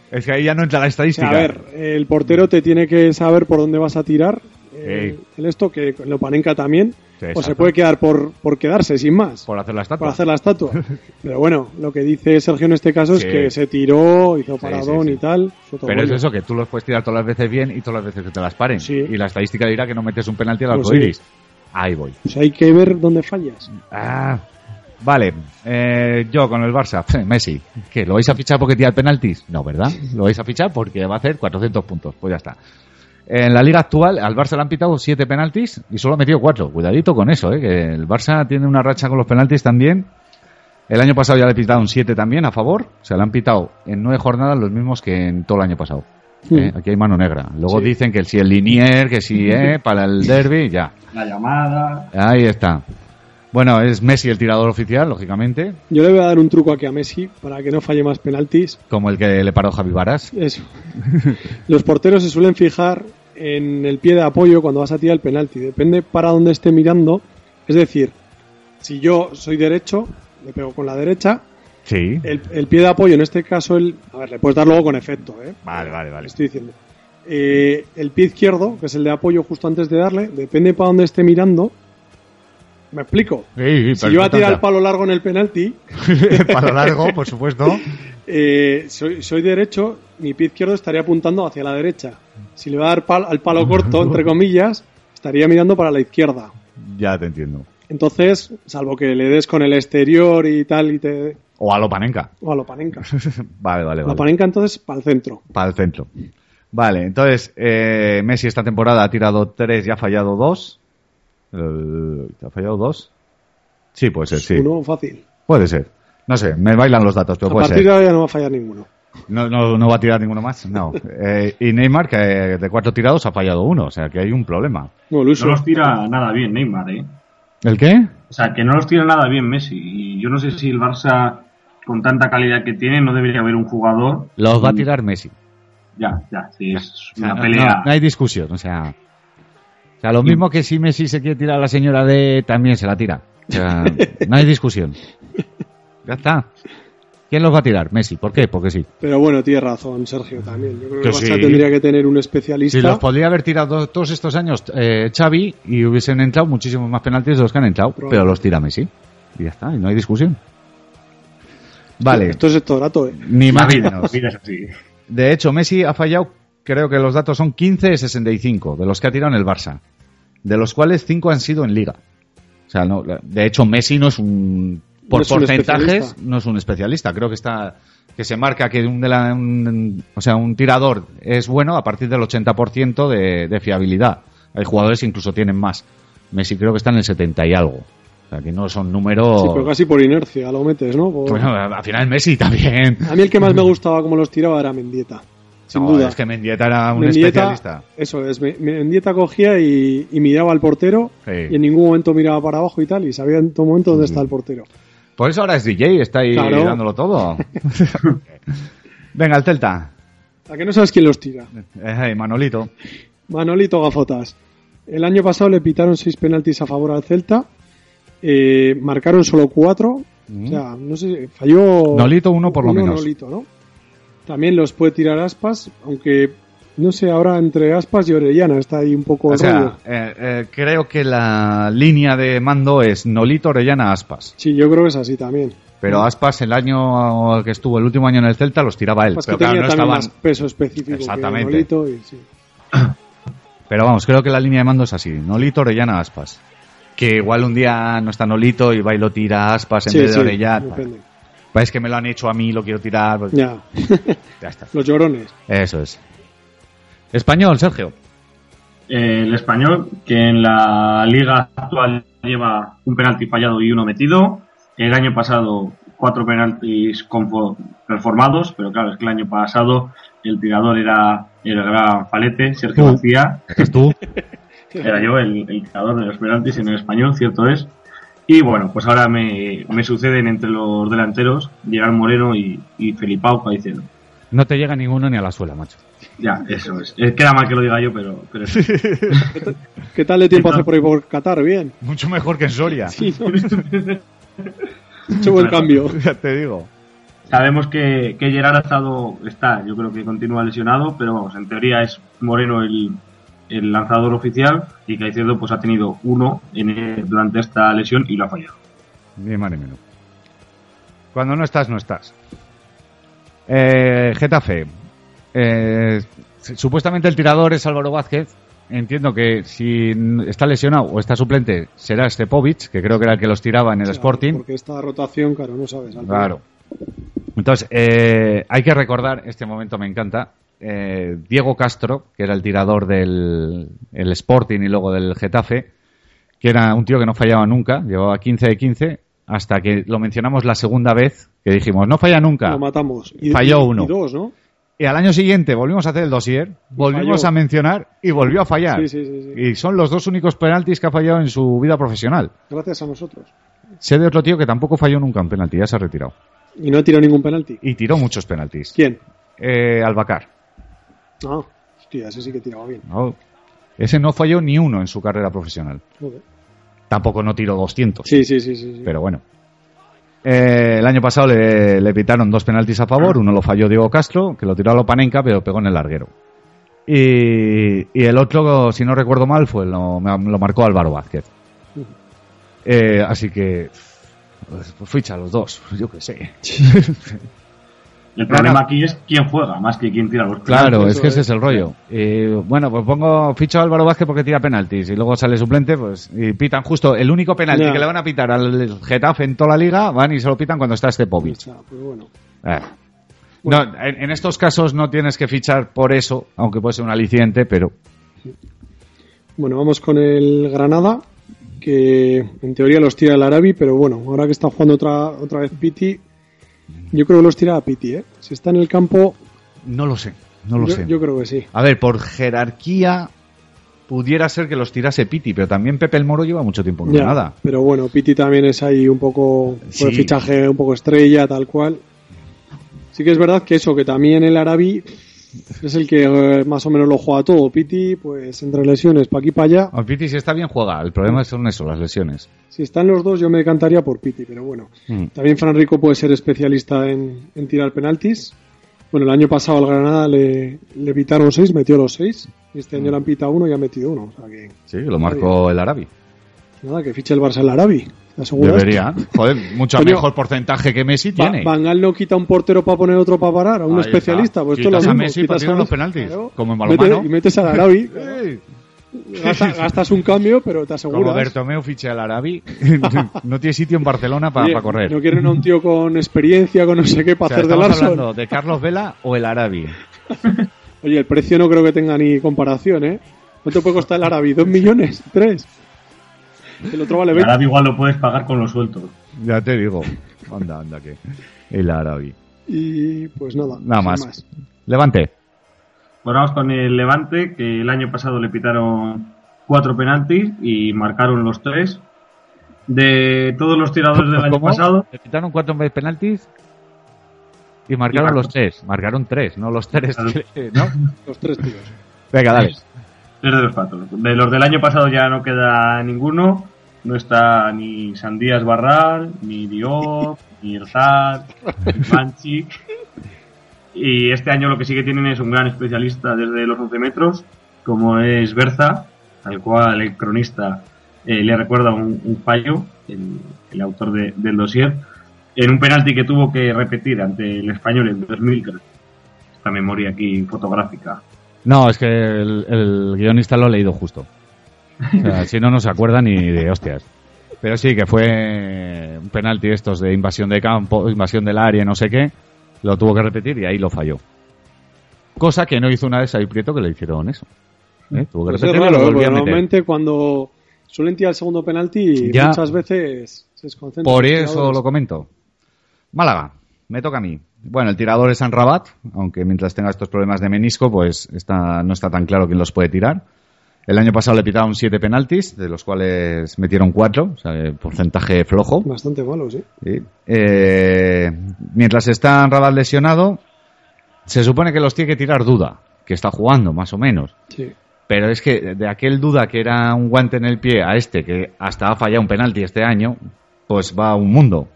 C: Es que ahí ya no entra la
D: O sea,
C: estadística.
D: a ver, el portero te tiene que saber por dónde vas a tirar. eh, El esto que lo panenca también.
C: Sí,
D: o se
C: exacto.
D: puede quedar por, por quedarse, sin más. Por,
C: por hacer la estatua.
D: hacer la estatua. Pero bueno, lo que dice Sergio en este caso
C: Sí.
D: es que se tiró, hizo paradón
C: sí, sí.
D: y tal. es otro
C: Pero es
D: rollo.
C: eso, que tú los puedes tirar todas las veces bien y todas las veces que te las paren.
D: Sí.
C: Y la estadística dirá que no metes un penalti al
D: Pues
C: arco iris. Ahí voy.
D: O sea, Pues hay que ver dónde fallas.
C: Ah, vale, Eh, yo con el Barça, Messi, ¿qué? ¿Lo vais a fichar porque tira penaltis? No, ¿verdad? Lo vais a fichar porque va a hacer 400 puntos. Pues ya está. En la liga actual, al Barça le han pitado siete penaltis y solo ha metido cuatro. Cuidadito con eso, ¿eh? que el Barça tiene una racha con los penaltis también. El año pasado ya le pitaron siete también a favor. O sea, le han pitado en nueve jornadas los mismos que en todo el año pasado. ¿eh? Aquí hay mano negra. Luego
E: Sí.
C: dicen que si el Linier, que si eh, para el derby, ya.
E: La llamada.
C: Ahí está. Bueno, es Messi el tirador oficial, lógicamente,
D: Yo le voy a dar un truco aquí a Messi para que no falle más penaltis.
C: como el que le paró Javi Varas.
D: Eso. Los porteros se suelen fijar en el pie de apoyo cuando vas a tirar el penalti. Depende para dónde esté mirando. Es decir, si yo soy derecho, le pego con la derecha.
C: Sí.
D: El, el pie de apoyo, en este caso, el, a ver, le puedes dar luego con efecto, ¿eh?
C: Vale, vale, vale.
D: estoy diciendo. Eh, el pie izquierdo, que es el de apoyo justo antes de darle, depende para dónde esté mirando. ¿Me explico?
C: Sí, sí,
D: Si yo voy a tirar el
C: perfecto.
D: palo largo en el penalti,
C: Palo largo, por supuesto.
D: eh, soy, soy derecho, mi pie izquierdo estaría apuntando hacia la derecha. Si le va a dar pal- al palo corto, entre comillas, estaría mirando para la izquierda.
C: Ya te entiendo.
D: Entonces, salvo que le des con el exterior y tal, y te.
C: O a lo panenca.
D: O a la panenca.
C: Vale, vale,
D: La
C: vale.
D: panenca, entonces, para el centro.
C: Para el centro. Vale, entonces eh, Messi esta temporada ha tirado tres y ha fallado dos. Eh, ¿Ha fallado dos? Sí, puede ser, sí.
D: Uno fácil.
C: Puede ser. No sé, me bailan los datos, pero
D: A
C: puede
D: partir de
C: ser.
D: ahora ya no va a fallar ninguno.
C: No, no, no va a tirar ninguno más, no. Eh, y Neymar, que eh, de cuatro tirados ha fallado uno, o sea que hay un problema.
D: No, Luis.
E: No los tira nada bien Neymar, ¿eh?
C: ¿El qué?
E: O sea, que no los tira nada bien Messi. Y yo no sé si el Barça, con tanta calidad que tiene, no debería haber un jugador.
C: Los va a tirar Messi.
E: Ya, ya, sí, es
C: O sea,
E: una
C: no-
E: pelea.
C: No, no hay discusión, o sea. O sea, lo mismo que si Messi se quiere tirar a la señora D, también se la tira. O sea, no hay discusión. Ya está. ¿Quién los va a tirar? Messi. ¿Por qué? Porque sí.
D: Pero bueno, tiene razón, Sergio, también. Yo creo que
C: Que
D: el Barça
C: sí.
D: tendría que tener un especialista.
C: Si los podría haber tirado todos estos años eh, Xavi y hubiesen entrado muchísimos más penaltis de los que han entrado, pero los tira Messi. Y ya está, y no hay discusión. Vale,
D: Esto es esto rato, ¿eh?
C: ni
E: La
C: más ni
E: vida, la
C: menos.
E: vida es así.
C: De hecho, Messi ha fallado, creo que los datos son 15 de 65 de los que ha tirado en el Barça, de los cuales 5 han sido en Liga. O sea, no, de hecho, Messi no es un. Por
D: No es un
C: porcentajes,
D: especialista.
C: no es un especialista. Creo que está. Que se marca que un, de la- un- o sea, un tirador es bueno a partir del 80% de, de fiabilidad. Hay jugadores que incluso tienen más. Messi creo que está en el 70 y algo. O sea, que no son números.
D: Sí, pero casi por inercia lo metes, ¿no? Por-
C: Bueno, al final Messi también.
D: A mí el que más me gustaba como los tiraba era Mendieta. Sin
C: No,
D: duda.
C: Es que Mendieta era un
D: Mendieta-
C: especialista.
D: Eso es. Me- Mendieta cogía y, y miraba al portero
C: Sí.
D: y en ningún momento miraba para abajo y tal y sabía en todo momento dónde está el portero.
C: Por eso ahora es DJ, está ahí
D: Claro.
C: dándolo todo. Venga, el Celta.
D: ¿A que no sabes quién los tira?
C: Eh, eh, Manolito.
D: Manolito Gafotas. El año pasado le pitaron seis penaltis a favor al Celta. eh, marcaron solo cuatro.
C: Mm.
D: O sea, no sé, falló.
C: Nolito uno por lo menos.
D: Nolito, ¿no? También los puede tirar aspas, aunque no sé, ahora entre aspas y Orellana está ahí un poco
C: O
D: el
C: sea,
D: rollo.
C: eh, eh, creo que la línea de mando es Nolito, Orellana, Aspas.
D: Sí, yo creo que es así también.
C: Pero
D: Mm.
C: Aspas el año que estuvo, el último año en el Celta, los tiraba él.
D: Aspas
C: Pero
D: Pues que
C: claro, no
D: tenía también
C: estaban...
D: más peso específico
C: Exactamente.
D: que Nolito. y sí.
C: Pero vamos, creo que la línea de mando es así. Nolito, Orellana, Aspas. Que igual un día no está Nolito y va y lo tira a Aspas en
D: Sí,
C: vez de
D: sí,
C: Orellana. Pues
D: depende.
C: Es que me lo han hecho a mí, lo quiero tirar. pues
D: Ya,
C: Ya está.
D: los llorones.
C: Eso es. Español, Sergio.
E: Eh, el español, que en la liga actual lleva un penalti fallado y uno metido. El año pasado cuatro penaltis confo- performados, pero claro, es que el año pasado el tirador era el gran palete, Sergio
C: Tú.
E: García.
C: ¿Eres tú?
E: Era yo el, el tirador de los penaltis en el español, cierto es. Y bueno, pues ahora me, me suceden entre los delanteros Gerard Moreno y, y Felipao Caicedo.
C: No te llega ninguno ni a la suela, macho.
E: Ya, eso es. Eh, Queda mal que lo diga yo, pero, pero es-
D: ¿Qué tal de tiempo hace por ahí por Qatar? Bien.
C: Mucho mejor que en Soria,
D: Sí, ¿no? Mucho buen cambio.
C: ya te digo.
E: Sabemos que, que Gerard ha estado, está, yo creo que continúa lesionado, pero vamos, en teoría es Moreno el, el lanzador oficial y Caicedo pues ha tenido uno en- durante esta lesión y lo ha fallado.
C: Ni más ni menos. Cuando no estás, no estás. Eh, Getafe. Eh, supuestamente el tirador es Álvaro Vázquez. Entiendo que si está lesionado o está suplente será Stepovic, que creo que era el que los tiraba en el
D: O sea,
C: Sporting.
D: Porque esta rotación, claro, no sabes. al final.
C: Claro. Entonces, eh, hay que recordar, este momento me encanta, eh, Diego Castro, que era el tirador del el Sporting y luego del Getafe, que era un tío que no fallaba nunca, llevaba 15 de 15, hasta que lo mencionamos la segunda vez, que dijimos, no falla nunca.
D: Lo matamos. Y-
C: Falló
D: y- y
C: uno.
D: dos, ¿no?
C: Y al año siguiente volvimos a hacer el dossier, volvimos
D: falló.
C: a mencionar y volvió a fallar.
D: Sí, sí, sí, sí.
C: Y son los dos únicos penaltis que ha fallado en su vida profesional.
D: Gracias a nosotros.
C: Sé de otro tío que tampoco falló nunca un penalti, ya se ha retirado.
D: Y no ha tirado ningún penalti.
C: Y tiró muchos penaltis.
D: ¿Quién?
C: Eh, Albacar.
D: Ah, hostia, ese sí que tiraba bien.
C: ¿no? Ese no falló ni uno en su carrera profesional.
D: Joder.
C: Tampoco no tiró 200.
D: Sí, sí, sí, sí. sí.
C: Pero bueno. Eh, el año pasado le, le pitaron dos penaltis a favor. Uno lo falló Diego Castro, que lo tiró a Lopanenka, pero pegó en el larguero. Y, y el otro, si no recuerdo mal, fue lo, lo marcó Álvaro Vázquez. Eh, así que. Pues, pues ficha a los dos, yo qué sé.
E: El problema aquí es quién juega, más que quién tira los
C: Claro,
D: Eso
C: es que ese
D: es.
C: es el rollo. Y, bueno, pues pongo ficho a Álvaro Vázquez porque tira penaltis y luego sale suplente, pues y pitan justo el único penalti
D: Ya.
C: que le van a pitar al Getafe en toda la liga, van y se lo pitan cuando está este
D: Ahí
C: Povich.
D: está, pues bueno.
C: Ah. No, en, en estos casos no tienes que fichar por eso, aunque puede ser un aliciente, pero
D: Bueno, vamos con el Granada, que en teoría los tira el Arabi, pero bueno, ahora que está jugando otra, otra vez Piti, yo creo que los tira a Piti, ¿eh? Si está en el campo,
C: no lo sé, no lo
D: yo,
C: sé.
D: yo creo que sí.
C: A ver, por jerarquía pudiera ser que los tirase Piti, pero también Pepe el Moro lleva mucho tiempo en
D: Ya,
C: Granada.
D: Pero bueno, Piti también es ahí un poco
C: Sí.
D: por el fichaje, un poco estrella, tal cual. Sí que es verdad que eso, que también el Arabi es el que eh, más o menos lo juega todo. Piti, pues entre lesiones, pa' aquí, pa' allá.
C: O Piti si está bien juega, el problema son eso, las lesiones.
D: Si están los dos, yo me decantaría por Piti, pero bueno.
C: Mm.
D: También Fran Rico puede ser especialista en, en tirar penaltis. Bueno, el año pasado al Granada le, le pitaron seis, metió los seis. Y este año le han pitado uno y ha metido uno. O sea que,
C: Sí, lo marcó el Arabi.
D: nada, que fiche el Barça el Arabi. ¿Te aseguras?
C: Debería. Joder, mucho
D: Coño.
C: mejor porcentaje que Messi
D: Va-
C: tiene.
D: Van Gaal no quita un portero para poner otro para parar, a un
C: Ahí
D: especialista.
C: está.
D: Pues esto es lo
C: Quitas a
D: mismo,
C: Messi para
D: quitas
C: tirar
D: a
C: los
D: Messi,
C: penaltis,
D: claro.
C: como en
D: Mete-
C: balonmano.
D: y metes al Arabi. eh,
C: Sí.
D: Gasta- gastas un cambio, pero te aseguras.
C: Como Bertomeu ficha al Arabi, no tiene sitio en Barcelona para
D: Oye,
C: correr.
D: No quieren a un tío con experiencia, con no sé qué,
C: O
D: para
C: sea,
D: hacer de
C: estamos
D: Larson.
C: hablando de Carlos Vela o el Arabi.
D: Oye, el precio no creo que tenga ni comparación, ¿eh? ¿Cuánto puede costar el Arabi? ¿Dos millones? ¿Tres? El otro vale
E: El
D: 20.
E: Arabi igual lo puedes pagar con lo suelto.
C: Ya te digo. Anda, anda, que. El Arabi.
D: Y pues nada.
C: Nada
D: sin
C: más. Levante.
E: Pues vamos con el Levante, que el año pasado le pitaron cuatro penaltis y marcaron los tres. De todos los tiradores del año
C: ¿Cómo?
E: pasado,
C: Le quitaron cuatro veces penaltis y marcaron
E: marcó.
C: los tres. Marcaron tres, no los tres.
E: Claro.
C: que- ¿no?
D: Los tres tíos.
C: Venga, dale.
E: tres de los cuatro. De los del año pasado ya no queda ninguno. No está ni Sandías Barral, ni Diop, ni Irzad, ni Manchi. Y este año lo que sí que tienen es un gran especialista desde los 11 metros, como es Berza, al cual el cronista eh, le recuerda un, un fallo, el, el autor de- del dossier, en un penalti que tuvo que repetir ante el español en 2003. Esta memoria aquí fotográfica.
C: No, es que el, el guionista lo ha leído justo. O sea, si no, no se acuerda ni de hostias. Pero sí, que fue un penalti estos de invasión de campo, invasión del área, no sé qué. Lo tuvo que repetir y ahí lo falló. Cosa que no hizo una vez a Prieto que le hicieron eso. ¿Eh? Tuvo que
D: Pues es
C: repetirlo y lo
D: raro, ¿eh?
C: volvió
D: porque
C: a meter.
D: normalmente cuando suelen tirar el segundo penalti,
C: Ya.
D: muchas veces se desconcentran.
C: Por
D: los
C: eso
D: tiradores.
C: lo comento. Málaga, me toca a mí. Bueno, el tirador es San Rabat, aunque mientras tenga estos problemas de menisco, pues está, no está tan claro quién los puede tirar. El año pasado le pitaron siete penaltis, de los cuales metieron cuatro, o sea, eh, porcentaje flojo.
D: Bastante malos, ¿eh?
C: Sí. Eh, mientras está Rabat lesionado, se supone que los tiene que tirar Duda, que está jugando más o menos.
D: Sí.
C: Pero es que de aquel duda que era un guante en el pie a este, que hasta ha fallado un penalti este año, pues va un mundo.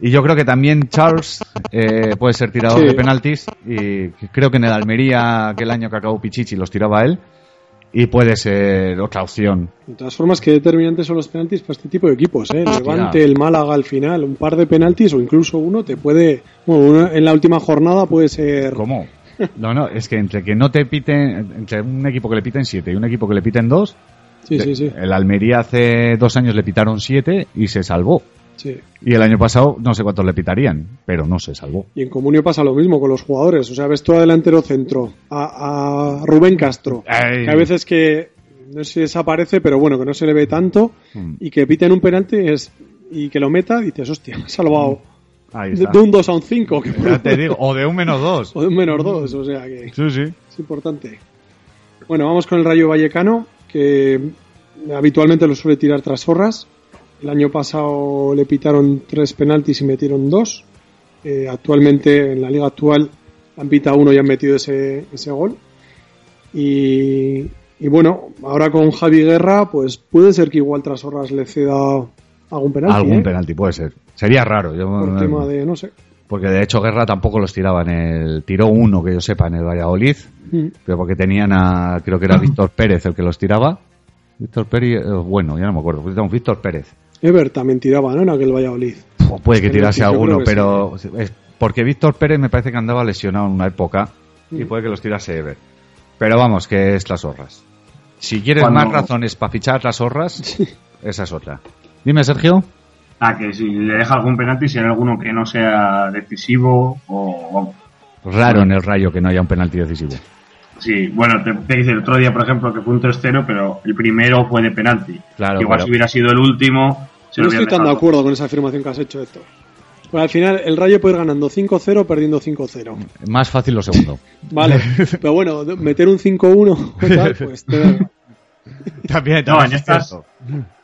C: Y yo creo que también Charles eh, puede ser tirador
D: Sí.
C: de penaltis. Y creo que en el Almería, aquel año que acabó Pichichi, los tiraba él. Y puede ser otra opción.
D: De todas formas, que determinantes son los penaltis para este tipo de equipos, ¿eh?
C: Hostia.
D: Levante el Málaga al final, un par de penaltis o incluso uno te puede. Bueno, uno en la última jornada puede ser.
C: ¿Cómo? No, no, es que entre que no te piten, entre un equipo que le piten siete y un equipo que le piten dos,
D: Sí, sí, sí. Sí.
C: Y el año pasado no sé cuántos le pitarían, pero no se salvó.
D: Y en Comunio pasa lo mismo con los jugadores. O sea, ves tú a delantero centro, a, a Rubén Castro,
C: Ay.
D: que a veces que no sé si desaparece, pero bueno, que no se le ve tanto,
C: Mm.
D: y que piten un penalti es, y que lo meta, dices, hostia, me ha salvado
C: Ahí
D: de,
C: está.
D: de un 2 a un 5, que
C: Ya te digo, o de un menos dos.
D: o de un menos 2, o sea que
C: Sí, sí.
D: es importante. Bueno, vamos con el Rayo Vallecano, que habitualmente lo suele tirar tras horras. El año pasado le pitaron tres penaltis y metieron dos. Eh, actualmente, en la liga actual, han pitado uno y han metido ese, ese gol. Y, y bueno, ahora con Javi Guerra, pues puede ser que igual tras horras le ceda algún penalti.
C: Algún
D: ¿eh?
C: penalti puede ser. Sería raro. yo-
D: Por tema de, no sé.
C: Porque de hecho Guerra tampoco los tiraba en el... Tiró uno, que yo sepa, en el Valladolid.
D: Mm.
C: Pero porque tenían a... Creo que era Víctor Pérez el que los tiraba. Víctor Pérez... eh, Bueno, ya no me acuerdo. Víctor Pérez.
D: Ever también tiraba, ¿no? En aquel Valladolid.
C: Pu- Puede que
D: Penalti,
C: tirase
D: yo
C: alguno,
D: creo que ¿eh?
C: pero es porque Víctor Pérez me parece que andaba lesionado en una época
D: Mm.
C: y puede que los tirase Ever. Pero vamos, que es las horras. Si quieres
E: Cuando-
C: más razones para fichar las horras, esa es otra. Dime, Sergio.
E: Ah, que si le deja algún penalti, será alguno que no sea decisivo o... vamos,
C: Raro en el rayo que no haya un penalti decisivo.
E: Sí, bueno, te, te dice el otro día, por ejemplo, que fue un 3-0, pero el primero fue de penalti.
C: Claro,
E: Igual
C: pero-
E: si hubiera sido el último, se
D: no
E: lo hubieran
D: estoy tan de
E: dejado.
D: acuerdo con esa afirmación que has hecho, Héctor. Pues al final, el Rayo puede ir ganando 5-0, o perdiendo 5-0.
C: Más fácil lo segundo.
D: Vale, pero bueno, de- meter un 5-1 o tal, pues te da igual.
C: también,
E: No, en estas,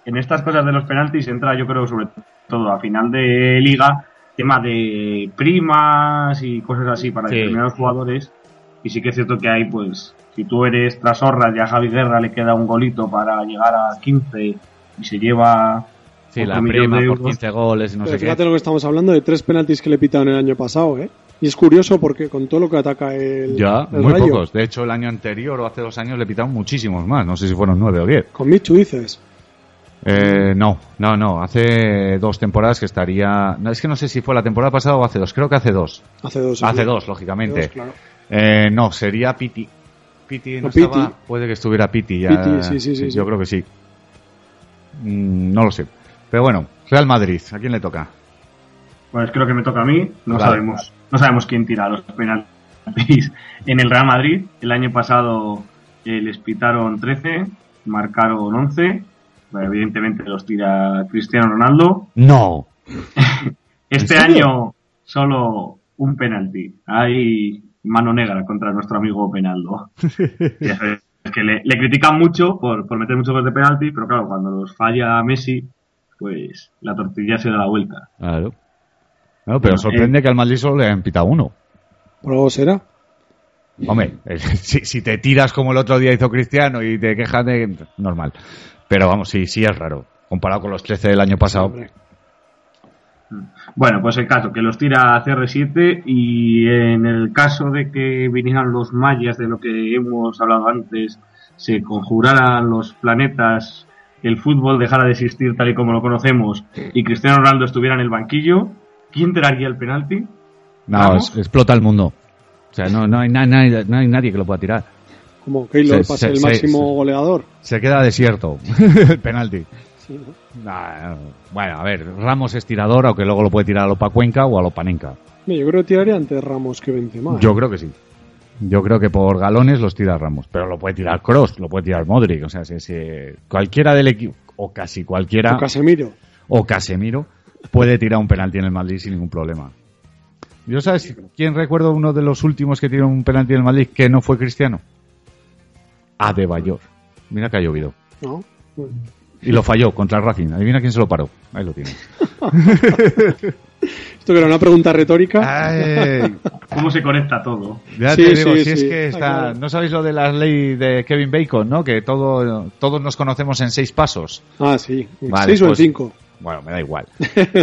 E: en estas cosas de los penaltis entra, yo creo, sobre todo a final de liga, tema de primas y cosas así para
C: Sí.
E: determinados jugadores. Y sí que es cierto que hay, pues, si tú eres trasorras y a Javi Guerra le queda un golito para llegar a 15 y se lleva.
C: Sí, la
E: otro millón
C: prima
E: de
C: por
E: euros,
C: 15 goles, no
D: Pero
C: sé
D: fíjate
C: qué.
D: lo que estamos hablando de tres penaltis que le pitaron el año pasado, ¿eh? Y es curioso porque con todo lo que ataca el,
C: Ya,
D: el
C: muy
D: Rayo,
C: pocos. De hecho, el año anterior o hace dos años le pitaron muchísimos más. No sé si fueron nueve o diez.
D: con Michu dices,
C: Eh, no, no, no. Hace dos temporadas que estaría. No, es que no sé si fue la temporada pasada o hace dos. Creo que hace dos.
D: hace dos.
C: hace
D: sí.
C: dos,
D: Hace
C: lógicamente.
D: dos, claro.
C: Eh, no, sería Piti. Piti no
D: O Piti.
C: estaba. Puede que estuviera Piti ya.
D: Piti, sí, sí, sí, sí.
C: Yo creo que sí. Mm, no lo sé. Pero bueno, Real Madrid. ¿A quién le toca?
E: Pues creo que me toca a mí, no
C: Vale,
E: sabemos. No sabemos quién tira los penaltis en el Real Madrid. El año pasado eh, les pitaron 13, marcaron 11. Bueno, evidentemente los tira Cristiano Ronaldo.
C: No.
E: Este
C: ¿En serio?
E: año solo un penalti. Hay mano negra contra nuestro amigo Penaldo. Ya sabes que le, le critican mucho por, por meter muchos goles de penalti, pero claro, cuando los falla Messi, pues la tortilla se da la vuelta.
C: Claro. No, eh. pero
E: Bueno,
C: sorprende que al Madrid solo le hayan pitado uno.
D: Por algo será.
C: Hombre, eh, si, si te tiras como el otro día hizo Cristiano y te quejas de... Normal. Pero vamos, sí, sí es raro. Comparado con los 13 del año pasado.
D: Hombre.
E: Bueno, pues el caso que los tira a CR7 y en el caso de que vinieran los mayas de lo que hemos hablado antes, se conjuraran los planetas, el fútbol dejara de existir tal y como lo conocemos y Cristiano Ronaldo estuviera en el banquillo, ¿quién tiraría el penalti?
C: No,
E: ¿Vamos?
C: es- explota el mundo. O sea, no, no, hay, na- na- no hay nadie que lo pueda tirar.
D: Como Keylor
C: Se-
D: pase
C: se-
D: el
C: se-
D: máximo
C: se-
D: goleador.
C: Se queda desierto el penalti.
D: Sí,
C: Nah,
D: ¿no?
C: no. Ah, Bueno, a ver, Ramos es tirador, aunque luego lo puede tirar a lo Pacuenca o a lo Panenca.
D: Mira, Yo creo que tiraría ante Ramos que Benzema. ¿eh?
C: Yo creo que sí. Yo creo que por galones los tira Ramos, pero lo puede tirar Cross, lo puede tirar Modric, o sea, si, si- cualquiera del equipo, o casi cualquiera,
D: O Casemiro.
C: o Casemiro puede tirar un penalti en el Madrid sin ningún problema. Yo sabes quién recuerdo uno de los últimos que tiró un penalti en el Madrid que no fue Cristiano. Adebayor. Mira que ha llovido.
D: ¿no?
C: Y lo falló contra el Racing. Adivina quién se lo paró. Ahí lo tienes.
D: Esto que era una pregunta
C: Ah,
D: retórica.
C: Ay,
E: ¿Cómo se conecta todo?
C: ya
D: Sí,
C: te digo,
D: sí,
C: si es
D: sí.
C: que
D: Ah,
C: está,
D: claro.
C: no sabéis lo de la ley de Kevin Bacon, ¿no? Que todo, todos nos conocemos en seis pasos.
D: Ah, sí.
C: Vale,
D: ¿Seis o en
C: pues-
D: cinco?
C: Bueno, me da igual.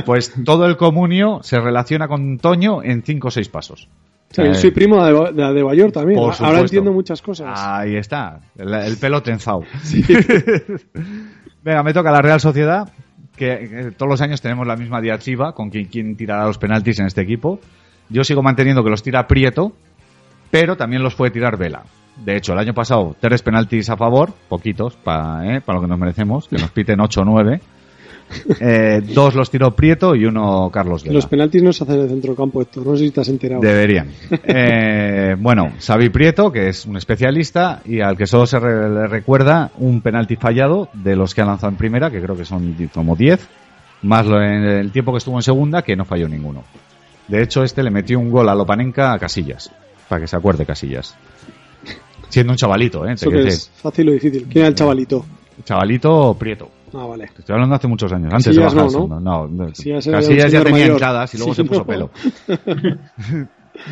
C: Pues todo el comunio se relaciona con Toño en cinco o seis pasos.
D: O sea, yo
C: Eh,
D: soy primo de Ade- de Adebayor también.
C: Por
D: Ahora
C: supuesto. Ah,
D: entiendo muchas cosas.
C: Ahí está, el, el pelo trenzado. Venga, me toca la Real Sociedad, que, que todos los años tenemos la misma diatriba con quién, quién tirará los penaltis en este equipo. Yo sigo manteniendo que los tira Prieto, pero también los puede tirar Vela. De hecho, el año pasado, eh, tres penaltis a favor, poquitos, para lo que nos merecemos, que nos piten 8 o 9. Eh, dos los tiró Prieto y uno Carlos Vela.
D: Los penaltis no se hacen en el centrocampo, Héctor. No sé si te has enterado.
C: Deberían. Eh, bueno, Xavi Prieto, que es un especialista y al que solo se re- le recuerda un penalti fallado de los que ha lanzado en primera, que creo que son como 10, más lo- en el tiempo que estuvo en segunda, que no falló ninguno. De hecho, este le metió un gol a Lopanenka a Casillas, para que se acuerde Casillas. Siendo un chavalito, ¿eh? Te
D: Eso
C: quiero
D: que es
C: decir,
D: fácil o difícil. ¿Quién era el chavalito?
C: chavalito Prieto.
D: Ah, vale.
C: Te Estoy hablando hace muchos años, antes
D: Casillas
C: de bajar. al
D: no,
C: segundo. No,
D: ¿no?
C: no.
D: Casillas
C: Casillas,
D: era un
C: ya
D: señor
C: tenía
D: mayor.
C: hinchadas y luego
D: Sí,
C: se puso
D: no.
C: pelo.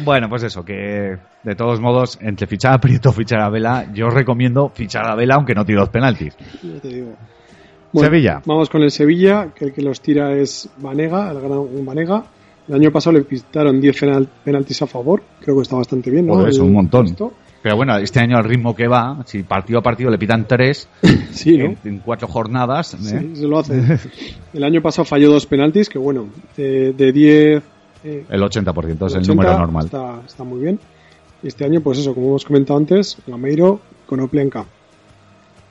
C: bueno, pues eso, que de todos modos, entre fichar a Prieto o fichar a Vela, yo os recomiendo fichar a Vela aunque no tire los penaltis.
D: Ya te digo.
C: Sevilla.
D: Vamos con el Sevilla, que el que los tira es Vanega, el gran Vanega. El año pasado le pitaron 10 penal- penaltis a favor. Creo que está bastante bien, ¿no?
C: Joder, es
D: El-
C: un montón.
D: esto.
C: Pero bueno, este año al ritmo que va, si partido a partido le pitan tres
D: Sí, ¿no?
C: en, en cuatro jornadas, ¿eh?
D: Sí, se lo hace. El año pasado falló dos penaltis, que bueno, de de 10 eh,
C: el 80% es el
D: 80,
C: número normal.
D: Está, está muy bien. Y este año, pues eso, como hemos comentado antes, Gameiro con Oplenka.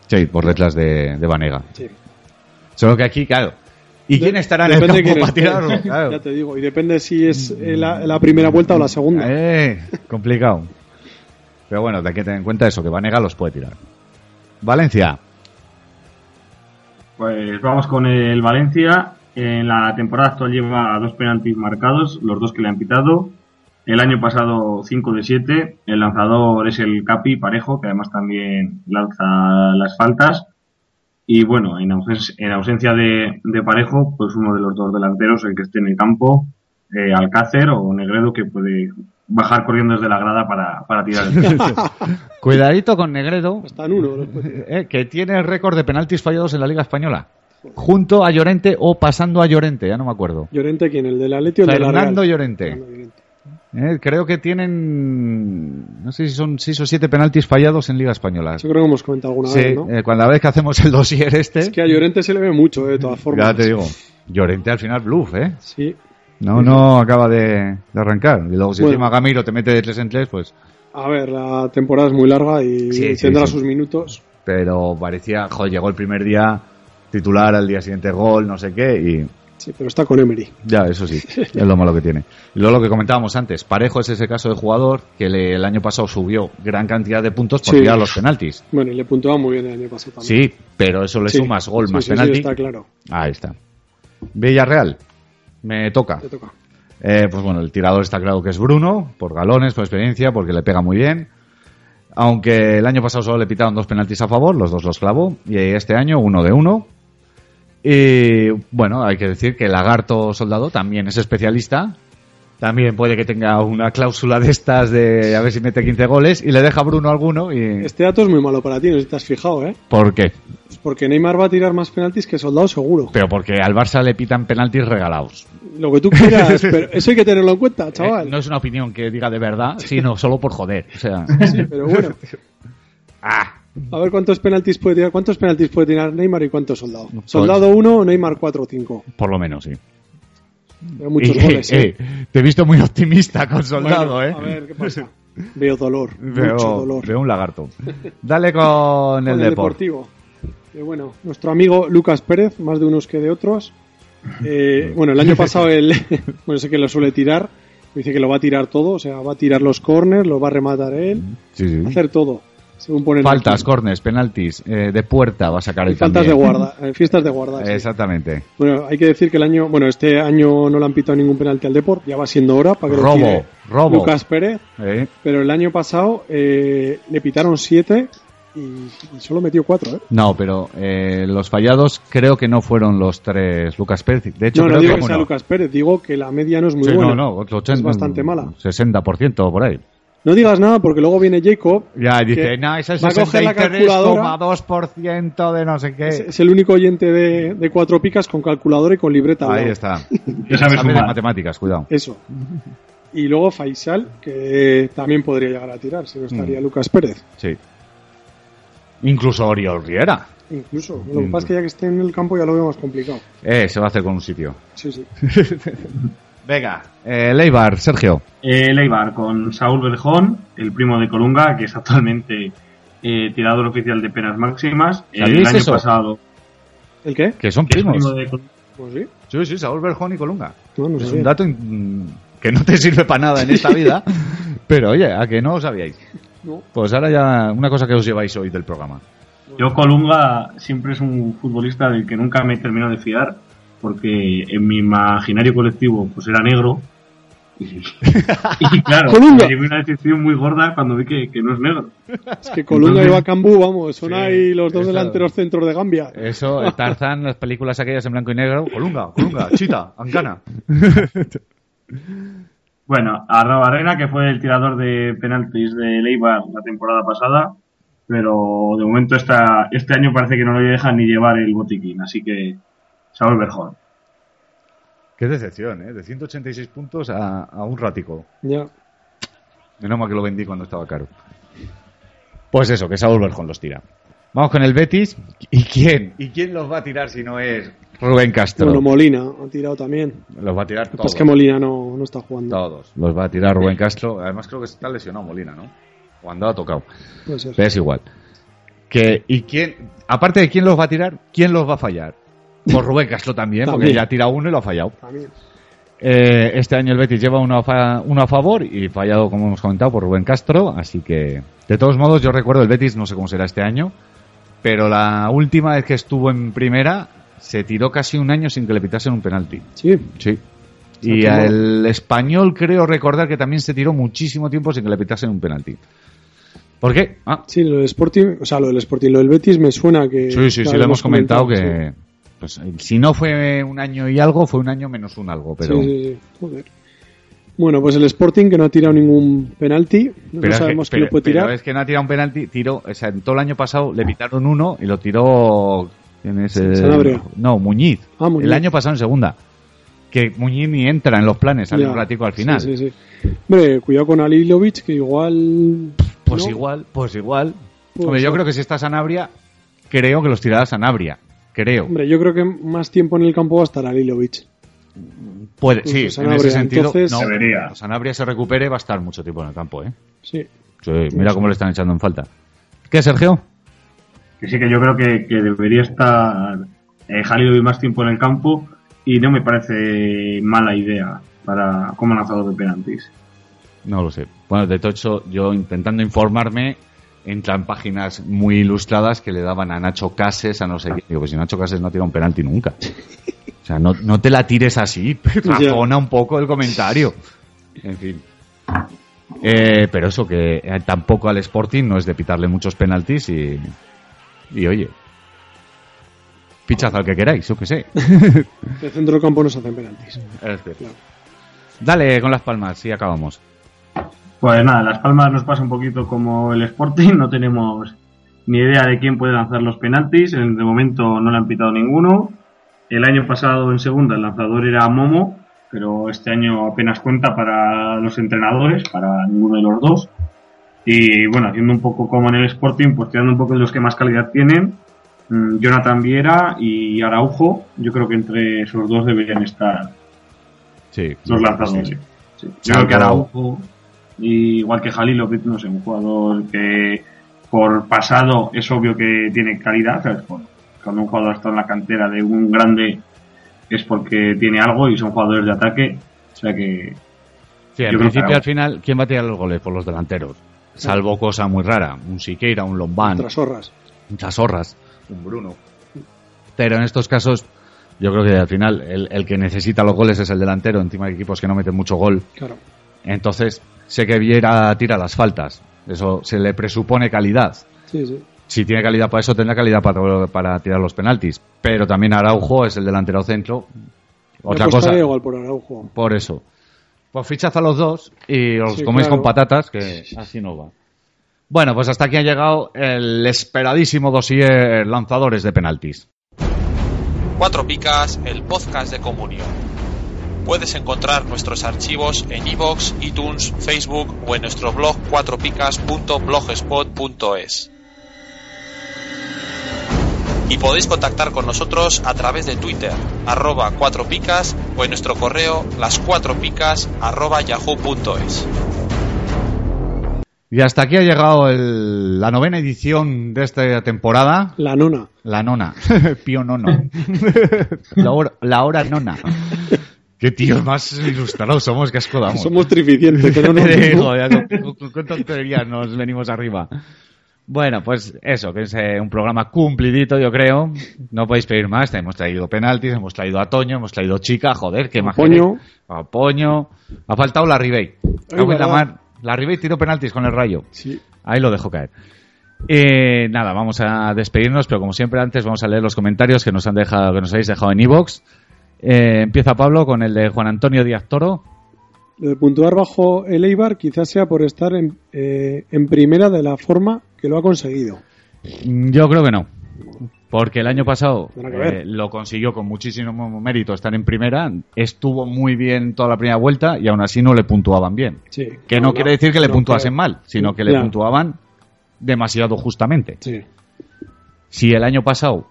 C: Sí, por detrás de, de Vanega.
D: Sí.
C: Solo que aquí, claro. ¿Y quién
D: De-
C: estará en el
D: depende
C: campo
D: de quién
C: para tirarlo?
D: esté.
C: Claro.
D: Ya te digo, y depende si es eh, la, la primera vuelta o la segunda.
C: Eh, complicado. Pero bueno, hay que tener en cuenta eso, que Vanega los puede tirar. Valencia.
E: Pues vamos con el Valencia. En la temporada actual lleva dos penaltis marcados, los dos que le han pitado. El año pasado 5 de 7. El lanzador es el Capi Parejo, que además también lanza las faltas. Y bueno, en, ausen- en ausencia de, de Parejo, pues uno de los dos delanteros, el que esté en el campo, eh, Alcácer o Negredo, que puede bajar corriendo desde la grada para, para tirar el
C: Cuidadito con Negredo,
D: Está en uno. ¿no?
C: eh, que tiene el récord de penaltis fallados en la Liga Española. Junto a Llorente o pasando a Llorente, ya no me acuerdo.
D: Llorente, ¿quién? ¿El del Atleti o el de la Real?
C: Fernando Llorente.
D: Fernando Llorente.
C: Eh, creo que tienen, no sé si son seis o siete penaltis fallados en Liga Española.
D: Yo creo que hemos comentado alguna
C: Sí,
D: vez, ¿no?
C: eh, cuando la vez que hacemos el dossier este,
D: Es que a Llorente se le ve mucho, eh, de todas formas.
C: ya te digo, Llorente al final bluff, ¿eh?
D: Sí.
C: No, no acaba de, de arrancar. Y luego si
D: Bueno.
C: encima Gamiro te mete de tres en tres, pues...
D: A ver, la temporada es muy larga y
C: Sí, sí,
D: tendrá
C: sí.
D: sus minutos.
C: Pero parecía, joder, llegó el primer día titular, al día siguiente gol, no sé qué, y
D: Sí, pero está con Emery.
C: ya, eso sí, es lo malo que tiene. Y luego lo que comentábamos antes, Parejo es ese caso de jugador que le- el año pasado subió gran cantidad de puntos por
D: Sí.
C: tirar los penaltis.
D: Bueno, y le puntuaba muy bien el año pasado también.
C: Sí, pero eso le
D: Sí.
C: sumas gol
D: Sí,
C: más
D: sí, sí,
C: penalti.
D: está claro.
C: Ahí está. Villarreal, me toca.
D: Te toca.
C: Eh, pues bueno, el tirador está claro que es Bruno, por galones, por experiencia, porque le pega muy bien. Aunque el año pasado solo le pitaron dos penaltis a favor, los dos los clavó, y este año uno de uno. Y bueno, hay que decir que Lagarto Soldado también es especialista. También puede que tenga una cláusula de estas de a ver si mete 15 goles y le deja a Bruno alguno. Y...
D: Este dato es muy malo para ti, no sé si te has fijado, ¿eh?
C: ¿Por qué?
D: Es porque Neymar va a tirar más penaltis que Soldado seguro.
C: Pero porque al Barça le pitan penaltis regalados.
D: Lo que tú quieras, pero eso hay que tenerlo en cuenta, chaval.
C: Eh, no es una opinión que diga de verdad, sino solo por joder. O sea,
D: Sí, pero bueno.
C: ah,
D: A ver cuántos penaltis puede tirar, cuántos penaltis puede tirar Neymar y cuántos Soldado.
C: Pues-
D: Soldado 1, Neymar 4 o 5.
C: por lo menos, sí.
D: Pero Muchos
C: Eh,
D: goles,
C: eh,
D: ¿eh?
C: eh, te he visto muy optimista con Soldado, ¿eh?
D: Bueno, A ver qué pasa. Veo dolor,
C: Veo,
D: mucho dolor.
C: veo un lagarto. Dale con el, Deport.
D: Con Deportivo. Eh, bueno, nuestro amigo Lucas Pérez, más de unos que de otros. Eh, bueno, el año pasado él, bueno, sé que lo suele tirar. Dice que lo va a tirar todo, o sea, va a tirar los corners, lo va a rematar él,
C: Sí, sí.
D: va a hacer todo. Según ponen
C: Faltas,
D: aquí.
C: cornes, penaltis, eh, de puerta va a sacar el
D: Y faltas de
C: también.
D: guarda, eh, fiestas de guarda. sí.
C: Exactamente.
D: Bueno, hay que decir que el año, bueno, este año no le han pitado ningún penalti al Deport, ya va siendo hora para que
C: Robo,
D: lo tire
C: robo.
D: Lucas Pérez,
C: Eh,
D: pero el año pasado eh, le pitaron siete y, y solo metió cuatro, ¿eh?
C: No, pero eh, los fallados creo que no fueron los tres Lucas Pérez. De hecho,
D: no, no
C: creo
D: digo
C: que
D: que sea
C: uno.
D: Lucas Pérez, digo que la media no es muy
C: Sí,
D: buena.
C: no, no, otro 80,
D: es bastante mala.
C: 60% por ahí.
D: No digas nada porque luego viene Jacob,
C: Ya, y dice,
D: Que
C: no, es el
D: va a coger la calculadora.
C: 63,2% de no sé qué.
D: es, es el único oyente de, de cuatro picas con calculadora y con libreta. al
C: Ahí
D: lado.
C: está.
E: Ya sabes
C: Sabe de
E: sumar.
C: matemáticas, cuidado.
D: Eso. Y luego Faisal, que también podría llegar a tirar, si no estaría
C: Mm.
D: Lucas Pérez.
C: Sí. Incluso Oriol Riera.
D: Incluso. Lo que pasa es que ya que esté en el campo ya lo veo más complicado.
C: Eh, se va a hacer con un sitio.
D: Sí, sí.
C: Venga. Eh, Leibar, Sergio.
E: El Eibar Eh, con Saúl Berjón, el primo de Colunga, que es actualmente eh, tirador oficial de penas máximas.
C: ¿Sabéis
E: El año
C: eso?
E: pasado,
D: ¿El qué?
C: Que son
E: que es
C: primos.
E: primo de Colunga,
D: Pues sí.
C: Sí, sí, Saúl Berjón y Colunga.
D: No, no
C: es
D: sabía.
C: un dato in- que no te sirve para nada en esta vida, pero oye, a que no os sabíais.
D: No.
C: Pues ahora ya una cosa que os lleváis hoy del programa.
E: Yo Colunga siempre es un futbolista del que nunca me termino de fiar, porque en mi imaginario colectivo pues era negro. Y, y claro,
D: Colunga.
E: me llevé una decisión muy gorda cuando vi que, que no es negro.
D: Es que Colunga
E: Entonces-
D: y Bacambú, vamos, son
C: Sí,
D: ahí los dos
C: esa-
D: delanteros centros de Gambia.
C: Eso, eh, Tarzán, las películas aquellas en blanco y negro, Colunga, Colunga, Chita, Ancana.
E: Bueno, Arda Barrera, que fue el tirador de penaltis de Leibar la temporada pasada, pero de momento esta, este año parece que no lo dejan ni llevar el botiquín, así que Saúl Berjón.
C: Qué decepción, ¿eh? De 186 puntos a, a un ratico.
D: Ya.
C: Menos mal que lo vendí cuando estaba caro. Pues eso, que Saúl Berjón los tira. Vamos con el Betis. ¿Y quién? ¿Y quién los va a tirar si no es Rubén Castro?
D: Bueno, Molina ha tirado también.
C: los va a tirar todos.
D: Pues que Molina no, no está jugando.
C: Todos. Los va a tirar Rubén Castro. Además creo que está lesionado Molina, ¿no? O andaba tocado.
D: Puede ser.
C: Pero es igual. Que, ¿Y quién? Aparte de quién los va a tirar, ¿quién los va a fallar? Pues Rubén Castro también, porque
D: También.
C: ya ha tirado uno y lo ha fallado.
D: También.
C: Eh, este año el Betis lleva uno a, fa- uno a favor y fallado, como hemos comentado, por Rubén Castro. Así que, de todos modos, yo recuerdo el Betis, no sé cómo será este año, pero la última vez que estuvo en primera se tiró casi un año sin que le pitasen un penalti.
D: Sí,
C: Sí. Y
D: Se tuvo-
C: el español creo recordar que también se tiró muchísimo tiempo sin que le pitasen un penalti. ¿Por qué? Ah,
D: sí, lo del Sporting, o sea, lo del Sporting, lo del Betis me suena que.
C: Sí, sí,
D: que
C: sí, lo hemos comentado
D: sí.
C: que pues, eh, si no fue un año y algo, fue un año menos un algo, pero
D: Sí, sí, sí. Joder. Bueno, pues el Sporting que no ha tirado ningún penalti. No
C: pero es que-
D: sabemos quién
C: pero-
D: lo puede
C: pero
D: tirar.
C: es que no ha tirado un penalti, tiró, o sea, en todo el año pasado le pitaron uno y lo tiró ¿quién es? Eh,
D: Sanabria.
C: no, Muñiz.
D: Ah, Muñiz.
C: El año pasado en segunda. Que Muñiz ni entra en los planes, sale
D: Ya.
C: un ratico al final.
D: Sí, sí, sí. Hombre, cuidado con Alilovic, que igual.
C: Pues
D: ¿no?
C: igual, pues igual.
D: Pues
C: Hombre, yo
D: sí.
C: creo que si está Sanabria, creo que los tirará Sanabria. Creo.
D: Hombre, yo creo que más tiempo en el campo va a estar Alilovic.
C: Puede,
D: pues
C: sí, en
D: Sanabria,
C: ese sentido.
D: entonces-
C: no,
E: Debería.
C: cuando Sanabria se recupere, va a estar mucho tiempo en el campo, ¿eh?
D: Sí.
C: Sí, mira cómo le están echando en falta. ¿Qué, Sergio?
E: Que sí que yo creo que, que debería estar eh, Jalil más tiempo en el campo y no me parece mala idea para como lanzador de penaltis.
C: No lo sé. Bueno, de tocho, yo intentando informarme, entran páginas muy ilustradas que le daban a Nacho Cases, a no sé qué. Digo, pues si Nacho Cases no tira un penalti nunca. O sea, no, no te la tires así, razona un poco el comentario. En fin. Eh, pero eso, que eh, tampoco al Sporting no es de pitarle muchos penaltis y. Y oye. Fichad al que queráis, yo qué sé.
D: El centro del campo no se hacen penaltis.
C: Este. Dale con las palmas y acabamos.
E: Pues nada, Las Palmas nos pasa un poquito como el Sporting, no tenemos ni idea de quién puede lanzar los penaltis, en- de momento no le han pitado ninguno. El año pasado en segunda el lanzador era Momo, pero este año apenas cuenta para los entrenadores, para ninguno de los dos. Y bueno, haciendo un poco como en el Sporting, pues tirando un poco de los que más calidad tienen, mm, Jonathan Viera y Araujo, yo creo que entre esos dos deberían estar
C: Sí.
E: los lanzadores. Sí. Yo
C: Salvo-
E: creo que Araujo, y igual que Jalilo, que no sé, un jugador que por pasado es obvio que tiene calidad, ¿sabes? Cuando- Cuando un jugador está en la cantera de un grande es porque tiene algo y son jugadores de ataque, o sea que
C: Sí, en
E: Yo creo que
C: principio
E: no.
C: al final, ¿quién va a tirar los goles? Por los delanteros. Salvo cosa muy rara. Un Siqueira, un Lombán,
D: Tras horras.
C: muchas zorras, un Bruno. Pero en estos casos, yo creo que al final el, el que necesita los goles es el delantero. Encima hay equipos que no meten mucho gol.
D: Claro.
C: Entonces, sé que Viera tira las faltas. Eso se le presupone calidad.
D: Sí, sí.
C: si tiene calidad para eso, tendrá calidad para, para tirar los penaltis. Pero también Araujo es el delantero centro. Otra
D: Le
C: cosa.
D: apostaría igual por Araujo.
C: Por eso. Pues fichad a los dos y os
D: Sí,
C: coméis
D: claro.
C: con patatas, que así no va. Bueno, pues hasta aquí ha llegado el esperadísimo dossier lanzadores de penaltis.
A: Cuatro Picas, el podcast de Comunión. Puedes encontrar nuestros archivos en iVoox, iTunes, Facebook o en nuestro blog cuatropicas.blogspot.es. Y podéis contactar con nosotros a través de Twitter, arroba cuatro picas o en nuestro correo las cuatro picas arroba yahoo.es.
C: Y hasta aquí ha llegado el- la novena edición de esta temporada.
D: La nona.
C: La nona. Pío nono. la, hora, la hora nona. Qué tíos más ilustrados somos, qué asco damos.
D: Somos trificientes, que no nos
C: Te digo,
D: mismo.
C: ya con- con- con cuántas teorías nos venimos arriba. Bueno, pues eso, que es eh, un programa cumplidito, yo creo. No podéis pedir más. Te hemos traído penaltis, hemos traído a Toño, hemos traído Chica, joder, que
D: A
C: más
D: Poño.
C: A Poño. Ha faltado la Ribey.
D: Ay,
C: Cago en la
D: verdad.
C: mar. La Ribey tiró penaltis con el rayo.
D: Sí.
C: Ahí lo dejo caer. Eh, nada, vamos a despedirnos, pero como siempre antes vamos a leer los comentarios que nos han dejado, que nos habéis dejado en iVoox. Eh, empieza Pablo con el de Juan Antonio Díaz Toro.
D: Lo de puntuar bajo el Eibar quizás sea por estar en, eh, en primera de la forma que lo ha conseguido.
C: Mm, Yo creo que no. Porque el año pasado
D: Tendrá que ver.
C: eh, lo consiguió con muchísimo mérito estar en primera, estuvo muy bien toda la primera vuelta y aún así no le puntuaban bien.
D: Sí.
C: Que no, quiere decir que le
D: no
C: puntuasen
D: creo.
C: mal, sino que le
D: Ya.
C: puntuaban demasiado justamente.
D: Sí.
C: Si el año pasado,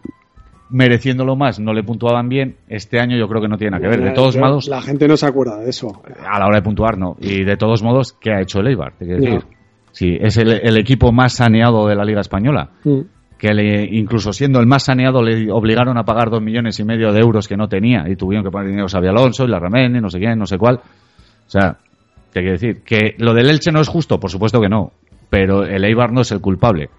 C: mereciéndolo más, no le puntuaban bien, este año yo creo que no tiene nada que ver. De todos
D: Yo-
C: modos,
D: La gente no se acuerda de eso.
C: a la hora de puntuar no. Y de todos modos, ¿qué ha hecho el Eibar? Te quiero
D: Ya.
C: decir, sí, es el- el equipo más saneado de la Liga Española
D: Mm.
C: que le, incluso siendo el más saneado le obligaron a pagar dos millones y medio de euros que no tenía y tuvieron que poner dinero a Alonso y la Ramene, no sé quién, no sé cuál. O sea, te quiero decir que lo del Elche no es justo, por supuesto que no, pero el Eibar no es el culpable.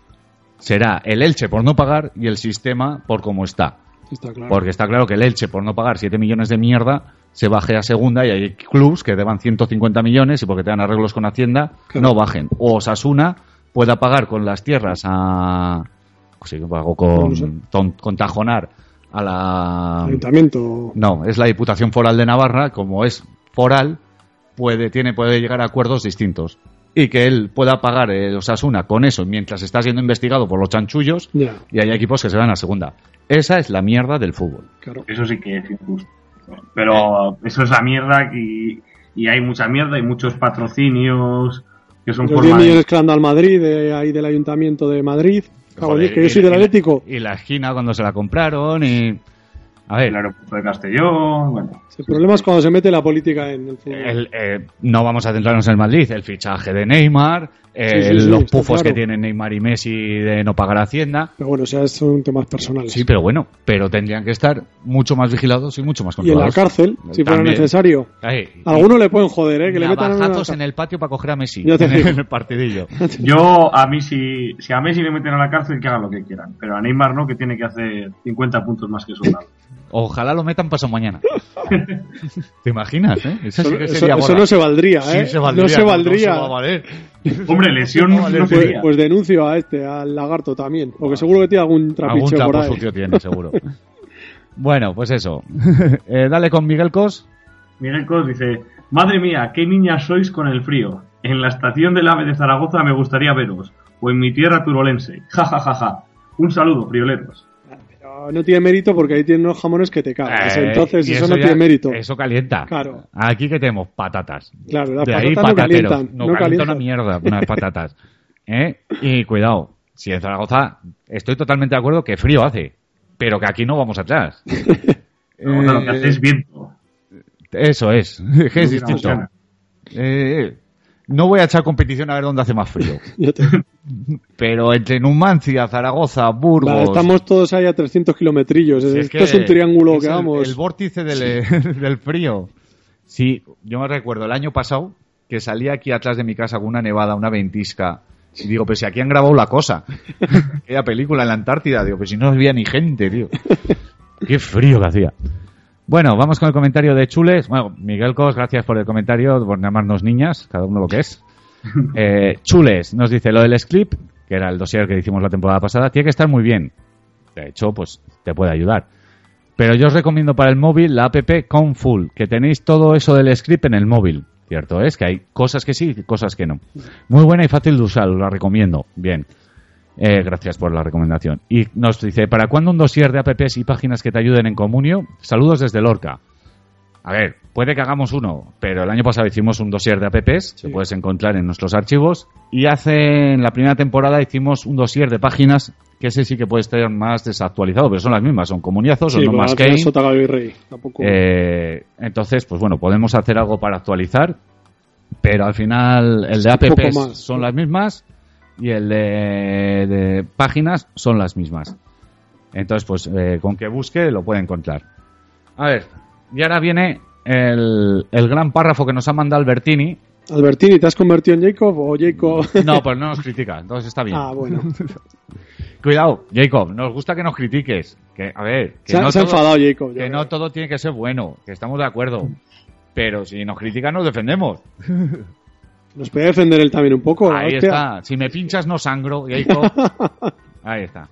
C: Será el Elche por no pagar y el sistema por cómo está.
D: Está claro.
C: Porque está claro que el Elche por no pagar 7 millones de mierda se baje a segunda y hay clubs que deban 150 millones y porque te dan arreglos con Hacienda
D: Claro.
C: no bajen. O Osasuna pueda pagar con las tierras a... Sí, que pagó
D: No
C: con,
D: lo sé.
C: con- con Tajonar a la...
D: Ayuntamiento.
C: No, es la Diputación Foral de Navarra, como es foral, puede, tiene, puede llegar a acuerdos distintos. Y que él pueda pagar eh, Osasuna con eso mientras está siendo investigado por los chanchullos
D: Ya,
C: y hay equipos que se van a segunda. Esa es la mierda del fútbol.
D: claro.
E: Eso sí que es injusto. Pero eso es la mierda y, y hay mucha mierda y muchos patrocinios que son
D: Los 10
E: forma de...
D: millones que le han dado al Madrid, de ahí del Ayuntamiento de Madrid. Cago en
C: Joder,
D: diez, Ah, que
C: y-
D: yo soy
C: y
D: del
C: la-
D: Atlético.
C: Y la esquina cuando se la compraron y... A ver,
E: El aeropuerto de Castellón, bueno.
D: El problema es cuando se mete la política en el fútbol.
C: el- eh, no vamos a centrarnos en el Madrid, el fichaje de Neymar, eh,
D: Sí, sí, sí,
C: los
D: está
C: pufos
D: claro.
C: que tienen Neymar y Messi de no pagar Hacienda.
D: Pero bueno, o sea, son temas personales.
C: Sí, pero bueno, pero tendrían que estar mucho más vigilados y mucho más
D: y en la
C: controlados.
D: cárcel, si fuera
C: También.
D: necesario.
C: Ahí,
D: A alguno le pueden joder, ¿eh? Que le metan una...
C: navajazos en el patio para coger a Messi
D: Ya te
C: en
D: digo.
C: el partidillo.
E: Yo, a mí, si, si a Messi le meten a la cárcel, que hagan lo que quieran. Pero a Neymar no, que tiene que hacer 50 puntos más que su lado.
C: Ojalá lo metan pasado mañana. ¿Te imaginas? Eh? Esa sí
D: Eso,
C: que
D: eso-
C: sería
D: eso
C: borra.
D: no se valdría,
C: Sí
D: ¿eh?
C: se valdría,
D: no se valdría.
C: va a valer.
E: Hombre, lesión no,
C: Vale,
D: pues,
E: sería.
D: pues denuncio a este, al lagarto también. Porque seguro que tiene algún
C: Algún
D: trapiche por
C: trapo
D: ahí.
C: sucio tiene, seguro. bueno, pues eso. Eh, dale con Miguel Cos.
E: Miguel Cos dice, madre mía, qué niñas sois con el frío. En la estación del AVE de Zaragoza me gustaría veros, o en mi tierra turolense. Ja, ja, ja, ja. Un saludo, frioleros.
D: Pero no tiene mérito porque ahí tienen unos jamones que te cagas.
C: Eh,
D: Entonces,
C: y
D: eso, no
C: ya-
D: tiene mérito.
C: Eso calienta.
D: Claro.
C: Aquí que tenemos patatas.
D: Claro, las
C: de ahí
D: patatas no
C: patateros.
D: calientan.
C: No,
D: no
C: calienta una
D: calientan.
C: mierda unas patatas. ¿Eh? Y cuidado, si en Zaragoza estoy totalmente de acuerdo que frío hace, pero que aquí no vamos atrás.
E: Pero, claro, que hacéis viento.
C: Eh, Eso es, es que es
E: No tiramos
C: distinto.
E: ganas.
C: Eh, eh, no voy a echar competición a ver dónde hace más frío,
D: Ya te-
C: pero entre Numancia, Zaragoza, Burgos...
D: Vale, estamos todos ahí a 300 kilometrillos.
C: si
D: Esto es un triángulo
C: es
D: que
C: el-
D: vamos.
C: El, vórtice del, del frío. Sí, yo me recuerdo el año pasado que salía aquí atrás de mi casa con una nevada, una ventisca. Y digo, pero si aquí han grabado la cosa. Aquella película en la Antártida. Digo, pero si no había ni gente, tío. Qué frío que hacía. Bueno, vamos con el comentario de Chules. Bueno, Miguel Cos, gracias por el comentario, por llamarnos niñas, cada uno lo que es. Eh, Chules nos dice lo del clip, que era el dossier que hicimos la temporada pasada, tiene que estar muy bien. De hecho, pues te puede ayudar. Pero yo os recomiendo para el móvil la app Confull, que tenéis todo eso del script en el móvil. Cierto es que hay cosas que sí y cosas que no. Muy buena y fácil de usar, os la recomiendo. Bien. Eh, gracias por la recomendación. Y nos dice, ¿para cuándo un dossier de apps y páginas que te ayuden en comunio? Saludos desde Lorca. A ver, puede que hagamos uno, pero el año pasado hicimos un dossier de apps, que puedes encontrar en nuestros archivos, y hace en la primera temporada hicimos un dossier de páginas, que ese sí que puede estar más desactualizado, pero son las mismas, son comunizos,
D: Sí,
C: son no
D: pero
C: más Eh,
D: al final
C: game.
D: Sota, Gabriel Rey. Tampoco.
C: Eh, entonces, pues bueno, podemos hacer algo para actualizar. pero al final el de
D: Un poco
C: apps
D: más.
C: son las mismas y el de, de páginas son las mismas. Entonces, pues eh, con que busque lo puede encontrar. A ver, y ahora viene el, el gran párrafo que nos ha mandado Albertini.
D: Albertini, ¿te has convertido en Jacob o Jacob?
C: No, pues no nos critica, entonces está bien.
D: ah, bueno.
C: Cuidado, Jacob, nos gusta que nos critiques. Que, a ver, que
D: Se, ha-
C: no
D: se ha
C: todo-
D: enfadado Jacob. yo
C: que
D: creo.
C: no todo tiene que ser bueno, que estamos de acuerdo. Pero si nos critican, nos defendemos.
D: Nos puede defender él también un poco. la
C: Ahí
D: Pues, hostia.
C: está. Si me pinchas, no sangro, Jacob. Ahí está.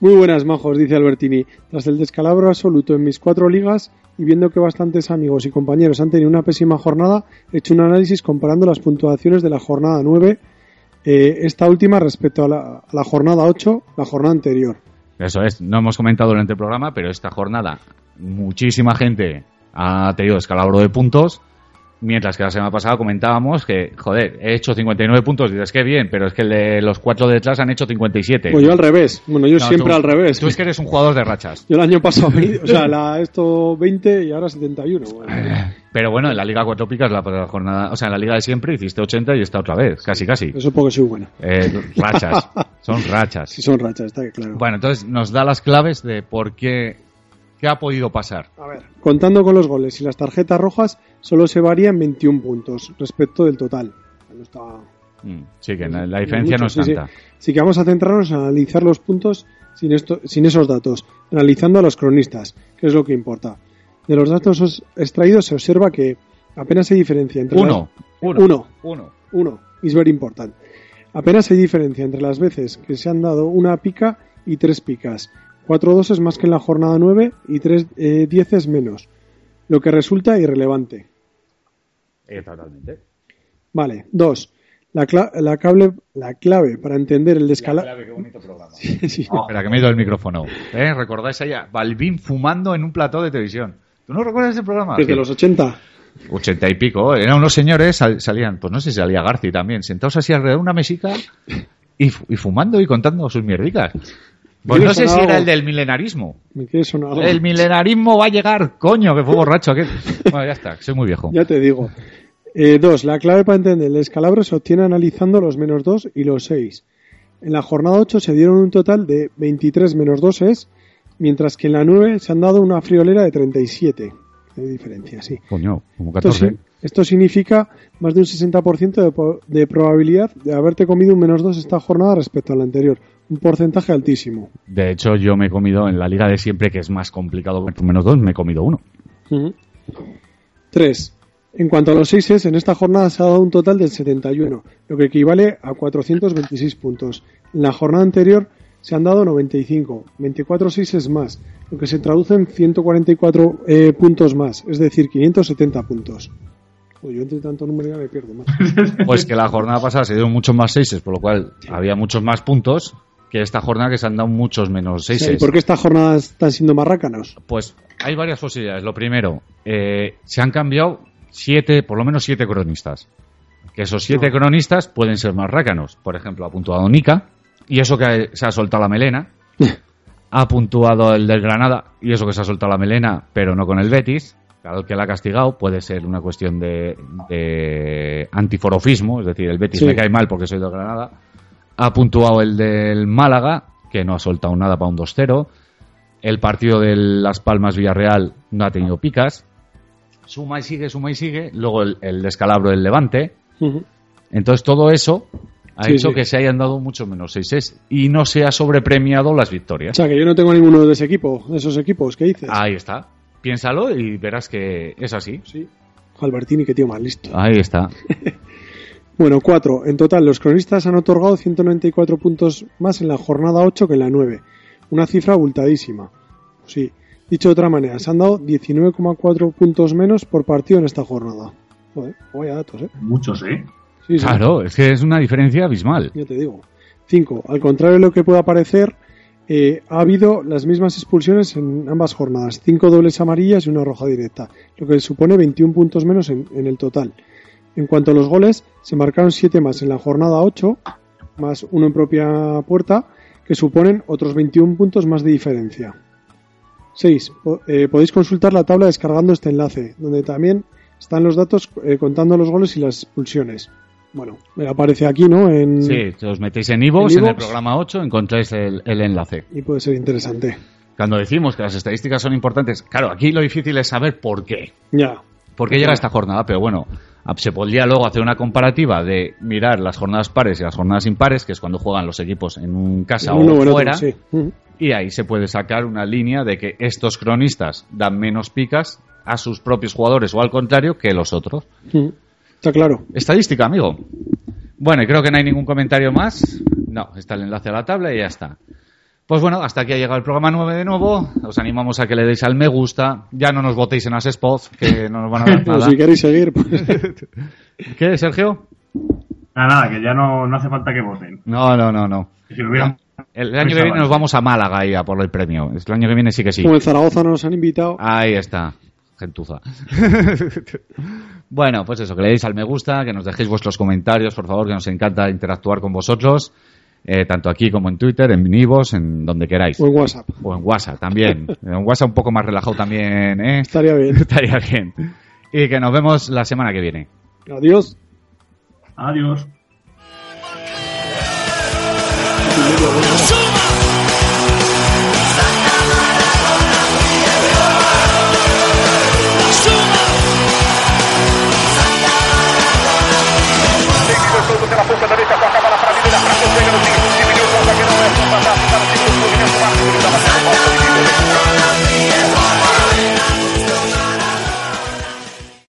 D: Muy buenas, majos, dice Albertini. Tras el descalabro absoluto en mis cuatro ligas y viendo que bastantes amigos y compañeros han tenido una pésima jornada, he hecho un análisis comparando las puntuaciones de la jornada 9, eh, esta última respecto a la, a la jornada 8, la jornada anterior.
C: Eso es. No hemos comentado durante el programa, pero esta jornada muchísima gente ha tenido descalabro de puntos. Mientras que la semana pasada comentábamos que, joder, he hecho 59 puntos. Dices, qué bien, pero es que el de los cuatro de detrás han hecho 57.
D: Pues yo al revés. Bueno, yo
C: No,
D: siempre
C: tú-
D: al revés.
C: Tú es que eres un jugador de rachas.
D: Yo el año pasado, vi- o sea, la, esto 20 y ahora 71. bueno.
C: Pero bueno, en la Liga Cuatro Picas, la, la jornada, o sea, en la Liga de siempre hiciste 80 y está otra vez, casi, casi.
D: Eso porque soy buena.
C: Eh, rachas, son rachas.
D: Si son rachas, está claro.
C: Bueno, entonces nos da las claves de por qué, qué ha podido pasar.
D: A ver, contando con los goles y las tarjetas rojas, solo se varían 21 puntos respecto del total. No está-
C: Mm, Sí, que la, la diferencia no es
D: Mucho, sí,
C: tanta.
D: Así que vamos a centrarnos en analizar los puntos sin, esto, sin esos datos, analizando a los cronistas, que es lo que importa. De los datos os- extraídos se observa que apenas hay diferencia entre las-
C: Uno, uno,
D: Uno.
C: uno.
D: uno, is very important. Apenas hay diferencia entre las veces que se han dado una pica y tres picas. Cuatro doses más que en la jornada 9 y tres eh, dieces menos, lo que resulta irrelevante.
C: Eh, totalmente.
D: Vale, dos. La, cla- la, cable- la clave para entender el descalabro.
C: Clave, qué bonito programa.
D: Sí.
C: Oh, Espera, que me he ido el micrófono. ¿Eh? ¿Recordáis allá? Balvin fumando en un plató de televisión. ¿Tú no recuerdas ese programa?
D: Desde
C: Que-
D: los 80.
C: 80 y pico, eh, eran unos señores, sal- salían, pues no sé si salía Garci también, sentados así alrededor de una mesica y, fu- y fumando y contando sus mierdicas. Pues
D: Yo
C: no
D: les
C: sé si
D: sonaba
C: era
D: algo.
C: el del milenarismo.
D: Me quiere sonar algo.
C: El milenarismo va a llegar, coño, que fue borracho aquel. Bueno, ya está, soy muy viejo.
D: Ya te digo. Eh, dos, la clave para entender el descalabro se obtiene analizando los menos 2 y los 6. En la jornada 8 se dieron un total de 23 menos 2 es, mientras que en la 9 se han dado una friolera de 37. Hay diferencia, sí.
C: Coño, como
D: Esto,
C: 14.
D: sí- esto significa más de un 60% de, po- de probabilidad de haberte comido un menos 2 esta jornada respecto a la anterior. Un porcentaje altísimo.
C: De hecho, yo me he comido en la liga de siempre, que es más complicado por menos dos, me he comido uno.
D: 3. En cuanto a los 6 en esta jornada se ha dado un total del 71, lo que equivale a 426 puntos. En la jornada anterior se han dado 95, 24 6 más, lo que se traduce en 144 eh, puntos más, es decir, 570 puntos. Uy, yo entre tanto número ya me pierdo más.
C: Pues que la jornada pasada se dieron muchos más seises, por lo cual había muchos más puntos que esta jornada que se han dado muchos menos
D: O sea, ¿Y
C: seises.
D: por qué estas jornadas están siendo marrácanos?
C: Pues hay varias posibilidades. Lo primero, eh, se han cambiado siete, por lo menos siete cronistas. Que esos siete cronistas pueden ser más rácanos. Por ejemplo, ha puntuado Nica, y eso que se ha soltado la melena. ha puntuado el del Granada, y eso que se ha soltado la melena, pero no con el Betis. Claro, el que la ha castigado puede ser una cuestión de, de antiforofismo, es decir, el Betis
D: Sí.
C: me cae mal porque soy del Granada. Ha puntuado el del Málaga, que no ha soltado nada para un 2-0. El partido de Las Palmas Villarreal no ha tenido picas. Suma y sigue, suma y sigue. Luego el, el descalabro del Levante.
D: Ujú.
C: Entonces todo eso ha
D: Sí,
C: hecho
D: sí.
C: que se hayan dado mucho menos 6 y no se ha sobrepremiado las
D: O
C: victorias.
D: sea, que yo no tengo ninguno de ese equipo, de esos equipos que dices.
C: Ahí está. Piénsalo y verás que es así.
D: Sí. Albertini, qué tío más listo.
C: Ahí está.
D: Bueno, cuatro. En total, los cronistas han otorgado 194 puntos más en la jornada 8 que en la 9. Una cifra abultadísima. Sí. Dicho de otra manera, se han dado 19,4 puntos menos por partido en esta jornada. Joder, vaya datos, ¿eh?
E: Muchos, ¿eh?
D: Sí, sí,
C: Claro, es que es una diferencia abismal.
D: Ya te digo. Cinco. Al contrario de lo que pueda parecer, eh, ha habido las mismas expulsiones en ambas jornadas. Cinco dobles amarillas y una roja directa. Lo que supone 21 puntos menos en, en el total. En cuanto a los goles, se marcaron 7 más en la jornada 8, más uno en propia puerta, que suponen otros 21 puntos más de eh, diferencia. 6. podéis consultar la tabla descargando este enlace, donde también están los datos eh, contando los goles y las expulsiones. Bueno, me aparece aquí, ¿no? En,
C: Sí, os metéis en Ivox,
D: ¿En
C: en el
D: iVoox?
C: programa 8, encontráis el, el enlace.
D: Y puede ser interesante.
C: Cuando decimos que las estadísticas son importantes, claro, aquí lo difícil es saber por qué.
D: Ya.
C: ¿Por qué llega esta jornada? Pero bueno, a- se podría luego hacer una comparativa de mirar las jornadas pares y las jornadas impares, que es cuando juegan los equipos en un casa
D: En uno o en
C: o
D: otro,
C: Pues fuera,
D: sí. Mm.
C: y ahí se puede sacar una línea de que estos cronistas dan menos picas a sus propios jugadores o al contrario que los otros.
D: Mm. Está claro.
C: Estadística, amigo. Bueno, y creo que no hay ningún comentario más. No, está el enlace a la tabla y ya está. Pues bueno, hasta aquí ha llegado el programa 9 de nuevo. Os animamos a que le deis al me gusta. Ya no nos votéis en las spots, que no nos van a dar
D: Pero
C: nada.
D: si queréis seguir, pues,
C: ¿Qué, Sergio?
E: Nada, nada, que ya no, no hace falta que voten.
C: No, no, no, no.
E: Que Si lo hubieran-
C: El año que viene nos vamos a Málaga ahí a por el premio. El año que viene sí Ah. que sí.
D: como el Zaragoza nos han invitado.
C: Ahí está, gentuza. bueno, pues eso, que le deis al me gusta, que nos dejéis vuestros comentarios, por favor, que nos encanta interactuar con vosotros, eh, tanto aquí como en Twitter, en Minivos, en donde queráis.
D: O en WhatsApp.
C: O en WhatsApp también. En WhatsApp un poco más relajado también, ¿eh?
D: Estaría bien.
C: Estaría bien. Y que nos vemos la semana que viene.
D: Adiós.
E: Adiós.